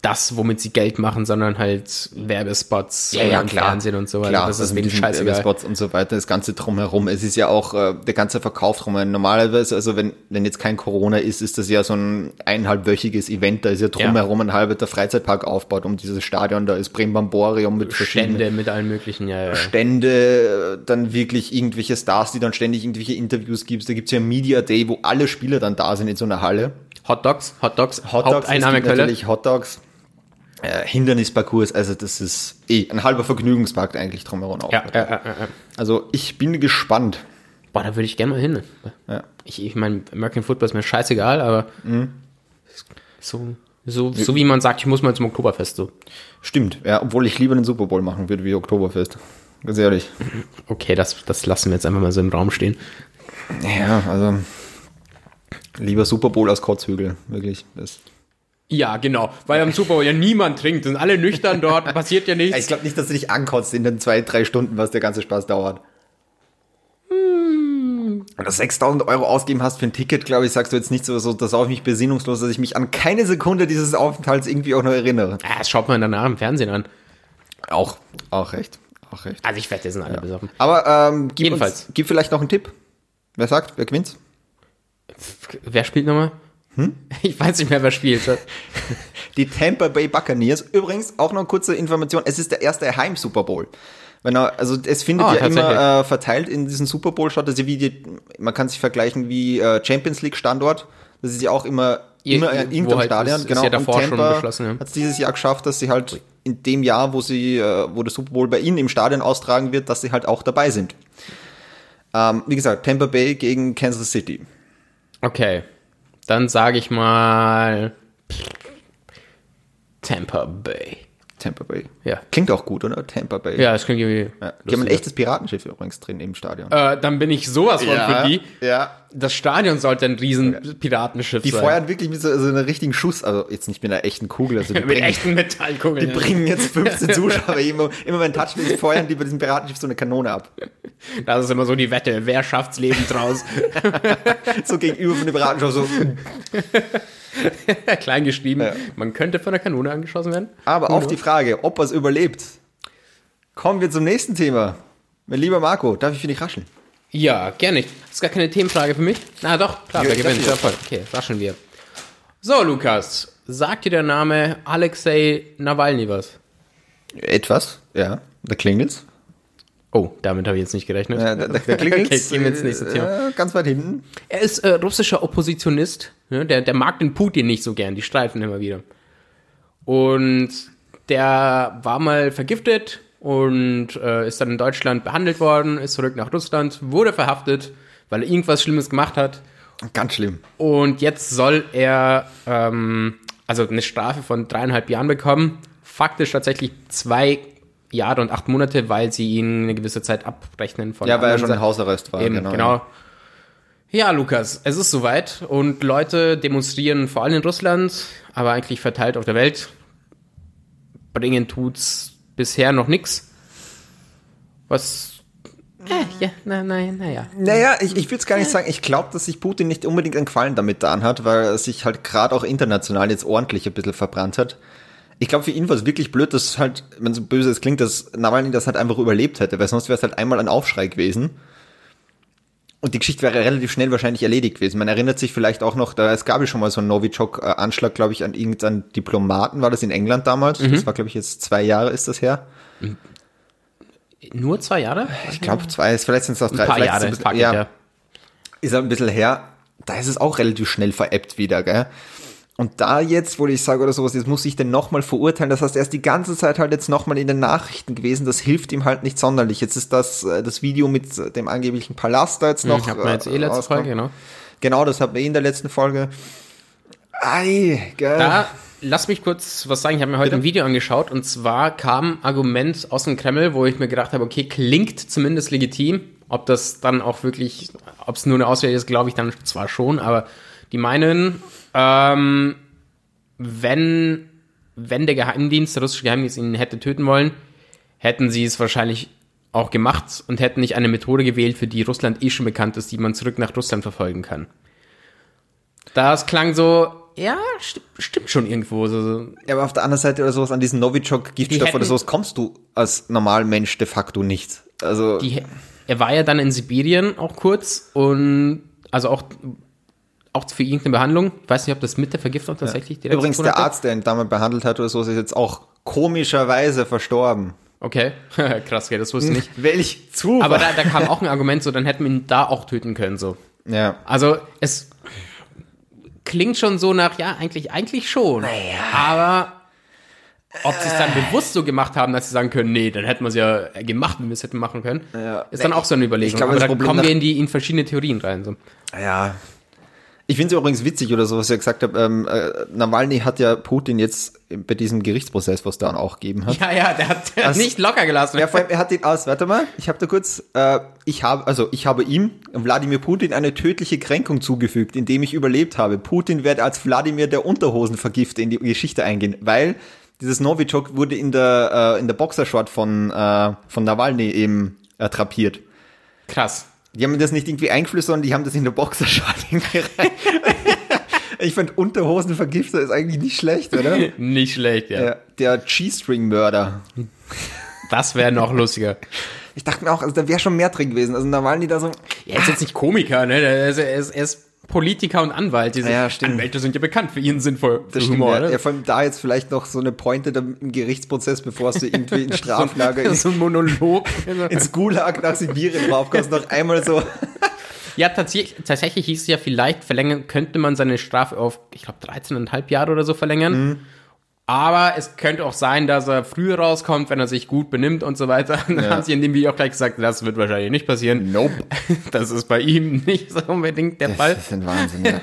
Speaker 2: das, womit sie Geld machen, sondern halt Werbespots
Speaker 1: Ja, ja,
Speaker 2: im
Speaker 1: klar.
Speaker 2: Fernsehen und so weiter.
Speaker 1: Klar,
Speaker 2: das
Speaker 1: also
Speaker 2: ist
Speaker 1: mit
Speaker 2: wegen
Speaker 1: diesen
Speaker 2: scheißegal.
Speaker 1: Spots und so weiter, das ganze drumherum. Es ist ja auch äh, der ganze Verkauf drumherum. Normalerweise, also wenn, wenn jetzt kein Corona ist, ist das ja so ein eineinhalbwöchiges Event. Da ist ja drumherum ein halber der Freizeitpark aufgebaut um dieses Stadion. Da ist Brembamborium mit verschiedenen
Speaker 2: Stände mit allen möglichen, ja, ja.
Speaker 1: Stände, äh, dann wirklich irgendwelche Stars, die dann ständig irgendwelche Interviews gibt. Da gibt's ja Media Day, wo alle Spieler dann da sind in so einer Halle.
Speaker 2: Hot Dogs, Hot
Speaker 1: Hot Dogs, es
Speaker 2: Dogs,
Speaker 1: gibt
Speaker 2: Haupteinnahmequelle.
Speaker 1: natürlich Hot Dogs. Äh, Hindernisparcours, also das ist eh ein halber Vergnügungspark eigentlich drumherum auch.
Speaker 2: Ja, äh, ja, ja, ja, ja.
Speaker 1: Also ich bin gespannt.
Speaker 2: Boah, da würde ich gerne mal hin.
Speaker 1: Ja. Mhm.
Speaker 2: Ich, ich meine, American Football ist mir scheißegal, aber so So, so wie man sagt, ich muss mal zum Oktoberfest. So.
Speaker 1: Stimmt, ja, obwohl ich lieber den Super Bowl machen würde wie Oktoberfest. Ganz ehrlich.
Speaker 2: Okay, das, das lassen wir jetzt einfach mal so im Raum stehen.
Speaker 1: Ja, also lieber Super Bowl als Kotzhügel, wirklich. Das
Speaker 2: Ja, genau. Weil am Super Bowl ja niemand trinkt. Sind alle nüchtern dort, passiert ja nichts.
Speaker 1: ich glaube nicht, dass du dich ankotzt in den zwei, drei Stunden, was der ganze Spaß dauert. Wenn du 6000 Euro ausgeben hast für ein Ticket, glaube ich, sagst du jetzt nicht so, so das auf mich besinnungslos, dass ich mich an keine Sekunde dieses Aufenthalts irgendwie auch nur erinnere.
Speaker 2: Ah, das schaut man danach im Fernsehen an.
Speaker 1: Auch, auch recht, auch recht.
Speaker 2: Also ich wette, die sind alle besoffen.
Speaker 1: Aber ähm, gib,
Speaker 2: Jedenfalls.
Speaker 1: Uns, gib vielleicht noch einen Tipp. Wer sagt, wer gewinnt?
Speaker 2: Wer spielt nochmal?
Speaker 1: Hm?
Speaker 2: Ich weiß nicht mehr, wer spielt.
Speaker 1: Die Tampa Bay Buccaneers. Übrigens auch noch eine kurze Information. Es ist der erste Heim Super Bowl. Wenn er, also es findet
Speaker 2: Ah,
Speaker 1: ja immer
Speaker 2: tatsächlich.
Speaker 1: äh, verteilt in diesen Super Bowl statt. Also wie die, man kann sich vergleichen wie äh, Champions League Standort. Das ist ja auch immer
Speaker 2: Ihr-
Speaker 1: immer
Speaker 2: ihr-
Speaker 1: in
Speaker 2: wo
Speaker 1: irgendeinem
Speaker 2: halt
Speaker 1: Stadion. Genau,
Speaker 2: ist- ist ja davor schon beschlossen, ja.
Speaker 1: hat es dieses Jahr geschafft, dass sie halt in dem Jahr, wo sie, äh, wo der Super Bowl bei ihnen im Stadion austragen wird, dass sie halt auch dabei sind. Ähm, wie gesagt, Tampa Bay gegen Kansas City.
Speaker 2: Okay. Dann sage ich mal Tampa Bay.
Speaker 1: Tampa Bay.
Speaker 2: Ja.
Speaker 1: Klingt auch gut, oder? Tampa Bay.
Speaker 2: Ja, das klingt irgendwie.
Speaker 1: Ja. Die haben ein
Speaker 2: lustiger.
Speaker 1: echtes Piratenschiff übrigens drin im Stadion.
Speaker 2: Äh, dann bin ich sowas von für die.
Speaker 1: ja.
Speaker 2: Das Stadion sollte ein riesen Piratenschiff
Speaker 1: Die
Speaker 2: sein.
Speaker 1: feuern wirklich mit so, so einem richtigen Schuss, also jetzt nicht mit einer echten Kugel, also die,
Speaker 2: mit
Speaker 1: bringen,
Speaker 2: echten Metallkugeln.
Speaker 1: die bringen jetzt 15 Zuschauer, immer, immer wenn Touchdown feuern die bei diesem Piratenschiff so eine Kanone ab.
Speaker 2: Das ist immer so die Wette. Wer schafft's lebend raus?
Speaker 1: So gegenüber von dem Piratenschiff so.
Speaker 2: Klein geschrieben.
Speaker 1: Ja.
Speaker 2: Man könnte von der Kanone angeschossen werden.
Speaker 1: Aber auf die Frage, ob er es überlebt, kommen wir zum nächsten Thema. Mein lieber Marco, darf ich für dich rascheln?
Speaker 2: Ja, gerne. Das ist gar keine Themenfrage für mich. Na doch, klar,
Speaker 1: Ja,
Speaker 2: wer
Speaker 1: ich
Speaker 2: gewinnt.
Speaker 1: dachte,
Speaker 2: Ja, voll. Okay, raschen wir. So, Lukas. Sagt dir der Name Alexei Nawalny was?
Speaker 1: Etwas, ja. Da klingelt's.
Speaker 2: Oh, damit habe ich jetzt nicht gerechnet.
Speaker 1: Ja, da, da, da klingelt's.
Speaker 2: Okay, gehen wir ins nächste Thema.
Speaker 1: Äh, ganz weit hinten.
Speaker 2: Er ist äh, russischer Oppositionist. Ne? Der, der mag den Putin nicht so gern. Die streifen immer wieder. Und der war mal vergiftet und äh, ist dann in Deutschland behandelt worden, ist zurück nach Russland, wurde verhaftet, weil er irgendwas Schlimmes gemacht hat.
Speaker 1: Ganz schlimm.
Speaker 2: Und jetzt soll er ähm, also eine Strafe von dreieinhalb Jahren bekommen. Faktisch tatsächlich zwei Jahre und acht Monate, weil sie ihn eine gewisse Zeit abrechnen von
Speaker 1: Ja, weil er
Speaker 2: anderen
Speaker 1: schon im Hausarrest war.
Speaker 2: Eben, genau. Ja, Lukas, es ist soweit und Leute demonstrieren vor allem in Russland, aber eigentlich verteilt auf der Welt. Bringen tut's bisher noch nix. Was? Äh, ja, na, nein, naja.
Speaker 1: Naja,
Speaker 2: Hm.
Speaker 1: ich, ich würde es gar nicht sagen. Ich glaube, dass sich Putin nicht unbedingt einen Gefallen damit getan hat, weil er sich halt gerade auch international jetzt ordentlich ein bisschen verbrannt hat. Ich glaube, für ihn war es wirklich blöd, dass halt, wenn so böse es klingt, dass Nawalny das halt einfach überlebt hätte, weil sonst wäre es halt einmal ein Aufschrei gewesen. Und die Geschichte wäre relativ schnell wahrscheinlich erledigt gewesen. Man erinnert sich vielleicht auch noch, da es gab ja schon mal so einen Novichok-Anschlag, glaube ich, an irgendeinen Diplomaten, war das in England damals.
Speaker 2: Mhm.
Speaker 1: Das war, glaube ich, jetzt zwei Jahre ist das her.
Speaker 2: Nur zwei Jahre?
Speaker 1: Ich glaube, zwei, ist- vielleicht sind es auch drei.
Speaker 2: Ein paar
Speaker 1: vielleicht ist
Speaker 2: Jahre.
Speaker 1: es ein bisschen-
Speaker 2: fuck it,
Speaker 1: ja, ist halt ein bisschen her, da ist es auch relativ schnell veräppt wieder, gell? Und da jetzt, wo ich sage oder sowas, jetzt muss ich den nochmal verurteilen. Das heißt, er ist die ganze Zeit halt jetzt nochmal in den Nachrichten gewesen. Das hilft ihm halt nicht sonderlich. Jetzt ist das, äh, das Video mit äh, dem angeblichen Palast da jetzt noch. äh,
Speaker 2: Ich hab mir jetzt eh letzte
Speaker 1: rausgekommen.
Speaker 2: Folge, genau.
Speaker 1: Genau, das hatten wir eh in der letzten Folge. Ei, gell?
Speaker 2: Da, lass mich kurz was sagen. Ich habe mir heute ein Video angeschaut und zwar kam ein Argument aus dem Kreml, wo ich mir gedacht habe, okay, klingt zumindest legitim. Ob das dann auch wirklich, ob es nur eine Ausrede ist, glaube ich dann zwar schon, aber die meinen, ähm, wenn, wenn der Geheimdienst, der russische Geheimdienst ihn hätte töten wollen, hätten sie es wahrscheinlich auch gemacht und hätten nicht eine Methode gewählt, für die Russland eh schon bekannt ist, die man zurück nach Russland verfolgen kann. Das klang so, ja, sti- stimmt schon irgendwo. So, so.
Speaker 1: Ja, aber auf der anderen Seite oder sowas, an diesen
Speaker 2: Die
Speaker 1: Novichok-Giftstoff
Speaker 2: hätten-
Speaker 1: oder sowas kommst du als normaler Mensch de facto nicht. Also,
Speaker 2: Die, er war ja dann in Sibirien auch kurz und also auch, auch für irgendeine Behandlung. Ich weiß nicht, ob das mit der Vergiftung tatsächlich direkt
Speaker 1: übrigens,
Speaker 2: zu tun
Speaker 1: der
Speaker 2: hatte.
Speaker 1: Arzt, der ihn damals behandelt hat oder sowas, ist jetzt auch komischerweise verstorben.
Speaker 2: Okay, krass, gell, das wusste ich nicht.
Speaker 1: Welch Zufall.
Speaker 2: Aber da, da kam auch ein Argument, so dann hätten wir ihn da auch töten können. so.
Speaker 1: ja.
Speaker 2: Also es klingt schon so nach, ja, eigentlich, eigentlich schon. Aber ob sie es dann bewusst so gemacht haben, dass sie sagen können, nee, dann hätten wir es ja gemacht, wenn wir es hätten machen können, ist dann auch so eine Überlegung.
Speaker 1: Ich glaube,
Speaker 2: Aber
Speaker 1: das
Speaker 2: da
Speaker 1: Problem
Speaker 2: kommen
Speaker 1: nach-
Speaker 2: wir in, die, in verschiedene Theorien rein. So.
Speaker 1: ja. Ich finde es übrigens witzig oder so, was ihr gesagt habt. Ähm, äh, Nawalny hat ja Putin jetzt bei diesem Gerichtsprozess, was dann auch gegeben hat.
Speaker 2: Ja, ja, der hat, der hat
Speaker 1: Also-
Speaker 2: nicht locker gelassen.
Speaker 1: Ja, vor allem, er hat ihn aus, warte mal, ich habe da kurz, äh, ich habe, also ich habe ihm, Wladimir Putin, eine tödliche Kränkung zugefügt, indem ich überlebt habe. Putin wird als Wladimir der Unterhosenvergifter in die Geschichte eingehen, weil dieses Novichok wurde in der, äh, in der Boxershort von, äh, von Nawalny eben äh, trapiert.
Speaker 2: Krass.
Speaker 1: Die haben mir das nicht irgendwie eingeflößt, sondern die haben das in der Boxershort irgendwie rein. Ich fand Unterhosenvergifter ist eigentlich nicht schlecht, oder?
Speaker 2: Nicht schlecht, ja.
Speaker 1: Der, der G-String-Mörder.
Speaker 2: Das wäre noch lustiger.
Speaker 1: Ich dachte mir auch, also da wäre schon mehr drin gewesen. Also Nawalny da so,
Speaker 2: Er ist jetzt nicht Komiker, ne? Er ist, er ist, er ist Politiker und Anwalt. Diese
Speaker 1: Ja, stimmt.
Speaker 2: Anwälte sind ja bekannt für ihren sinnvoll
Speaker 1: Das
Speaker 2: für
Speaker 1: stimmt,
Speaker 2: Humor,
Speaker 1: ja. ja,
Speaker 2: ne?
Speaker 1: vor allem da jetzt vielleicht noch so eine Pointe dann im Gerichtsprozess, bevor es du irgendwie in Straflager
Speaker 2: so, ein-
Speaker 1: ins,
Speaker 2: so ein Monolog.
Speaker 1: ins Gulag nach Sibirien raufkommst, noch einmal so.
Speaker 2: ja, tatsächlich, tatsächlich hieß es ja, vielleicht verlängern könnte man seine Strafe auf, ich glaube, 13,5 Jahre oder so verlängern.
Speaker 1: Mhm.
Speaker 2: Aber es könnte auch sein, dass er früher rauskommt, wenn er sich gut benimmt und so weiter. Und Dann
Speaker 1: Ja.
Speaker 2: haben sie in dem Video auch gleich gesagt, das wird wahrscheinlich nicht passieren.
Speaker 1: Nope.
Speaker 2: Das ist bei ihm nicht so unbedingt der Fall.
Speaker 1: Das ist ein Wahnsinn, ja.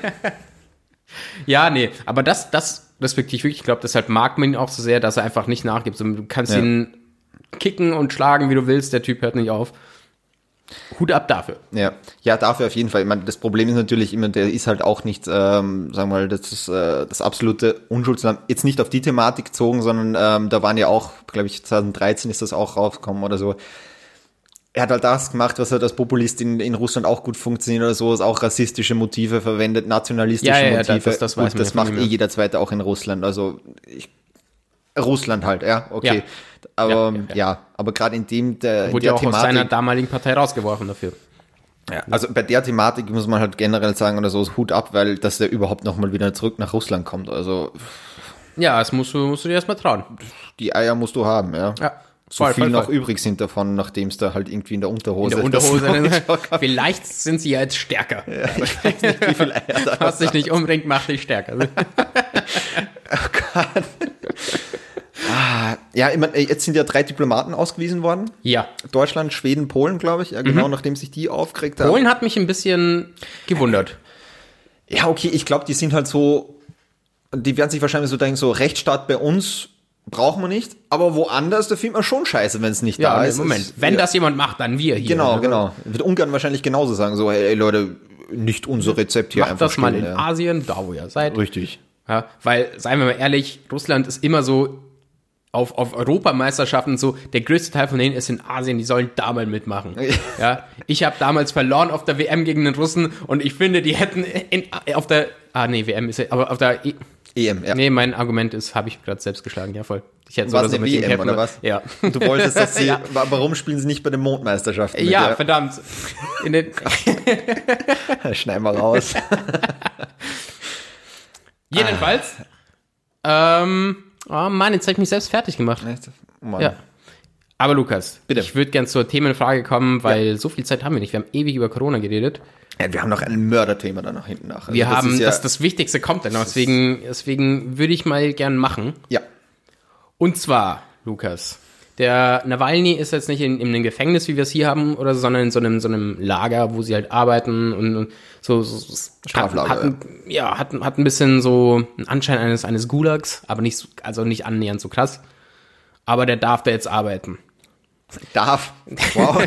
Speaker 2: Ja, nee, aber das, das respektive ich wirklich. Ich glaube, deshalb mag man ihn auch so sehr, dass er einfach nicht nachgibt. So, Du kannst
Speaker 1: Ja.
Speaker 2: ihn kicken und schlagen, wie du willst. Der Typ hört nicht auf. Hut ab dafür.
Speaker 1: Ja. ja, dafür auf jeden Fall. Ich meine, das Problem ist natürlich immer, der ist halt auch nicht, ähm, sagen wir mal, das, ist, äh, das absolute Unschuldsland. Jetzt nicht auf die Thematik gezogen, sondern ähm, da waren ja auch, glaube ich, 2013 ist das auch rausgekommen oder so. Er hat halt das gemacht, was halt als Populist in, in Russland auch gut funktioniert oder so, ist auch rassistische Motive verwendet, nationalistische
Speaker 2: Ja, ja, ja,
Speaker 1: Motive.
Speaker 2: das- das weiß man
Speaker 1: gut, das
Speaker 2: ja von
Speaker 1: macht
Speaker 2: ihm,
Speaker 1: eh
Speaker 2: ja.
Speaker 1: jeder Zweite auch in Russland. Also ich, Russland halt, ja, okay. Aber ähm, ja,
Speaker 2: Ja, ja, ja.
Speaker 1: aber gerade in dem der, in
Speaker 2: Wurde
Speaker 1: der
Speaker 2: ja auch aus
Speaker 1: Thematik.
Speaker 2: seiner damaligen Partei rausgeworfen dafür.
Speaker 1: Ja,
Speaker 2: Genau.
Speaker 1: also bei der Thematik muss man halt generell sagen oder so, Hut ab, weil dass der überhaupt nochmal wieder zurück nach Russland kommt. Also
Speaker 2: Ja, das musst du, musst du dir erstmal trauen.
Speaker 1: die Eier musst du haben, ja.
Speaker 2: Ja.
Speaker 1: So
Speaker 2: voll,
Speaker 1: viel
Speaker 2: voll,
Speaker 1: noch
Speaker 2: voll.
Speaker 1: übrig sind davon, nachdem es da halt irgendwie in der
Speaker 2: In
Speaker 1: Unterhose
Speaker 2: der
Speaker 1: das
Speaker 2: Unterhose. ne?
Speaker 1: noch geschaut hat.
Speaker 2: Vielleicht sind sie ja jetzt stärker.
Speaker 1: Ich weiß nicht, wie viel Eier da
Speaker 2: Was dich nicht umbringt, macht dich stärker.
Speaker 1: Ja, ich mein, jetzt sind ja drei Diplomaten ausgewiesen worden.
Speaker 2: ja.
Speaker 1: Deutschland, Schweden, Polen, glaube ich. Ja, genau, nachdem sich die aufgeregt haben.
Speaker 2: Mhm. Polen hat mich ein bisschen gewundert.
Speaker 1: Ja, okay, ich glaube, die sind halt so, die werden sich wahrscheinlich so denken, so Rechtsstaat bei uns brauchen wir nicht, aber woanders, da findet man schon scheiße, wenn es nicht
Speaker 2: Ja,
Speaker 1: da
Speaker 2: nee,
Speaker 1: ist.
Speaker 2: Moment.
Speaker 1: Es-
Speaker 2: Wenn
Speaker 1: ja.
Speaker 2: das jemand macht, dann wir hier.
Speaker 1: Genau,
Speaker 2: ne?
Speaker 1: genau. Wird Ungarn wahrscheinlich genauso sagen, so, hey Leute, nicht unser Rezept hier
Speaker 2: Macht
Speaker 1: einfach
Speaker 2: das mal in
Speaker 1: stehen, ja.
Speaker 2: Asien, da wo ihr seid.
Speaker 1: Richtig.
Speaker 2: Ja, weil, seien wir mal ehrlich, Russland ist immer so auf, auf Europameisterschaften so, der größte Teil von denen ist in Asien, die sollen da mal mitmachen. ja, ich habe damals verloren auf der WM gegen den Russen und ich finde, die hätten in, auf der, ah nee, WM ist ja, aber auf der, E-
Speaker 1: EM, ja.
Speaker 2: nee, mein Argument ist, habe ich gerade selbst geschlagen, ja voll. Ich hätte so
Speaker 1: Was,
Speaker 2: oder so
Speaker 1: eine
Speaker 2: mit denen
Speaker 1: WM
Speaker 2: helfen
Speaker 1: oder
Speaker 2: sollen.
Speaker 1: was?
Speaker 2: Ja.
Speaker 1: Du wolltest, dass sie, wa- warum spielen sie nicht bei den Mondmeisterschaften?
Speaker 2: Ja,
Speaker 1: mit,
Speaker 2: verdammt. In den,
Speaker 1: ja? schneiden wir raus.
Speaker 2: jedenfalls,
Speaker 1: Ah.
Speaker 2: ähm, oh Mann, jetzt habe ich mich selbst fertig gemacht.
Speaker 1: Oh Mann.
Speaker 2: Ja. Aber Lukas,
Speaker 1: Bitte.
Speaker 2: ich würde gern zur Themenfrage kommen, weil so viel Zeit haben wir nicht. Wir haben ewig über Corona geredet.
Speaker 1: Ja, wir haben noch ein Mörderthema da noch hinten nach. Also
Speaker 2: Wir haben,
Speaker 1: ist ja,
Speaker 2: das, das Wichtigste kommt dann noch. Deswegen, deswegen würde ich mal gern machen.
Speaker 1: ja.
Speaker 2: Und zwar, Lukas, der Nawalny ist jetzt nicht in, in einem Gefängnis, wie wir es hier haben, oder so, sondern in so einem, so einem Lager, wo sie halt arbeiten und, und so, so, so
Speaker 1: Straflager,
Speaker 2: Hat, hat, ein- ja, hat, ein- hat ein bisschen so einen Anschein eines, eines Gulags, aber nicht, so- also nicht annähernd so krass. Aber der darf da jetzt arbeiten.
Speaker 1: Darf. Wow.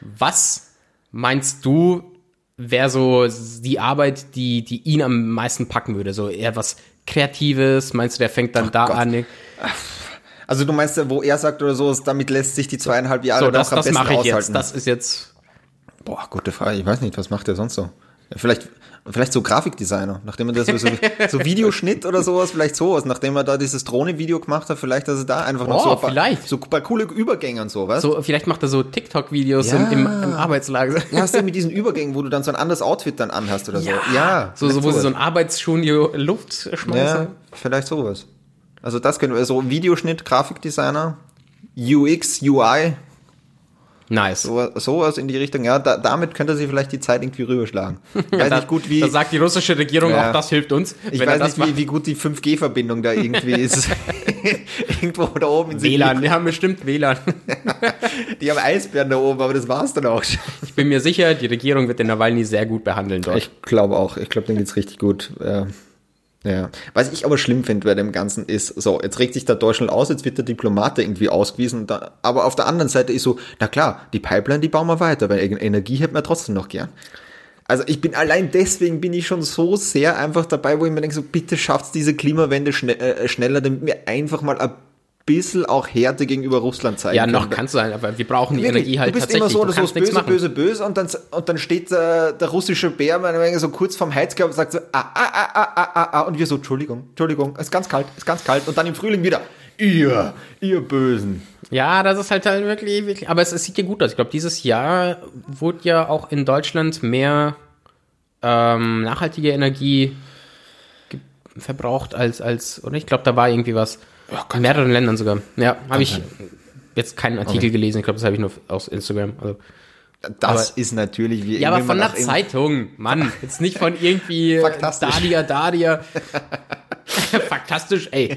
Speaker 2: Was meinst du, wäre so die Arbeit, die, die ihn am meisten packen würde? So eher was Kreatives? Meinst du, der fängt dann da
Speaker 1: Oh Gott.
Speaker 2: an?
Speaker 1: Also du meinst, wo er sagt oder so, ist, damit lässt sich die zweieinhalb Jahre
Speaker 2: So,
Speaker 1: noch
Speaker 2: das,
Speaker 1: Also am
Speaker 2: das
Speaker 1: besten
Speaker 2: mache ich jetzt.
Speaker 1: aushalten.
Speaker 2: Das ist jetzt.
Speaker 1: Boah, gute Frage. Ich weiß nicht, was macht er sonst so? Ja, Vielleicht, vielleicht so Grafikdesigner, nachdem er das so, so Videoschnitt oder sowas, vielleicht sowas, nachdem er da dieses Drohne-Video gemacht hat, vielleicht, dass er da einfach noch
Speaker 2: Oh,
Speaker 1: so ein paar,
Speaker 2: vielleicht.
Speaker 1: so ein paar coole Übergänge und so, was?
Speaker 2: So, vielleicht macht er so TikTok-Videos im, im, im Arbeitslager.
Speaker 1: Ja, hast du mit diesen Übergängen, wo du dann so ein anderes Outfit dann anhast oder so? Ja,
Speaker 2: So, so wo
Speaker 1: vielleicht
Speaker 2: sie so
Speaker 1: sowas.
Speaker 2: einen Arbeitsschuh in die Luft schmeißen.
Speaker 1: Ja, vielleicht sowas. Also das können wir, so Videoschnitt, Grafikdesigner, UX, UI,
Speaker 2: Ja. Nice.
Speaker 1: So, sowas in die Richtung, ja, da, damit könnte sie vielleicht die Zeit irgendwie rüberschlagen. Ich weiß
Speaker 2: da,
Speaker 1: nicht gut, wie,
Speaker 2: da sagt die russische Regierung,
Speaker 1: Ja.
Speaker 2: auch das hilft uns.
Speaker 1: ich
Speaker 2: wenn er
Speaker 1: weiß
Speaker 2: das
Speaker 1: nicht,
Speaker 2: macht.
Speaker 1: wie, wie gut die 5G-Verbindung da irgendwie ist. Irgendwo da oben in
Speaker 2: WLAN, wir haben bestimmt WLAN.
Speaker 1: Sibirien. Die haben Eisbären da oben, aber das war's dann auch schon.
Speaker 2: Ich bin mir sicher, die Regierung wird den Nawalny sehr gut behandeln dort.
Speaker 1: Ich glaube auch. Ich glaube, dem geht's richtig gut. Äh, ja. Was ich aber schlimm finde bei dem Ganzen ist, so, jetzt regt sich da Deutschland aus, jetzt wird der Diplomat da irgendwie ausgewiesen. und Da, aber auf der anderen Seite ist so, na klar, die Pipeline, die bauen wir weiter, weil Ener- Energie hätten wir trotzdem noch gern. Also ich bin allein deswegen bin ich schon so sehr einfach dabei, wo ich mir denke, so bitte schafft diese Klimawende schne äh, schneller, damit wir einfach mal ein bisschen auch Härte gegenüber Russland zeigen
Speaker 2: ja, noch
Speaker 1: können.
Speaker 2: kannst du halt, aber wir brauchen die
Speaker 1: Wirklich,
Speaker 2: Energie halt
Speaker 1: du bist
Speaker 2: tatsächlich.
Speaker 1: immer so
Speaker 2: du
Speaker 1: oder so
Speaker 2: kannst
Speaker 1: ist
Speaker 2: nichts
Speaker 1: böse,
Speaker 2: machen.
Speaker 1: böse, böse und dann, und dann steht äh, der russische Bär meiner Meinung nach so kurz vorm Heizkörper und sagt so, ah, ah, ah, ah, ah, ah, ah, und wir so, Entschuldigung, Entschuldigung, ist ganz kalt, ist ganz kalt und dann im Frühling wieder, ihr, ihr Bösen.
Speaker 2: Ja, das ist halt halt wirklich, wirklich. Aber es, es sieht ja gut aus. Ich glaube, dieses Jahr wurde ja auch in Deutschland mehr ähm, nachhaltige Energie ge- verbraucht als, als, oder ich glaube, da war irgendwie was.
Speaker 1: Oh
Speaker 2: in mehreren Ländern sogar. Ja, habe ich jetzt keinen Artikel gelesen. Ich glaube, das habe ich nur aus Instagram. Also.
Speaker 1: Das ist natürlich wie
Speaker 2: Ja, aber
Speaker 1: irgendwie
Speaker 2: von
Speaker 1: man
Speaker 2: einer
Speaker 1: auch im-
Speaker 2: Zeitung, Mann. Jetzt nicht von irgendwie
Speaker 1: Faktastisch.
Speaker 2: Daria, Daria. Faktastisch, ey.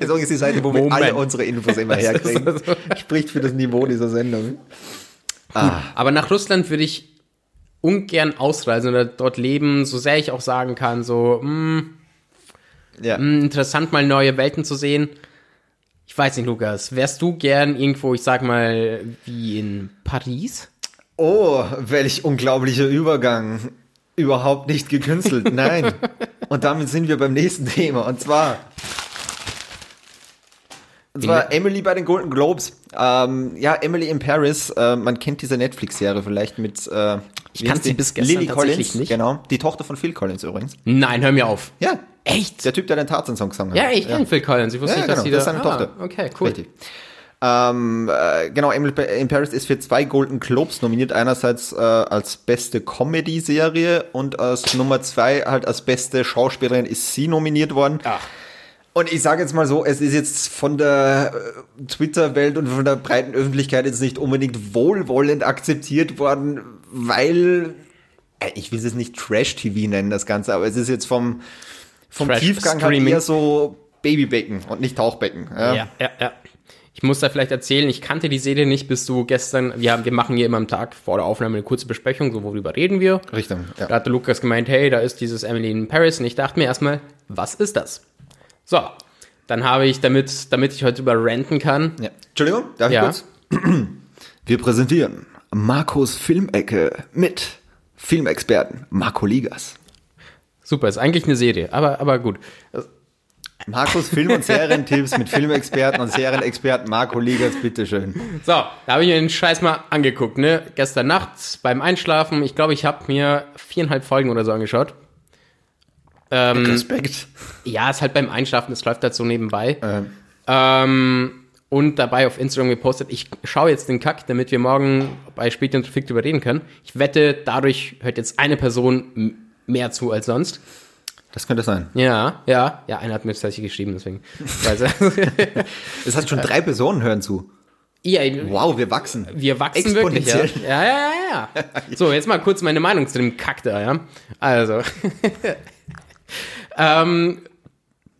Speaker 1: Ist übrigens die Seite, wo wir
Speaker 2: Moment.
Speaker 1: alle unsere Infos immer herkriegen.
Speaker 2: ist so.
Speaker 1: Spricht für das Niveau dieser Sendung.
Speaker 2: Aber nach Russland würde ich ungern ausreisen oder dort leben, so sehr ich auch sagen kann, so mm,
Speaker 1: Ja.
Speaker 2: mm, interessant mal neue Welten zu sehen. Ich weiß nicht, Lukas, wärst du gern irgendwo, ich sag mal, wie in Paris?
Speaker 1: Oh, welch unglaublicher Übergang. Überhaupt nicht gekünstelt, nein. Und damit sind wir beim nächsten Thema. Und zwar. Und zwar Emily bei den Golden Globes. Ähm, ja, Emily in Paris. Äh, man kennt diese Netflix-Serie vielleicht mit. Äh, ich
Speaker 2: kannte sie bis gestern
Speaker 1: Lily Collins,
Speaker 2: tatsächlich nicht.
Speaker 1: Genau. Die Tochter von Phil Collins übrigens.
Speaker 2: Nein, hör mir auf.
Speaker 1: Ja.
Speaker 2: Echt?
Speaker 1: Der Typ, der den Tarzan-Song gesungen hat.
Speaker 2: Ja, ich kenne Phil Collins. Ich wusste
Speaker 1: Ja,
Speaker 2: nicht,
Speaker 1: genau,
Speaker 2: dass sie
Speaker 1: das ist
Speaker 2: da-
Speaker 1: seine
Speaker 2: ah,
Speaker 1: Tochter.
Speaker 2: Okay, cool.
Speaker 1: Richtig. Ähm, äh, genau, Emily Pa- in Paris ist für zwei Golden Globes nominiert. Einerseits äh, als beste Comedy-Serie und als Nummer zwei halt als beste Schauspielerin ist sie nominiert worden.
Speaker 2: Ach.
Speaker 1: Und ich sage jetzt mal so, es ist jetzt von der äh, Twitter-Welt und von der breiten Öffentlichkeit jetzt nicht unbedingt wohlwollend akzeptiert worden, weil äh, ich will es jetzt nicht Trash-TV nennen, das Ganze, aber es ist jetzt vom, vom
Speaker 2: Trash
Speaker 1: Tiefgang halt
Speaker 2: Streaming.
Speaker 1: eher so Babybecken und nicht Tauchbecken. Ja.
Speaker 2: Ja, ja, ja. Ich muss da vielleicht erzählen, ich kannte die Serie nicht, bis du gestern, wir, haben, wir machen hier immer am Tag vor der Aufnahme eine kurze Besprechung, so worüber reden wir.
Speaker 1: Richtung, ja.
Speaker 2: Da hatte Lukas gemeint, hey, da ist dieses Emily in Paris. Und ich dachte mir erstmal, was ist das? So, dann habe ich, damit, damit ich heute über ranten kann,
Speaker 1: Ja. Entschuldigung, darf
Speaker 2: Ja.
Speaker 1: ich kurz? Wir präsentieren Marcos Filmecke mit Filmexperten Marco Ligas.
Speaker 2: super, ist eigentlich eine Serie, aber, aber gut.
Speaker 1: Marcos Film- und Serientipps mit Filmexperten und Serienexperten Marco Ligas, bitteschön.
Speaker 2: So, da habe ich mir den Scheiß mal angeguckt, ne? Gestern Nacht beim Einschlafen, ich glaube, ich habe mir viereinhalb Folgen oder so angeschaut. Ähm,
Speaker 1: Respekt.
Speaker 2: Ja, ist halt beim Einschlafen, das läuft halt so nebenbei.
Speaker 1: Äh,
Speaker 2: Ähm, und dabei auf Instagram gepostet, ich schaue jetzt den Kack, damit wir morgen bei Spät und Trafik drüber reden können. Ich wette, dadurch hört jetzt eine Person m- mehr zu als sonst.
Speaker 1: Das könnte sein.
Speaker 2: Ja, ja, ja, einer hat mir tatsächlich geschrieben, deswegen. Also,
Speaker 1: Das heißt, schon drei Personen hören zu.
Speaker 2: ja,
Speaker 1: Wow, wir wachsen.
Speaker 2: wir wachsen wirklich. Ja.
Speaker 1: Exponentiell.
Speaker 2: ja, ja, ja, ja. So, jetzt mal kurz meine Meinung zu dem Kack da, ja. Also. ähm,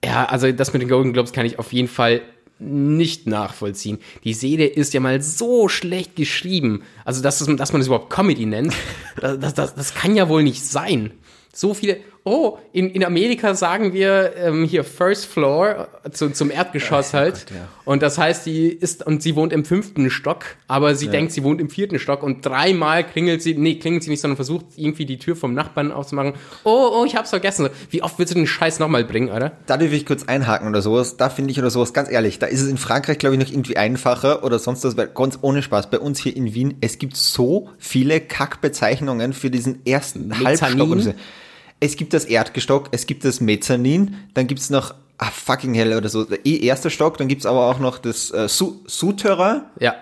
Speaker 2: ja, also das mit den Golden Globes kann ich auf jeden Fall nicht nachvollziehen. Die Serie ist ja mal so schlecht geschrieben. Also, dass, es, dass man es überhaupt Comedy nennt, das, das, das, das kann ja wohl nicht sein. So viele. Oh, in, in Amerika sagen wir ähm, hier First Floor äh, zu, zum Erdgeschoss halt.
Speaker 1: ja.
Speaker 2: Und das heißt, sie ist und sie wohnt im fünften Stock, aber sie denkt, sie wohnt im vierten Stock und dreimal klingelt sie, nee, klingelt sie nicht, sondern versucht irgendwie die Tür vom Nachbarn aufzumachen. Oh, oh, ich hab's vergessen. Wie oft willst du den Scheiß nochmal bringen, Alter?
Speaker 1: Da darf ich kurz einhaken oder sowas. Da finde ich oder sowas, ganz ehrlich, da ist es in Frankreich, glaube ich, noch irgendwie einfacher oder sonst was, weil ganz ohne Spaß. Bei uns hier in Wien, es gibt so viele Kackbezeichnungen für diesen ersten Halbstock. oder so. Es gibt das Erdgestock, es gibt das Mezzanin, dann gibt es noch, ah, fucking hell oder so, eh erster Stock, dann gibt es aber auch noch das äh, Sou- Souterrain.
Speaker 2: Ja.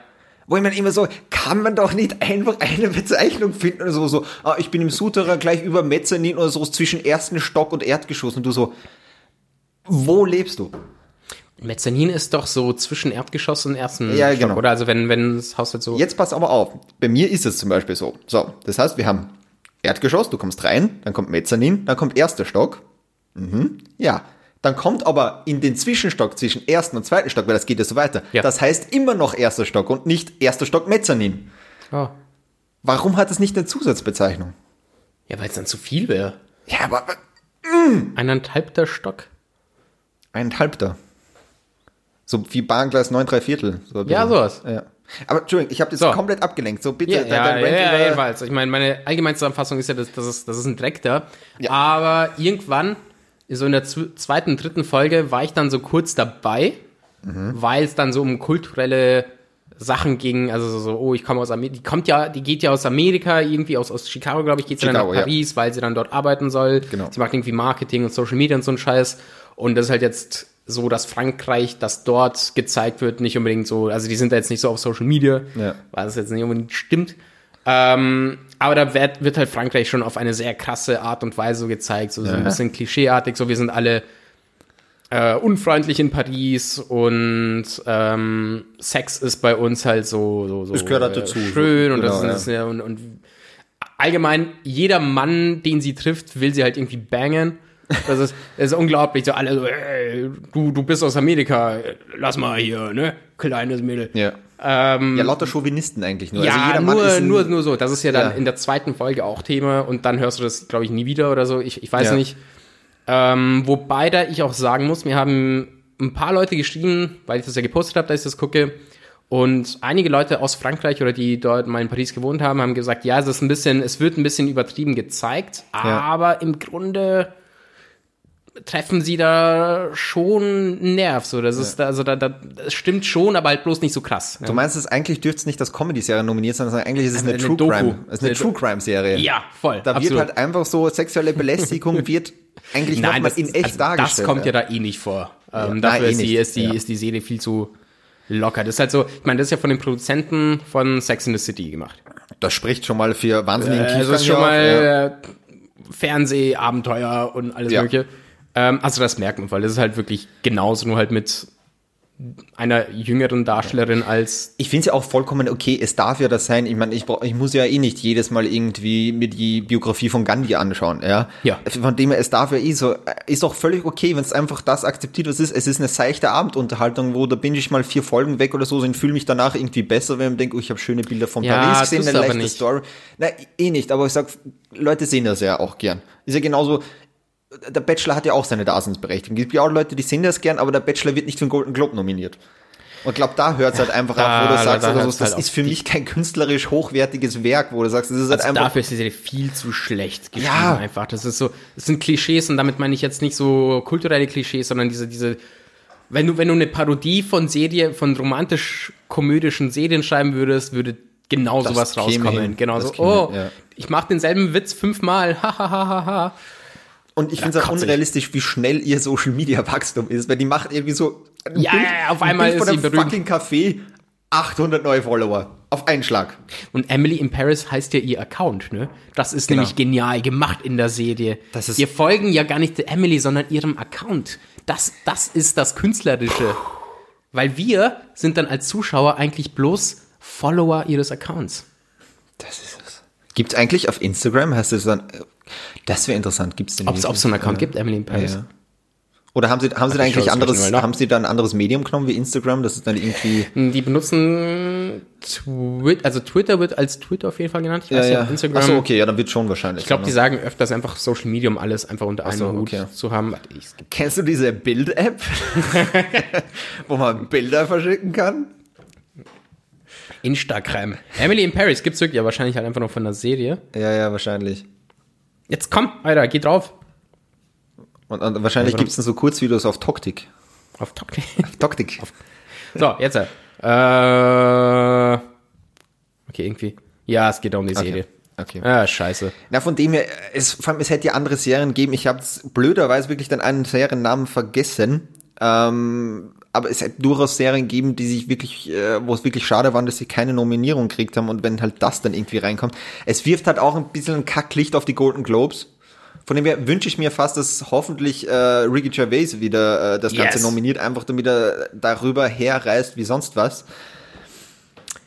Speaker 1: Wo ich mir immer so, kann man doch nicht einfach eine Bezeichnung finden oder so, so, ah, ich bin im Souterrain gleich über Mezzanin oder so, zwischen ersten Stock und Erdgeschoss und du so, wo lebst du?
Speaker 2: Mezzanin ist doch so zwischen Erdgeschoss und ersten
Speaker 1: Ja,
Speaker 2: Stock,
Speaker 1: genau.
Speaker 2: oder? Also wenn, wenn das Haus jetzt so...
Speaker 1: Jetzt pass aber auf. Bei mir ist es zum Beispiel so. So, das heißt, wir haben Erdgeschoss, du kommst rein, dann kommt Mezzanin, dann kommt erster Stock. Mhm. Ja. Dann kommt aber in den Zwischenstock zwischen ersten und zweiten Stock, weil das geht ja so weiter.
Speaker 2: Ja.
Speaker 1: Das heißt immer noch erster Stock und nicht erster Stock Mezzanin.
Speaker 2: Oh.
Speaker 1: Warum hat es nicht eine Zusatzbezeichnung?
Speaker 2: Ja, weil es dann zu viel wäre.
Speaker 1: Ja, aber
Speaker 2: Eineinhalbter Stock.
Speaker 1: eineinhalbter. So wie Bahngleis 9, 3 Viertel. So ein
Speaker 2: Ja,
Speaker 1: bisschen.
Speaker 2: sowas.
Speaker 1: Ja. Aber Entschuldigung, ich habe das
Speaker 2: So.
Speaker 1: komplett abgelenkt. So bitte.
Speaker 2: Ja,
Speaker 1: dein-
Speaker 2: ja,
Speaker 1: dein
Speaker 2: ja,
Speaker 1: Rant
Speaker 2: ja,
Speaker 1: über-
Speaker 2: jedenfalls. Ich meine, meine allgemeine Zusammenfassung ist ja, dass das ist, das ist ein Dreck da.
Speaker 1: Ja.
Speaker 2: Aber irgendwann, so in der zw- zweiten, dritten Folge, war ich dann so kurz dabei,
Speaker 1: Mhm.
Speaker 2: weil es dann so um kulturelle Sachen ging. Also so, so oh, ich komme aus Amerika. Die kommt ja, die geht ja aus Amerika, irgendwie aus, aus Chicago, glaube ich, geht sie dann nach
Speaker 1: Chicago, ja.
Speaker 2: Paris, weil sie dann dort arbeiten soll.
Speaker 1: Genau.
Speaker 2: Sie macht irgendwie Marketing und Social Media und so einen Scheiß. Und das ist halt jetzt so, dass Frankreich, das dort gezeigt wird, nicht unbedingt so, also die sind da jetzt nicht so auf Social Media,
Speaker 1: Ja.
Speaker 2: weil das jetzt nicht unbedingt stimmt. Ähm, aber da wird, wird halt Frankreich schon auf eine sehr krasse Art und Weise so gezeigt, so, so
Speaker 1: Ja.
Speaker 2: ein bisschen klischeeartig, so wir sind alle äh, unfreundlich in Paris und ähm, Sex ist bei uns halt so, so, so
Speaker 1: Das gehört halt
Speaker 2: äh,
Speaker 1: dazu.
Speaker 2: schön und,
Speaker 1: Genau,
Speaker 2: das, ist-
Speaker 1: ja.
Speaker 2: das ist ja. und, und allgemein jeder Mann, den sie trifft, will sie halt irgendwie bangen. Das ist, das ist unglaublich. So alle so, ey, du, du bist aus Amerika, lass mal hier, ne? Kleines Mädel.
Speaker 1: Ja. ja, lauter Chauvinisten eigentlich nur.
Speaker 2: Ähm, Ja,
Speaker 1: also jeder
Speaker 2: nur,
Speaker 1: Mann ist ein,
Speaker 2: nur, nur so. Das ist ja dann
Speaker 1: Ja.
Speaker 2: in der zweiten Folge auch Thema und dann hörst du das, glaube ich, nie wieder oder so. Ich, ich weiß
Speaker 1: Ja.
Speaker 2: nicht. Ähm, wobei da ich auch sagen muss, mir haben ein paar Leute geschrieben, weil ich das ja gepostet habe, dass ich das gucke. Und einige Leute aus Frankreich oder die dort mal in Paris gewohnt haben, haben gesagt, ja, es ist ein bisschen, es wird ein bisschen übertrieben gezeigt,
Speaker 1: Ja.
Speaker 2: aber im Grunde treffen sie da schon einen Nerv. So, das ist, da- also da, da, das stimmt schon, aber halt bloß nicht so krass.
Speaker 1: Du meinst, es eigentlich dürfte es nicht das Comedy-Serie nominiert sein, sondern eigentlich ist es eine,
Speaker 2: eine
Speaker 1: True
Speaker 2: Doku.
Speaker 1: Crime. Es ist eine
Speaker 2: Eine
Speaker 1: True Crime-Serie.
Speaker 2: Ja, voll.
Speaker 1: Da
Speaker 2: absolut.
Speaker 1: wird halt einfach so sexuelle Belästigung wird eigentlich
Speaker 2: Nein,
Speaker 1: nochmal
Speaker 2: das,
Speaker 1: in echt
Speaker 2: also
Speaker 1: dargestellt.
Speaker 2: das kommt ja da eh nicht vor. Ähm,
Speaker 1: nein,
Speaker 2: dafür
Speaker 1: eh
Speaker 2: ist, die,
Speaker 1: nicht,
Speaker 2: ist, die,
Speaker 1: ja.
Speaker 2: ist die Seele viel zu locker. Das ist halt so, ich meine, das ist ja von den Produzenten von Sex in the City gemacht.
Speaker 1: Das spricht schon mal für wahnsinnigen äh,
Speaker 2: Also das ist schon mal äh, Fernsehabenteuer und alles
Speaker 1: Ja.
Speaker 2: mögliche. Ähm, also das merkt man voll. Das ist halt wirklich genauso, nur halt mit einer jüngeren Darstellerin als
Speaker 1: Ich finde es ja auch vollkommen okay, es darf ja das sein. Ich meine, ich, brauch- ich muss ja eh nicht jedes Mal irgendwie mir die Biografie von Gandhi anschauen. Ja?
Speaker 2: Ja.
Speaker 1: Von dem her, es darf ja eh so. Ist doch völlig okay, wenn es einfach das akzeptiert, was es ist. Es ist eine seichte Abendunterhaltung, wo da bin ich mal vier Folgen weg oder so und fühle mich danach irgendwie besser, wenn ich denke, oh, ich habe schöne Bilder von
Speaker 2: Ja,
Speaker 1: Paris gesehen,
Speaker 2: tust
Speaker 1: eine
Speaker 2: du aber
Speaker 1: leichte
Speaker 2: nicht.
Speaker 1: Story. Nein, eh nicht, aber ich sag, Leute sehen das ja auch gern. Ist ja genauso, der Bachelor hat ja auch seine Daseinsberechtigung. Es gibt ja auch Leute, die sehen das gern, aber der Bachelor wird nicht für den Golden Globe nominiert. Und glaub, da hört es halt einfach auf, wo
Speaker 2: da-
Speaker 1: du sagst,
Speaker 2: da
Speaker 1: also,
Speaker 2: hört's
Speaker 1: das
Speaker 2: halt auf.
Speaker 1: ist für mich kein künstlerisch hochwertiges Werk, wo du sagst, das ist halt
Speaker 2: Also
Speaker 1: einfach.
Speaker 2: dafür ist die Serie viel zu schlecht geschrieben
Speaker 1: Ja.
Speaker 2: einfach. Das ist so, das sind Klischees und damit meine ich jetzt nicht so kulturelle Klischees, sondern diese, diese, wenn du, wenn du eine Parodie von Serie, von romantisch-komödischen Serien schreiben würdest, würde genau
Speaker 1: Das
Speaker 2: sowas
Speaker 1: käme
Speaker 2: rauskommen.
Speaker 1: hin.
Speaker 2: Genau
Speaker 1: Das
Speaker 2: so,
Speaker 1: käme
Speaker 2: oh,
Speaker 1: hin, ja.
Speaker 2: ich mache denselben Witz fünfmal, ha, ha, ha, ha, ha.
Speaker 1: Und ich finde es auch
Speaker 2: kotzig.
Speaker 1: unrealistisch, wie schnell ihr Social Media Wachstum ist, weil die macht irgendwie so. Ein
Speaker 2: Ja, ja, ja, auf einmal
Speaker 1: ein Bild
Speaker 2: ist
Speaker 1: von
Speaker 2: sie
Speaker 1: einem fucking Café, 800 neue Follower. Auf einen Schlag.
Speaker 2: Und Emily in Paris heißt ja ihr Account, ne? Das ist nämlich genial gemacht in der Serie.
Speaker 1: Genau. Das ist-
Speaker 2: Wir folgen ja gar nicht der Emily, sondern ihrem Account. Das, das ist das Künstlerische. Weil wir sind dann als Zuschauer eigentlich bloß Follower ihres Accounts.
Speaker 1: Das ist es. Gibt's eigentlich auf Instagram, heißt es dann, äh, das wäre interessant, gibt's den
Speaker 2: Ob es
Speaker 1: wirklich?
Speaker 2: so einen Account gibt, Emily in Paris.
Speaker 1: Ja. Oder haben sie, haben sie da
Speaker 2: ich schau
Speaker 1: eigentlich
Speaker 2: das
Speaker 1: anderes,
Speaker 2: gleich mal nach.
Speaker 1: haben sie da ein anderes Medium genommen wie Instagram? Das ist dann irgendwie.
Speaker 2: Die benutzen Twitter, also Twitter wird als Twitter auf jeden Fall genannt. Ich weiß nicht, ob Instagram.
Speaker 1: Ach so, okay, ja, dann wird schon wahrscheinlich.
Speaker 2: Ich glaube, die sagen öfters einfach Social Media, um alles einfach unter einem
Speaker 1: so,
Speaker 2: Hut
Speaker 1: okay.
Speaker 2: zu haben. Ich,
Speaker 1: Kennst du diese Bild-App, wo man Bilder verschicken kann?
Speaker 2: Instagram. Emily in Paris gibt's wirklich, ja wahrscheinlich halt einfach noch von der Serie.
Speaker 1: Ja, ja, wahrscheinlich.
Speaker 2: Jetzt komm, Alter, geh drauf.
Speaker 1: Und, und wahrscheinlich
Speaker 2: warum-
Speaker 1: gibt's dann so Kurzvideos auf Toktik.
Speaker 2: Auf Talk.
Speaker 1: Toktik.
Speaker 2: so, jetzt. Äh, okay, irgendwie. Ja, es geht um die Serie.
Speaker 1: Okay.
Speaker 2: Ah, scheiße.
Speaker 1: Na, von dem her, es, vor allem, es hätte ja andere Serien gegeben. Ich habe blöderweise wirklich dann einen Seriennamen vergessen. Ähm, aber es hätte durchaus Serien gegeben, die sich wirklich, äh, wo es wirklich schade waren, dass sie keine Nominierung gekriegt haben und wenn halt das dann irgendwie reinkommt. Es wirft halt auch ein bisschen ein Kacklicht auf die Golden Globes. Von dem her wünsche ich mir fast, dass hoffentlich äh, Ricky Gervais wieder äh, das
Speaker 2: Yes.
Speaker 1: Ganze nominiert, einfach damit er darüber herreist wie sonst was.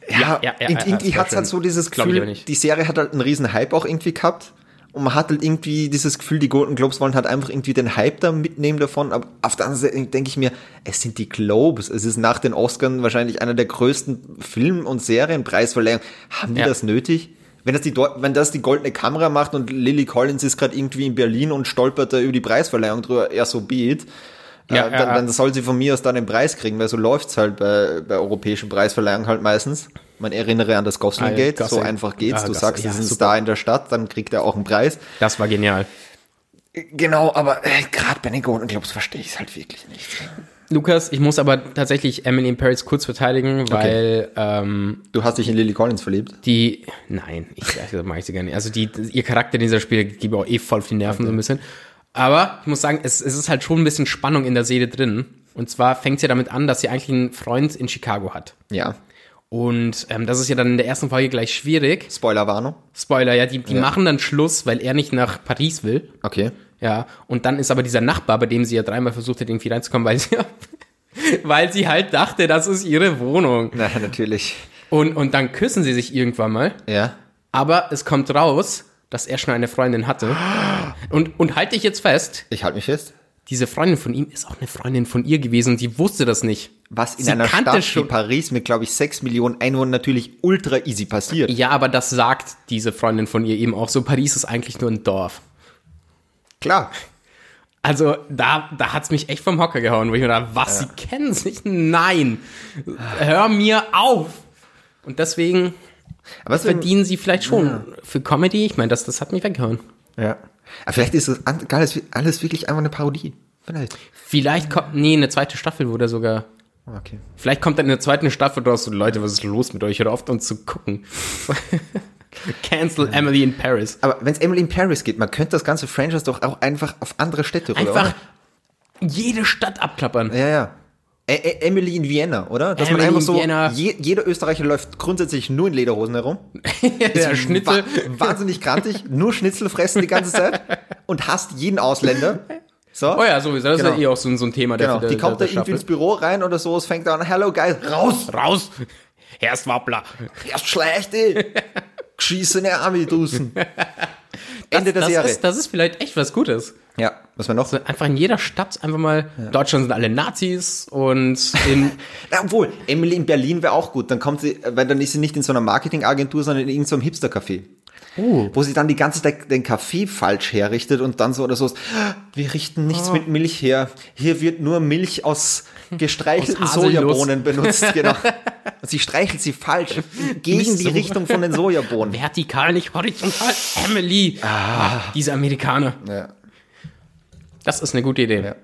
Speaker 1: Ja,
Speaker 2: Ja, ja, ja,
Speaker 1: in-
Speaker 2: ja,
Speaker 1: irgendwie
Speaker 2: das war
Speaker 1: hat's halt
Speaker 2: schön.
Speaker 1: so dieses
Speaker 2: Glaub ich
Speaker 1: Gefühl,
Speaker 2: aber nicht.
Speaker 1: die Serie hat halt einen riesen Hype auch irgendwie gehabt. Und man hat halt irgendwie dieses Gefühl, die Golden Globes wollen halt einfach irgendwie den Hype da mitnehmen davon. Aber auf der anderen Seite denke ich mir, es sind die Globes. Es ist nach den Oscars wahrscheinlich einer der größten Film- und Serienpreisverleihungen. Haben die
Speaker 2: Ja.
Speaker 1: das nötig? Wenn das, die, Deu- wenn das die goldene Kamera macht und Lily Collins ist gerade irgendwie in Berlin und stolpert da über die Preisverleihung drüber, ja, so be it. äh,
Speaker 2: Ja, ja,
Speaker 1: dann,
Speaker 2: ja.
Speaker 1: dann soll sie von mir aus dann den Preis kriegen, weil so läuft's halt bei, bei europäischen Preisverleihungen halt meistens. Man erinnere an das Gosling Gate,
Speaker 2: Ah, ja,
Speaker 1: so
Speaker 2: Gosling.
Speaker 1: einfach geht's.
Speaker 2: Ah,
Speaker 1: du
Speaker 2: Gosling,
Speaker 1: sagst,
Speaker 2: ja,
Speaker 1: es ist ein
Speaker 2: super.
Speaker 1: Star in der Stadt, dann kriegt er auch einen Preis.
Speaker 2: Das war genial.
Speaker 1: Genau, aber äh, gerade bei den Golden Globes verstehe ich es halt wirklich nicht.
Speaker 2: Lukas, ich muss aber tatsächlich Emily in Paris kurz verteidigen, weil ähm,
Speaker 1: Du hast dich in Lily Collins verliebt.
Speaker 2: die. Nein, ich, also mag ich sie gar nicht. Also die, ihr Charakter in dieser Spiele geht mir auch eh voll auf die Nerven so ein bisschen. Aber ich muss sagen, es, es ist halt schon ein bisschen Spannung in der Seele drin. Und zwar fängt sie damit an, dass sie eigentlich einen Freund in Chicago hat.
Speaker 1: Ja.
Speaker 2: Und ähm, das ist ja dann in der ersten Folge gleich schwierig.
Speaker 1: Spoilerwarnung.
Speaker 2: Spoiler, ja, die, die machen dann Schluss, weil er nicht nach Paris will.
Speaker 1: Okay.
Speaker 2: Ja, und dann ist aber dieser Nachbar, bei dem sie ja dreimal versucht hat, irgendwie reinzukommen, weil sie, weil sie halt dachte, das ist ihre Wohnung.
Speaker 1: Na, natürlich.
Speaker 2: Und, und dann küssen sie sich irgendwann mal,
Speaker 1: Ja.
Speaker 2: aber es kommt raus, dass er schon eine Freundin hatte. Und, und halte ich jetzt fest,
Speaker 1: Ich halte mich fest.
Speaker 2: diese Freundin von ihm ist auch eine Freundin von ihr gewesen, die wusste das nicht.
Speaker 1: Was in
Speaker 2: Sie
Speaker 1: einer
Speaker 2: kannte
Speaker 1: Stadt
Speaker 2: schon-
Speaker 1: wie Paris mit, glaube ich, 6 Millionen Einwohnern natürlich ultra easy passiert.
Speaker 2: Ja, aber das sagt diese Freundin von ihr eben auch so, Paris ist eigentlich nur ein Dorf.
Speaker 1: Klar.
Speaker 2: Also da, da hat's mich echt vom Hocker gehauen, wo ich mir dachte, was, sie kennen sich? Nein, hör mir auf. Und deswegen
Speaker 1: Aber es
Speaker 2: verdienen sie vielleicht schon für Comedy. Ich meine, das, das hat mich weggehauen.
Speaker 1: Ja. Aber vielleicht ist das an- alles, alles wirklich einfach eine Parodie. Vielleicht.
Speaker 2: Vielleicht kommt, nee, eine zweite Staffel wurde sogar,
Speaker 1: Okay.
Speaker 2: vielleicht kommt dann in der zweiten Staffel draus, so, Leute, was ist los mit euch? Hört auf, uns zu gucken. Cancel Emily in Paris.
Speaker 1: Aber wenn es Emily in Paris geht, man könnte das ganze Franchise doch auch einfach auf andere Städte rüber.
Speaker 2: Einfach jede Stadt abklappern.
Speaker 1: oder? Ja, ja. Ä Ä Emily in Vienna, oder? Dass man
Speaker 2: Emily
Speaker 1: einfach
Speaker 2: in
Speaker 1: so,
Speaker 2: Vienna.
Speaker 1: je, jeder Österreicher läuft grundsätzlich nur in Lederhosen herum. Ähm,
Speaker 2: Der Schnitzel.
Speaker 1: Wa wahnsinnig grantig, nur Schnitzel fressen die ganze Zeit und hasst jeden Ausländer. So.
Speaker 2: Oh ja, sowieso, das ist
Speaker 1: Genau.
Speaker 2: ja eh auch so, ein- so ein Thema.
Speaker 1: Genau,
Speaker 2: der,
Speaker 1: die
Speaker 2: der,
Speaker 1: kommt da
Speaker 2: der
Speaker 1: irgendwie
Speaker 2: Staffel.
Speaker 1: ins Büro rein oder so, es fängt an, hello guys, raus,
Speaker 2: Raus! Herr Swappler.
Speaker 1: erst schleicht, ey. Geschießene Army draußen. Ende der
Speaker 2: das
Speaker 1: Serie.
Speaker 2: Ist, das ist vielleicht echt was Gutes.
Speaker 1: Ja, was war noch?
Speaker 2: So einfach in jeder Stadt einfach mal, Deutschland sind alle Nazis und in,
Speaker 1: Na, obwohl, Emily in Berlin wäre auch gut. Dann kommt sie, weil dann ist sie nicht in so einer Marketingagentur, sondern in irgendeinem Hipster-Café. Wo sie dann die ganze Zeit den Kaffee falsch herrichtet und dann so oder so ist, wir richten nichts
Speaker 2: Oh.
Speaker 1: mit Milch her. Hier wird nur Milch aus gestreichelten
Speaker 2: Aus Haselnuss.
Speaker 1: Sojabohnen benutzt. Genau. Und sie streichelt sie falsch gegen
Speaker 2: Nicht
Speaker 1: die
Speaker 2: so.
Speaker 1: Richtung von den Sojabohnen.
Speaker 2: vertikal, nicht horizontal, Emily. Ah, diese Amerikaner.
Speaker 1: Ja.
Speaker 2: Das ist eine gute Idee.
Speaker 1: Ja.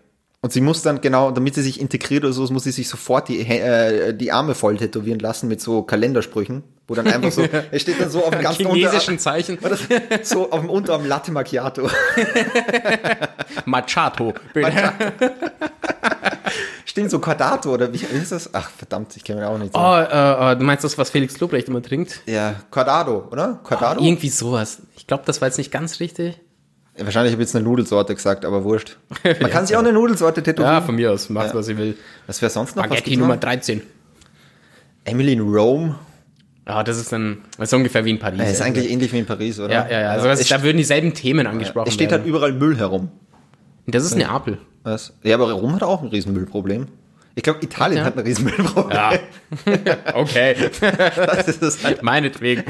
Speaker 1: Und sie muss dann, genau, damit sie sich integriert oder so, muss sie sich sofort die, Hä- äh, die Arme voll tätowieren lassen mit so Kalendersprüchen, wo dann einfach so, es steht dann so auf dem ganzen
Speaker 2: Chinesischen
Speaker 1: Unterarm,
Speaker 2: Zeichen.
Speaker 1: War das so auf dem Unterarm Latte Macchiato.
Speaker 2: Machado.
Speaker 1: Stehen so Quadrato oder wie ist das? Ach, verdammt, ich kenne mir auch nicht.
Speaker 2: Oh, äh, äh, du meinst das, was Felix Lobrecht immer trinkt?
Speaker 1: Ja, Quadrado, oder? Quadrado?
Speaker 2: Irgendwie sowas. Ich glaube, das war jetzt nicht ganz richtig.
Speaker 1: Wahrscheinlich habe ich jetzt eine Nudelsorte gesagt, aber wurscht. Man kann sich auch eine Nudelsorte tätowieren.
Speaker 2: Ja, von mir aus. Macht, was ich will.
Speaker 1: Was wäre sonst noch? Was
Speaker 2: Spaghetti
Speaker 1: gibt's noch?
Speaker 2: Nummer 13.
Speaker 1: Emily in Rome.
Speaker 2: Ah, das ist dann, das ist ungefähr wie in Paris.
Speaker 1: Das ist eigentlich ähnlich wie in Paris, oder?
Speaker 2: ja, ja, ja. Also, das,
Speaker 1: es,
Speaker 2: da würden dieselben Themen angesprochen
Speaker 1: es steht halt
Speaker 2: werden.
Speaker 1: überall Müll herum.
Speaker 2: das ist Neapel.
Speaker 1: Was? Ja, aber Rom hat auch ein Riesenmüllproblem. Ich glaube, Italien
Speaker 2: Ja.
Speaker 1: hat ein Riesenmüllproblem.
Speaker 2: Ja. okay.
Speaker 1: Das ist es halt.
Speaker 2: Meinetwegen.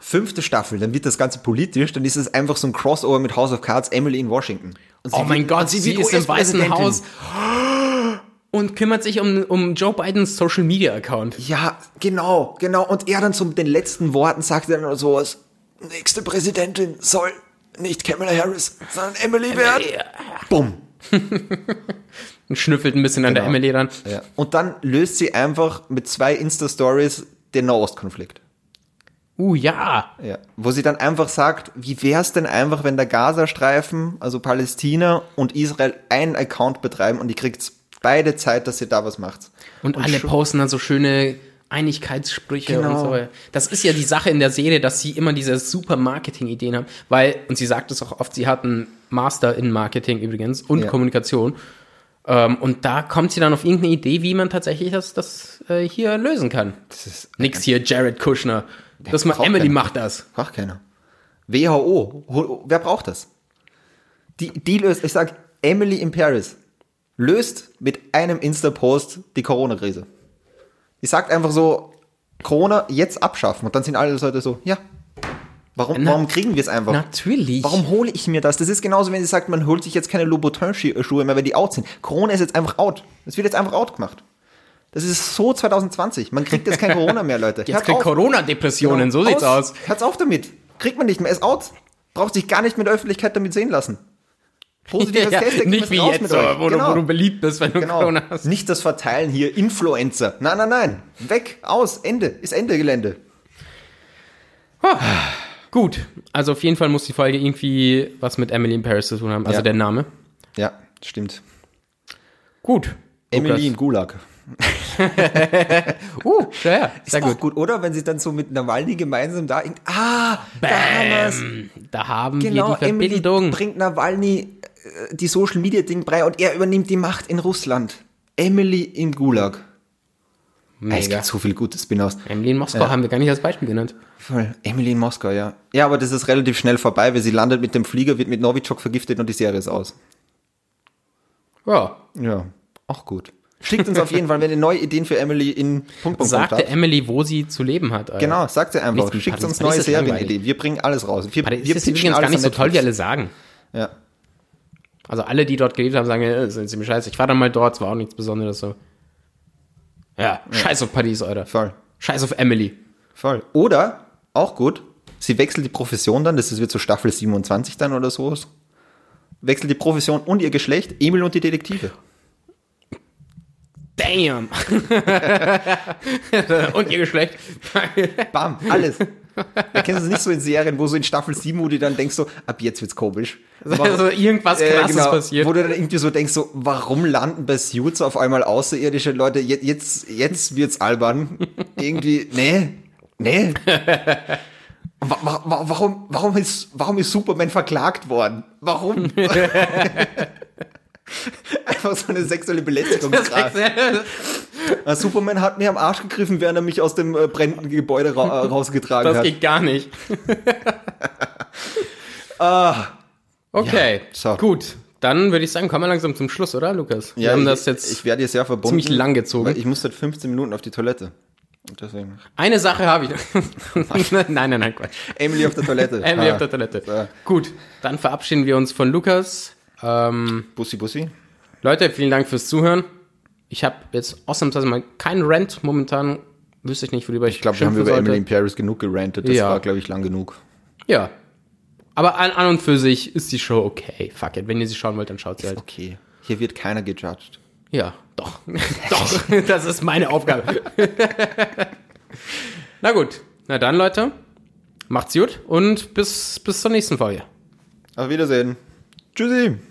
Speaker 1: Fünfte Staffel, dann wird das Ganze politisch, dann ist es einfach so ein Crossover mit House of Cards, Emily in Washington. Und sie
Speaker 2: Oh mein
Speaker 1: wird-
Speaker 2: Gott,
Speaker 1: und
Speaker 2: sie,
Speaker 1: wird
Speaker 2: ist im Weißen
Speaker 1: US-Präsidentin.
Speaker 2: Haus und kümmert sich um, um Joe Bidens Social Media Account.
Speaker 1: Ja, genau, genau. Und er dann zum den letzten Worten sagt er dann sowas. Nächste Präsidentin soll nicht Kamala Harris, sondern Emily werden. Bumm.
Speaker 2: Und schnüffelt ein bisschen an der
Speaker 1: Genau.
Speaker 2: Emily ran.
Speaker 1: Ja. Und dann löst sie einfach mit zwei Insta-Stories den Nahostkonflikt.
Speaker 2: Uh, ja.
Speaker 1: Ja, wo sie dann einfach sagt, wie wär's denn einfach, wenn der Gazastreifen, also Palästina und Israel einen Account betreiben und die kriegt beide Zeit, dass ihr da was macht.
Speaker 2: Und, alle posten dann so schöne Einigkeitssprüche
Speaker 1: Genau.
Speaker 2: und so. Das ist ja die Sache in der Serie, dass sie immer diese super Marketing-Ideen haben, weil, und sie sagt es auch oft, sie hat einen Master in Marketing übrigens und
Speaker 1: Ja.
Speaker 2: Kommunikation. Ähm, und da kommt sie dann auf irgendeine Idee, wie man tatsächlich das, das äh, hier lösen kann.
Speaker 1: Das ist,
Speaker 2: Nix hier, Jared Kushner. Das mal,
Speaker 1: braucht
Speaker 2: Emily
Speaker 1: keiner.
Speaker 2: macht das.
Speaker 1: braucht keiner. WHO, hol- wer braucht das? Die, die löst, ich sag, Emily in Paris löst mit einem Insta-Post die Corona-Krise. Die sagt einfach so, Corona jetzt abschaffen. Und dann sind alle Leute so, ja. Warum,
Speaker 2: Na-
Speaker 1: warum kriegen wir es einfach?
Speaker 2: Natürlich.
Speaker 1: Warum hole ich mir das? Das ist genauso, wenn sie sagt, man holt sich jetzt keine Louboutin-Schuhe mehr, weil die out sind. Corona ist jetzt einfach out. Das wird jetzt einfach out gemacht. Das ist so 2020. Man kriegt jetzt kein Corona mehr, Leute.
Speaker 2: Jetzt kriegt Corona-Depressionen, so sieht's aus.
Speaker 1: Genau. Hört's auf damit. Kriegt man nicht mehr, ist out. Braucht sich gar nicht mit der Öffentlichkeit damit sehen lassen. Positives
Speaker 2: Ja,
Speaker 1: Testergebnis
Speaker 2: nicht wie
Speaker 1: raus
Speaker 2: jetzt,
Speaker 1: mit
Speaker 2: so,
Speaker 1: euch.
Speaker 2: wo,
Speaker 1: Genau.
Speaker 2: du, wo du beliebt bist, wenn du
Speaker 1: Genau.
Speaker 2: Corona hast.
Speaker 1: Nicht das Verteilen hier, Influencer. Nein, nein, nein. Weg, aus, Ende. Ist Ende Gelände.
Speaker 2: Gut, also auf jeden Fall muss die Folge irgendwie was mit Emily in Paris zu tun haben, also
Speaker 1: Ja.
Speaker 2: der Name.
Speaker 1: Ja, stimmt.
Speaker 2: Gut.
Speaker 1: Emily im
Speaker 2: Lukas.
Speaker 1: Gulag.
Speaker 2: Uh, ja, ja, sehr
Speaker 1: Ist
Speaker 2: gut.
Speaker 1: auch gut, oder? Wenn sie dann so mit Nawalny gemeinsam da in, ah, da haben wir's.
Speaker 2: Ähm, da haben
Speaker 1: Genau,
Speaker 2: wir die
Speaker 1: Emily
Speaker 2: Verbindung.
Speaker 1: bringt Nawalny äh, die Social Media Ding bei und er übernimmt die Macht in Russland. Emily im Gulag. Ah, Es
Speaker 2: Mega.
Speaker 1: gibt so viel gutes Spin-offs.
Speaker 2: Emily in Moskau haben wir gar nicht als Beispiel genannt.
Speaker 1: Voll. Emily in Moskau, ja. Ja, aber das ist relativ schnell vorbei, weil sie landet mit dem Flieger, wird mit Novichok vergiftet und die Serie ist aus.
Speaker 2: Ja.
Speaker 1: Ja, auch gut. Schickt uns auf jeden Fall, wenn ihr neue Ideen für Emily in Punkt, Punkt, Punkt
Speaker 2: Sagte
Speaker 1: habt.
Speaker 2: Emily, wo sie zu leben hat. Alter.
Speaker 1: Genau, sagt ihr einfach.
Speaker 2: Nichts mit
Speaker 1: Schickt
Speaker 2: Paris.
Speaker 1: uns
Speaker 2: Paris
Speaker 1: neue
Speaker 2: ist langweilig.
Speaker 1: Serienideen. Wir bringen alles raus. Wir,
Speaker 2: Paris
Speaker 1: wir
Speaker 2: ist übrigens gar
Speaker 1: alles
Speaker 2: nicht so
Speaker 1: an
Speaker 2: toll, wie
Speaker 1: Netflix.
Speaker 2: alle sagen.
Speaker 1: Ja.
Speaker 2: Also alle, die dort gelebt haben, sagen, äh, sind ziemlich scheiße. Ich war dann mal dort, es war auch nichts Besonderes so. Ja, scheiß auf Paris, Alter.
Speaker 1: Voll,
Speaker 2: Scheiß auf Emily.
Speaker 1: voll. Oder, auch gut, sie wechselt die Profession dann, das ist wird so Staffel 27 dann oder so. Wechselt die Profession und ihr Geschlecht, Emil und die Detektive.
Speaker 2: Damn! Und ihr Geschlecht.
Speaker 1: Bam, alles. Da kennst du es nicht so in Serien, wo so in Staffel 7, wo du dann denkst so, ab jetzt wird's komisch.
Speaker 2: also irgendwas
Speaker 1: Äh,
Speaker 2: Krasses
Speaker 1: genau,
Speaker 2: passiert.
Speaker 1: Wo du dann irgendwie so denkst, so, warum landen bei Suits auf einmal außerirdische Leute? Je- Jetzt, jetzt wird's albern. irgendwie, nee, nee. Wa wa wa- warum, warum, ist, warum ist Superman verklagt worden? Warum? Einfach so eine sexuelle Belästigung. Äh, Superman hat mir am Arsch gegriffen, während er mich aus dem äh, brennenden Gebäude ra äh, rausgetragen
Speaker 2: Das
Speaker 1: hat.
Speaker 2: geht gar nicht. Okay,
Speaker 1: Ah. Ja, so.
Speaker 2: gut. Dann würde ich sagen, kommen wir langsam zum Schluss, oder, Lukas? Wir haben
Speaker 1: ich,
Speaker 2: das jetzt.
Speaker 1: ich werde hier sehr verbunden.
Speaker 2: ziemlich lang gezogen.
Speaker 1: Weil ich musste 15 Minuten auf die Toilette. Und deswegen.
Speaker 2: eine Sache habe ich. nein, nein, nein, Quatsch.
Speaker 1: Emily auf der Toilette.
Speaker 2: Emily
Speaker 1: Ah.
Speaker 2: auf der Toilette.
Speaker 1: So.
Speaker 2: Gut, dann verabschieden wir uns von Lukas. Ähm,
Speaker 1: Bussi, Bussi.
Speaker 2: Leute, vielen Dank fürs Zuhören. Ich habe jetzt ausnahmsweise mal keinen Rant momentan. Wüsste ich nicht, worüber ich,
Speaker 1: Ich glaube, wir haben über
Speaker 2: sollte.
Speaker 1: Emily in Paris genug gerantet. Das
Speaker 2: Ja.
Speaker 1: war, glaube ich, lang genug.
Speaker 2: Ja. Aber an, an und für sich ist die Show okay. Fuck it. Wenn ihr sie schauen wollt, dann schaut sie halt.
Speaker 1: Okay. Hier wird keiner gejudged.
Speaker 2: Ja, doch. doch. Das ist meine Aufgabe. Na gut. Na dann, Leute. Macht's gut und bis, bis zur nächsten Folge.
Speaker 1: Auf Wiedersehen. Tschüssi.